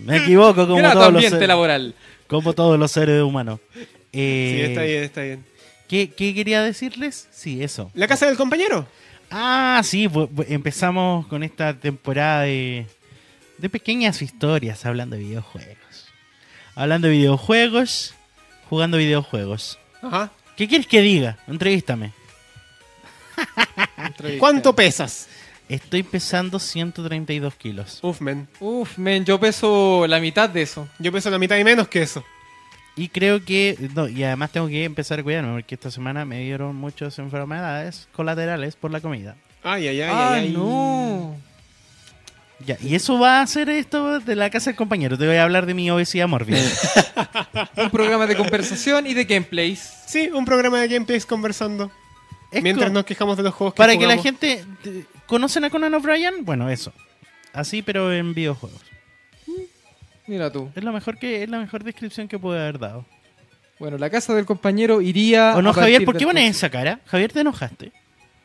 [SPEAKER 1] Me equivoco como
[SPEAKER 3] Grato
[SPEAKER 1] todos, los
[SPEAKER 3] ambiente
[SPEAKER 1] seres,
[SPEAKER 3] laboral.
[SPEAKER 1] como todos los seres humanos. Eh,
[SPEAKER 2] Sí, está bien, está bien.
[SPEAKER 1] ¿qué, qué quería decirles? Sí, eso.
[SPEAKER 2] La casa del compañero.
[SPEAKER 1] Ah, sí, bu- bu- empezamos con esta temporada de, de pequeñas historias hablando de videojuegos. Hablando de videojuegos, jugando videojuegos.
[SPEAKER 2] Ajá.
[SPEAKER 1] ¿Qué quieres que diga? Entrevístame.
[SPEAKER 2] ¿Cuánto pesas?
[SPEAKER 1] Estoy pesando 132 kilos.
[SPEAKER 2] Uf, men.
[SPEAKER 3] Uf, men, yo peso la mitad de eso.
[SPEAKER 2] Yo peso la mitad y menos que eso.
[SPEAKER 1] Y creo que. No, y además tengo que empezar a cuidarme porque esta semana me dieron muchas enfermedades colaterales por la comida.
[SPEAKER 2] Ay, ay, ay,
[SPEAKER 3] ah,
[SPEAKER 2] ay, ay.
[SPEAKER 3] no.
[SPEAKER 1] Ya, y eso va a ser esto de la casa del compañero. Te voy a hablar de mi obesidad mórbida.
[SPEAKER 3] Un programa de conversación y de gameplays.
[SPEAKER 2] Sí, un programa de gameplays conversando.
[SPEAKER 1] Es
[SPEAKER 2] Mientras
[SPEAKER 1] co-
[SPEAKER 2] nos quejamos de los juegos que
[SPEAKER 1] Para que la
[SPEAKER 2] jugamos.
[SPEAKER 1] gente. eh, ¿Conocen a Conan O'Brien? Bueno, eso. Así, pero en videojuegos.
[SPEAKER 3] Mira tú.
[SPEAKER 1] Es, lo mejor que, es la mejor descripción que pude haber dado.
[SPEAKER 3] Bueno, la casa del compañero iría.
[SPEAKER 1] ¿O no,
[SPEAKER 3] Ah, a partir
[SPEAKER 1] Javier? ¿Por qué
[SPEAKER 3] del-
[SPEAKER 1] pones esa cara? Javier, te enojaste.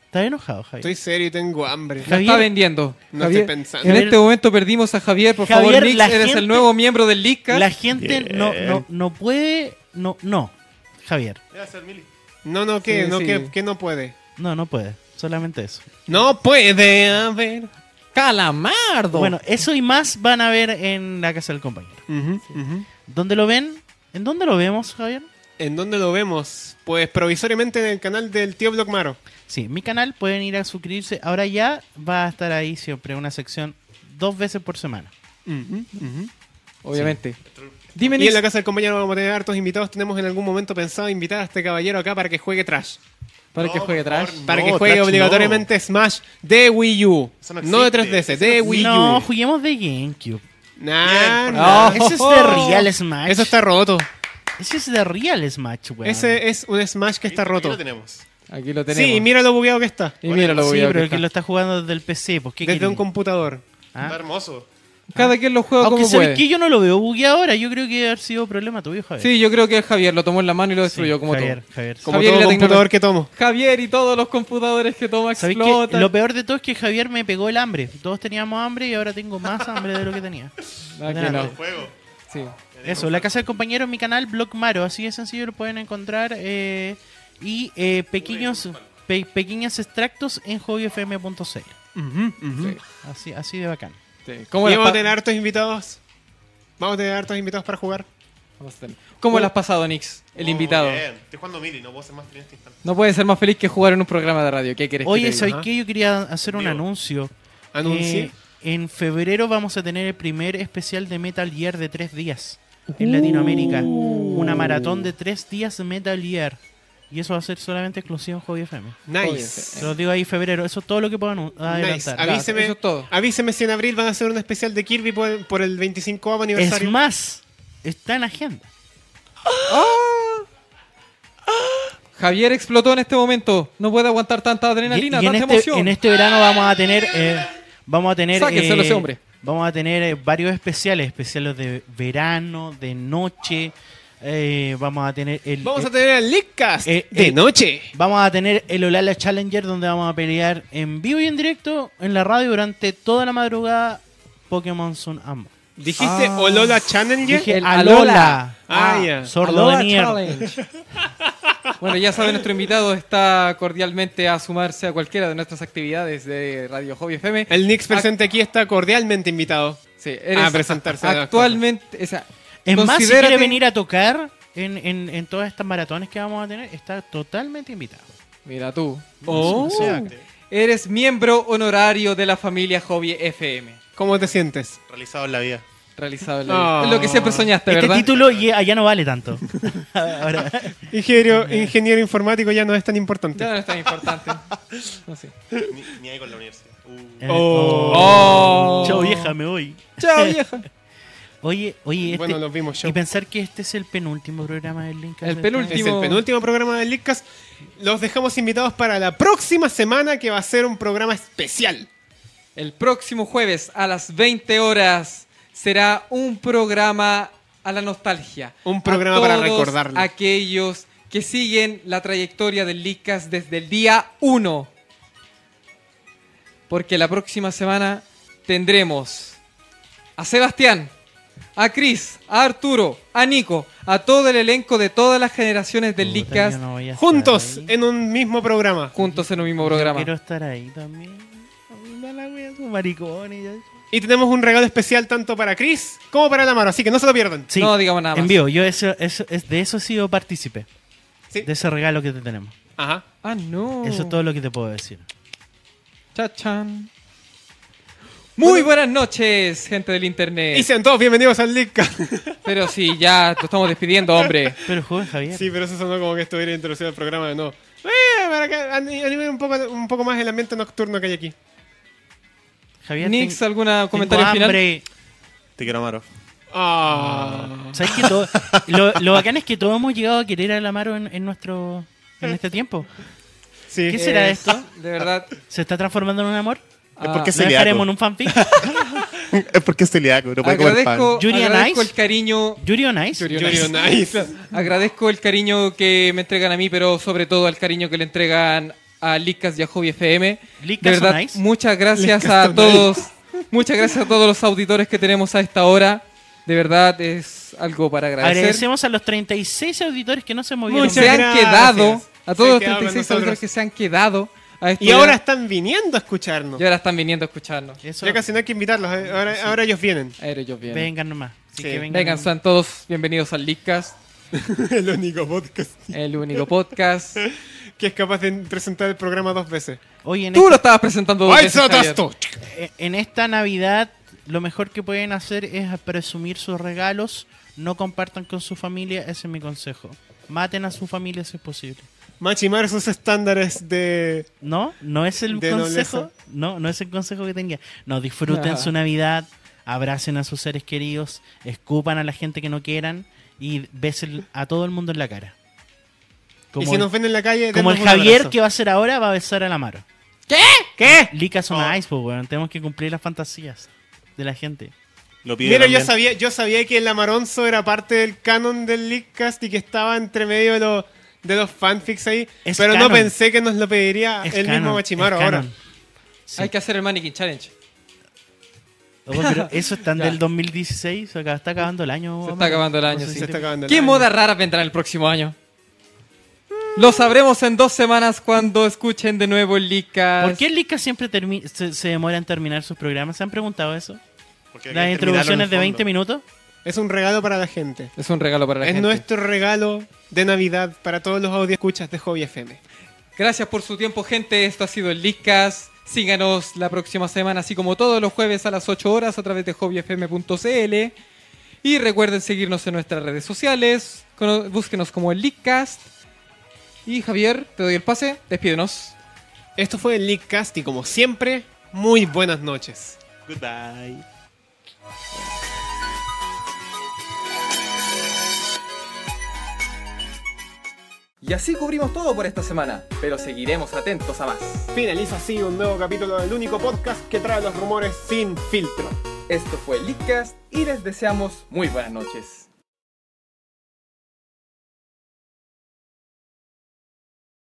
[SPEAKER 1] ¿Estás enojado, Javier?
[SPEAKER 2] Estoy serio y tengo hambre.
[SPEAKER 1] Ja-
[SPEAKER 3] La está
[SPEAKER 1] Javier-
[SPEAKER 3] vendiendo.
[SPEAKER 2] No
[SPEAKER 3] Javier,
[SPEAKER 2] estoy pensando.
[SPEAKER 3] En
[SPEAKER 1] Javier-
[SPEAKER 3] este momento perdimos a Javier. Por
[SPEAKER 1] Javier,
[SPEAKER 3] favor, Nix,
[SPEAKER 1] la
[SPEAKER 3] eres
[SPEAKER 1] gente-
[SPEAKER 3] el nuevo miembro del Lizca.
[SPEAKER 1] La gente no,
[SPEAKER 4] Bien.
[SPEAKER 1] no, no puede. No, no. Javier.
[SPEAKER 4] Gracias, Mili.
[SPEAKER 2] No, no, ¿qué?
[SPEAKER 3] Sí,
[SPEAKER 2] no,
[SPEAKER 3] sí.
[SPEAKER 2] ¿qué, qué no puede?
[SPEAKER 1] No, no puede. Solamente eso.
[SPEAKER 2] No puede haber.
[SPEAKER 3] Calamardo.
[SPEAKER 1] Bueno, eso y más van a ver en la casa del compañero.
[SPEAKER 2] Ujú, ujú.
[SPEAKER 1] ¿Dónde lo ven? ¿En dónde lo vemos, Javier?
[SPEAKER 2] ¿En dónde lo vemos? Pues provisoriamente en el canal del tío Blockmaro.
[SPEAKER 1] Sí, mi canal pueden ir a suscribirse. Ahora ya va a estar ahí siempre una sección dos veces por semana.
[SPEAKER 2] Ujú, ujú.
[SPEAKER 3] obviamente. Dime,
[SPEAKER 2] Y en
[SPEAKER 3] Nix,
[SPEAKER 2] la casa del compañero vamos a tener hartos invitados. Tenemos en algún momento pensado invitar a este caballero acá para que juegue Trash.
[SPEAKER 3] para que
[SPEAKER 4] No,
[SPEAKER 3] juegue
[SPEAKER 4] por favor,
[SPEAKER 3] atrás.
[SPEAKER 2] Para
[SPEAKER 4] No,
[SPEAKER 2] que juegue
[SPEAKER 4] Trash
[SPEAKER 2] obligatoriamente Smash de Wii U.
[SPEAKER 4] Eso
[SPEAKER 2] No,
[SPEAKER 4] no
[SPEAKER 2] de
[SPEAKER 4] existe.
[SPEAKER 2] 3DS, de Wii
[SPEAKER 1] no,
[SPEAKER 2] U.
[SPEAKER 1] juguemos de GameCube.
[SPEAKER 2] Nah,
[SPEAKER 4] Bien,
[SPEAKER 2] nah.
[SPEAKER 3] por favor.
[SPEAKER 1] Ese es de Real Smash.
[SPEAKER 2] Eso está roto.
[SPEAKER 1] Ese es de Real Smash, weón.
[SPEAKER 2] Ese es un Smash que está roto.
[SPEAKER 4] lo tenemos.
[SPEAKER 3] Aquí lo tenemos.
[SPEAKER 2] Sí, y mira lo bugueado que está.
[SPEAKER 3] Y mira lo
[SPEAKER 1] Sí,
[SPEAKER 3] voy a
[SPEAKER 1] pero el
[SPEAKER 3] buscar.
[SPEAKER 1] que lo está jugando desde el PC. Pues, ¿qué
[SPEAKER 2] Desde un
[SPEAKER 1] queréis?
[SPEAKER 2] computador.
[SPEAKER 1] Ah.
[SPEAKER 4] Está hermoso.
[SPEAKER 3] Cada quien lo juega
[SPEAKER 1] Aunque
[SPEAKER 3] como
[SPEAKER 1] sabes
[SPEAKER 3] puede.
[SPEAKER 1] que yo no lo veo bugueado ahora. Yo creo que ha sido problema tuyo, Javier.
[SPEAKER 3] Sí, yo creo que Javier lo tomó en la mano y lo
[SPEAKER 1] Sí,
[SPEAKER 3] destruyó como
[SPEAKER 1] Javier,
[SPEAKER 3] todo.
[SPEAKER 1] Javier.
[SPEAKER 2] Como
[SPEAKER 3] Javier y
[SPEAKER 2] todo
[SPEAKER 3] la
[SPEAKER 2] computador
[SPEAKER 3] tecnología.
[SPEAKER 2] que tomo.
[SPEAKER 3] Javier y todos los computadores que toma
[SPEAKER 1] ¿Sabes qué?
[SPEAKER 3] explotan.
[SPEAKER 1] Lo peor de todo es que Javier me pegó el hambre. Todos teníamos hambre y ahora tengo más hambre de lo que tenía.
[SPEAKER 3] Ah, que
[SPEAKER 1] Nada.
[SPEAKER 3] no.
[SPEAKER 4] Juego.
[SPEAKER 3] Sí.
[SPEAKER 1] Eso, la casa del compañero en mi canal, Blog Maro, así de sencillo lo pueden encontrar. eh, y eh, pequeños pe- pequeños extractos en hobbyfm.cl.
[SPEAKER 3] Sí,
[SPEAKER 1] Así, así de bacán.
[SPEAKER 3] sí.
[SPEAKER 2] Y
[SPEAKER 3] Como las
[SPEAKER 2] vamos a
[SPEAKER 3] pa-
[SPEAKER 2] tener hartos invitados. Vamos a tener hartos invitados para jugar.
[SPEAKER 3] vamos a tener. ¿Cómo lo has pasado, Nix? El
[SPEAKER 4] Oh,
[SPEAKER 3] invitado.
[SPEAKER 4] Bien. Estoy jugando Mili, no puedo ser más feliz en este instante.
[SPEAKER 3] No puede ser más feliz que jugar en un programa de este radio. ¿Qué quieres que
[SPEAKER 1] Oye,
[SPEAKER 3] te diga?
[SPEAKER 1] ¿sabéis
[SPEAKER 2] ajá.
[SPEAKER 1] qué? Yo quería hacer un
[SPEAKER 4] Digo.
[SPEAKER 1] anuncio.
[SPEAKER 2] Anuncie.
[SPEAKER 1] Eh, en febrero vamos a tener el primer especial de Metal Gear de tres días en Latinoamérica. Una maratón de tres días de Metal Gear. Y eso va a ser solamente exclusivo en Hobby FM.
[SPEAKER 2] nice.
[SPEAKER 1] Se los digo ahí febrero. Eso es todo lo que puedo anu-
[SPEAKER 2] Nice.
[SPEAKER 1] adelantar.
[SPEAKER 2] Avíseme,
[SPEAKER 3] Eso es todo.
[SPEAKER 2] avíseme si en abril van a hacer un especial de Kirby por, por el 25
[SPEAKER 1] Es
[SPEAKER 2] aniversario.
[SPEAKER 1] más, está en agenda.
[SPEAKER 3] Javier explotó en este momento. No puede aguantar tanta
[SPEAKER 1] Y,
[SPEAKER 3] adrenalina,
[SPEAKER 1] y en,
[SPEAKER 3] tanta
[SPEAKER 1] este,
[SPEAKER 3] emoción.
[SPEAKER 1] en este verano vamos a tener eh, vamos a tener
[SPEAKER 3] Sáquenselo
[SPEAKER 1] eh,
[SPEAKER 3] ese hombre.
[SPEAKER 1] vamos a tener eh, varios especiales especiales de verano de noche eh, vamos a tener el
[SPEAKER 2] Vamos a
[SPEAKER 1] eh,
[SPEAKER 2] tener el Leakcast
[SPEAKER 1] eh,
[SPEAKER 2] de
[SPEAKER 1] eh.
[SPEAKER 2] noche.
[SPEAKER 1] vamos a tener el Olala Challenger donde vamos a pelear en vivo y en directo en la radio durante toda la madrugada Pokémon Sun Amo
[SPEAKER 2] ¿Dijiste
[SPEAKER 3] Ah.
[SPEAKER 2] Olola Challenger?
[SPEAKER 1] dije
[SPEAKER 3] el
[SPEAKER 1] Alola
[SPEAKER 3] Alola.
[SPEAKER 2] Ah, ya.
[SPEAKER 1] sordo
[SPEAKER 3] Aloha
[SPEAKER 1] de mierda
[SPEAKER 3] Challenge. Bueno, ya saben, nuestro invitado está cordialmente a sumarse a cualquiera de nuestras actividades de Radio Hobby FM.
[SPEAKER 1] Eh,
[SPEAKER 2] El Nix presente aquí está cordialmente invitado.
[SPEAKER 3] Sí, eres
[SPEAKER 2] a presentarse a las
[SPEAKER 3] Actualmente, o sea,
[SPEAKER 1] es más si
[SPEAKER 3] considérate-
[SPEAKER 1] quiere venir a tocar en, en- en todas estas maratones que vamos a tener está totalmente invitado
[SPEAKER 3] Mira tú.
[SPEAKER 2] Oh.
[SPEAKER 1] O sea,
[SPEAKER 3] Eres miembro honorario de la familia Hobby FM.
[SPEAKER 2] ¿Cómo te sientes?
[SPEAKER 4] Realizado en la vida.
[SPEAKER 3] realizado en la
[SPEAKER 2] Ah.
[SPEAKER 3] vida. Es lo que siempre soñaste,
[SPEAKER 1] Este
[SPEAKER 3] ¿verdad?
[SPEAKER 1] título ya, allá no vale tanto. Ahora,
[SPEAKER 2] Ingeniero, ingeniero informático ya no es tan importante.
[SPEAKER 3] Ya no es tan importante. No, sí.
[SPEAKER 4] Ni, ni ahí con la universidad. Uh.
[SPEAKER 1] eh,
[SPEAKER 2] Oh.
[SPEAKER 1] oh, Chao vieja, me voy.
[SPEAKER 3] Chao, vieja.
[SPEAKER 1] Oye, oye, este-
[SPEAKER 2] Bueno, los vimos, chao.
[SPEAKER 1] y pensar que este es el penúltimo programa del Link.
[SPEAKER 3] El
[SPEAKER 1] Underground.
[SPEAKER 3] penúltimo.
[SPEAKER 2] Es el penúltimo programa del Leadcast. Los dejamos invitados para la próxima semana que va a ser un programa especial.
[SPEAKER 3] El próximo jueves a las 20 horas será un programa a la nostalgia.
[SPEAKER 2] Un programa
[SPEAKER 3] A
[SPEAKER 2] para
[SPEAKER 3] todos
[SPEAKER 2] recordarlo.
[SPEAKER 3] Aquellos que siguen la trayectoria del Licas desde el día 1. Porque la próxima semana tendremos a Sebastián, a Cris, a Arturo, a Nico, a todo el elenco de todas las generaciones del
[SPEAKER 1] Puta, yo
[SPEAKER 3] Licas
[SPEAKER 1] no voy a estar
[SPEAKER 2] Juntos
[SPEAKER 1] ahí.
[SPEAKER 2] en un mismo programa.
[SPEAKER 3] juntos en un mismo
[SPEAKER 1] Yo
[SPEAKER 3] este programa.
[SPEAKER 1] Quiero estar ahí también. A mí me la wea, esos maricones. ya.
[SPEAKER 2] Y tenemos un regalo especial tanto para Chris como para Lamaro, así que no se lo pierdan.
[SPEAKER 1] Sí,
[SPEAKER 3] No digamos nada más.
[SPEAKER 1] En vivo, yo eso, eso, es, de eso he sido partícipe.
[SPEAKER 2] Sí.
[SPEAKER 1] De ese regalo que te tenemos.
[SPEAKER 2] Ajá.
[SPEAKER 3] Ah, no.
[SPEAKER 1] Eso es todo lo que te puedo decir.
[SPEAKER 3] Chachan. Muy buenas noches, gente del internet.
[SPEAKER 2] Y sean todos bienvenidos al Leadcast.
[SPEAKER 3] Pero sí, ya lo estamos despidiendo, hombre.
[SPEAKER 1] Pero joven Javier.
[SPEAKER 2] Sí, pero eso sonó como que estuviera introducido al programa de nuevo. Eh, para que ani- anime un poco, un poco más el ambiente nocturno que hay aquí.
[SPEAKER 1] Javier,
[SPEAKER 3] Nix,
[SPEAKER 1] ten-
[SPEAKER 3] ¿algún comentario
[SPEAKER 1] tengo
[SPEAKER 3] final?
[SPEAKER 1] hambre.
[SPEAKER 4] Te quiero, Amaro.
[SPEAKER 2] Ah.
[SPEAKER 1] ¿Sabes que todo, lo, lo bacán es que todos hemos llegado a querer al Amaro en, en nuestro en este tiempo.
[SPEAKER 2] Sí.
[SPEAKER 1] ¿Qué será
[SPEAKER 3] Eh,
[SPEAKER 1] esto?
[SPEAKER 3] De verdad.
[SPEAKER 1] ¿Se está transformando en un amor?
[SPEAKER 4] Es
[SPEAKER 3] ah,
[SPEAKER 4] porque
[SPEAKER 1] ¿Lo
[SPEAKER 4] se le
[SPEAKER 1] dejaremos en un fanfic?
[SPEAKER 4] Es porque es celíaco, no puede comer pan.
[SPEAKER 3] agradezco,
[SPEAKER 1] Yuri and
[SPEAKER 3] agradezco
[SPEAKER 1] Ice.
[SPEAKER 3] el cariño.
[SPEAKER 1] ¿Yuri on Ice?
[SPEAKER 3] Yuri on
[SPEAKER 2] Yuri on Ice.
[SPEAKER 3] Agradezco el cariño que me entregan a mí, pero sobre todo el cariño que le entregan a Licas y a Hobby FM.
[SPEAKER 1] Licas
[SPEAKER 3] de verdad,
[SPEAKER 1] on Ice.
[SPEAKER 3] muchas gracias a todos. Muchas gracias a todos los auditores que tenemos a esta hora. De verdad, es algo para agradecer.
[SPEAKER 1] Agradecemos a los 36 auditores que no se movieron.
[SPEAKER 2] Muchas
[SPEAKER 3] se han
[SPEAKER 2] gracias.
[SPEAKER 3] quedado, a
[SPEAKER 2] Se
[SPEAKER 3] todos los
[SPEAKER 2] quedaron
[SPEAKER 3] 36
[SPEAKER 2] con
[SPEAKER 3] auditores que se han quedado a
[SPEAKER 2] Y ahora
[SPEAKER 3] estudiar,
[SPEAKER 2] están viniendo a escucharnos.
[SPEAKER 3] y ahora están viniendo a escucharnos.
[SPEAKER 1] Eso,
[SPEAKER 2] Ya casi no hay que invitarlos, eh. ahora, ahora ellos vienen.
[SPEAKER 3] A ver, ellos vienen.
[SPEAKER 1] vengan nomás. Así
[SPEAKER 2] Sí.
[SPEAKER 1] que vengan,
[SPEAKER 3] Vengan,
[SPEAKER 1] nomás.
[SPEAKER 3] sean todos bienvenidos al Leadcast,
[SPEAKER 2] El único podcast
[SPEAKER 3] el único podcast.
[SPEAKER 2] que es capaz de presentar el programa dos veces.
[SPEAKER 1] Oye, en
[SPEAKER 3] Tú lo
[SPEAKER 1] esta,
[SPEAKER 3] estabas presentando dos veces, Javier.
[SPEAKER 1] en esta Navidad lo mejor que pueden hacer es presumir sus regalos. No compartan con su familia, ese es mi consejo. Maten a su familia si es posible.
[SPEAKER 2] Machimar sus estándares de.
[SPEAKER 1] ¿No? ¿No es el
[SPEAKER 2] De
[SPEAKER 1] consejo?
[SPEAKER 2] nobleza.
[SPEAKER 1] No, no es el consejo que tenía. No, disfruten
[SPEAKER 3] Ah.
[SPEAKER 1] su Navidad, abracen a sus seres queridos, escupan a la gente que no quieran y besen a todo el mundo en la cara.
[SPEAKER 2] y si
[SPEAKER 1] el-
[SPEAKER 2] nos ven en la calle.
[SPEAKER 1] Como el
[SPEAKER 2] denos un
[SPEAKER 1] Javier
[SPEAKER 2] abrazo.
[SPEAKER 1] que va a hacer ahora va a besar a la Maro.
[SPEAKER 2] ¿Qué?
[SPEAKER 1] Lica son
[SPEAKER 2] Oh.
[SPEAKER 1] a Ice, pues, weón. Tenemos que cumplir las fantasías de la gente.
[SPEAKER 4] Lo pide
[SPEAKER 2] Mira, yo
[SPEAKER 4] también.
[SPEAKER 2] sabía, yo sabía que el Amaronzo era parte del canon del Leakcast y que estaba entre medio de los, de los fanfics ahí.
[SPEAKER 1] Es
[SPEAKER 2] pero no
[SPEAKER 1] canon.
[SPEAKER 2] pensé que nos lo pediría
[SPEAKER 1] Es
[SPEAKER 2] Ah, el
[SPEAKER 1] canon,
[SPEAKER 2] mismo Machimaro
[SPEAKER 1] es
[SPEAKER 2] ahora.
[SPEAKER 1] canon. Sí.
[SPEAKER 3] Hay que hacer el Mannequin Challenge.
[SPEAKER 1] Ojo, pero eso es tan
[SPEAKER 3] Ya.
[SPEAKER 1] del 2016, acá está acabando el año.
[SPEAKER 3] Se está
[SPEAKER 1] Amaro.
[SPEAKER 3] acabando el
[SPEAKER 1] No
[SPEAKER 3] año,
[SPEAKER 1] sé
[SPEAKER 3] sí.
[SPEAKER 1] si
[SPEAKER 2] Se
[SPEAKER 1] te-
[SPEAKER 2] está acabando el
[SPEAKER 3] ¿Qué
[SPEAKER 2] año.
[SPEAKER 3] modas raras vendrán el próximo año? Lo sabremos en dos semanas cuando escuchen de nuevo el Leadcast.
[SPEAKER 1] ¿Por qué Lica siempre termi- se, se demora en terminar sus programas? ¿Se han preguntado eso?
[SPEAKER 4] Porque hay que
[SPEAKER 1] Las
[SPEAKER 4] terminarlo en
[SPEAKER 1] introducciones
[SPEAKER 4] el
[SPEAKER 1] de 20
[SPEAKER 4] fondo.
[SPEAKER 1] minutos.
[SPEAKER 2] Es un regalo para la gente.
[SPEAKER 3] Es un regalo para la
[SPEAKER 2] es
[SPEAKER 3] gente.
[SPEAKER 2] nuestro regalo de Navidad para todos los escuchas de Hobby FM.
[SPEAKER 3] Gracias por su tiempo, gente. Esto ha sido el Leadcast. Síganos la próxima semana, así como todos los jueves a las 8 horas a través de hobbyfm.cl. Y recuerden seguirnos en nuestras redes sociales. Cono- Búsquenos como el Leadcast. Y Javier, te doy el pase. Despídenos.
[SPEAKER 2] Esto fue el Leakcast y como siempre, muy buenas noches.
[SPEAKER 4] Goodbye.
[SPEAKER 3] Y así cubrimos todo por esta semana, pero seguiremos atentos a más.
[SPEAKER 2] Finaliza así un nuevo capítulo del único podcast que trae los rumores sin filtro.
[SPEAKER 3] Esto fue el Leadcast y les deseamos muy buenas noches.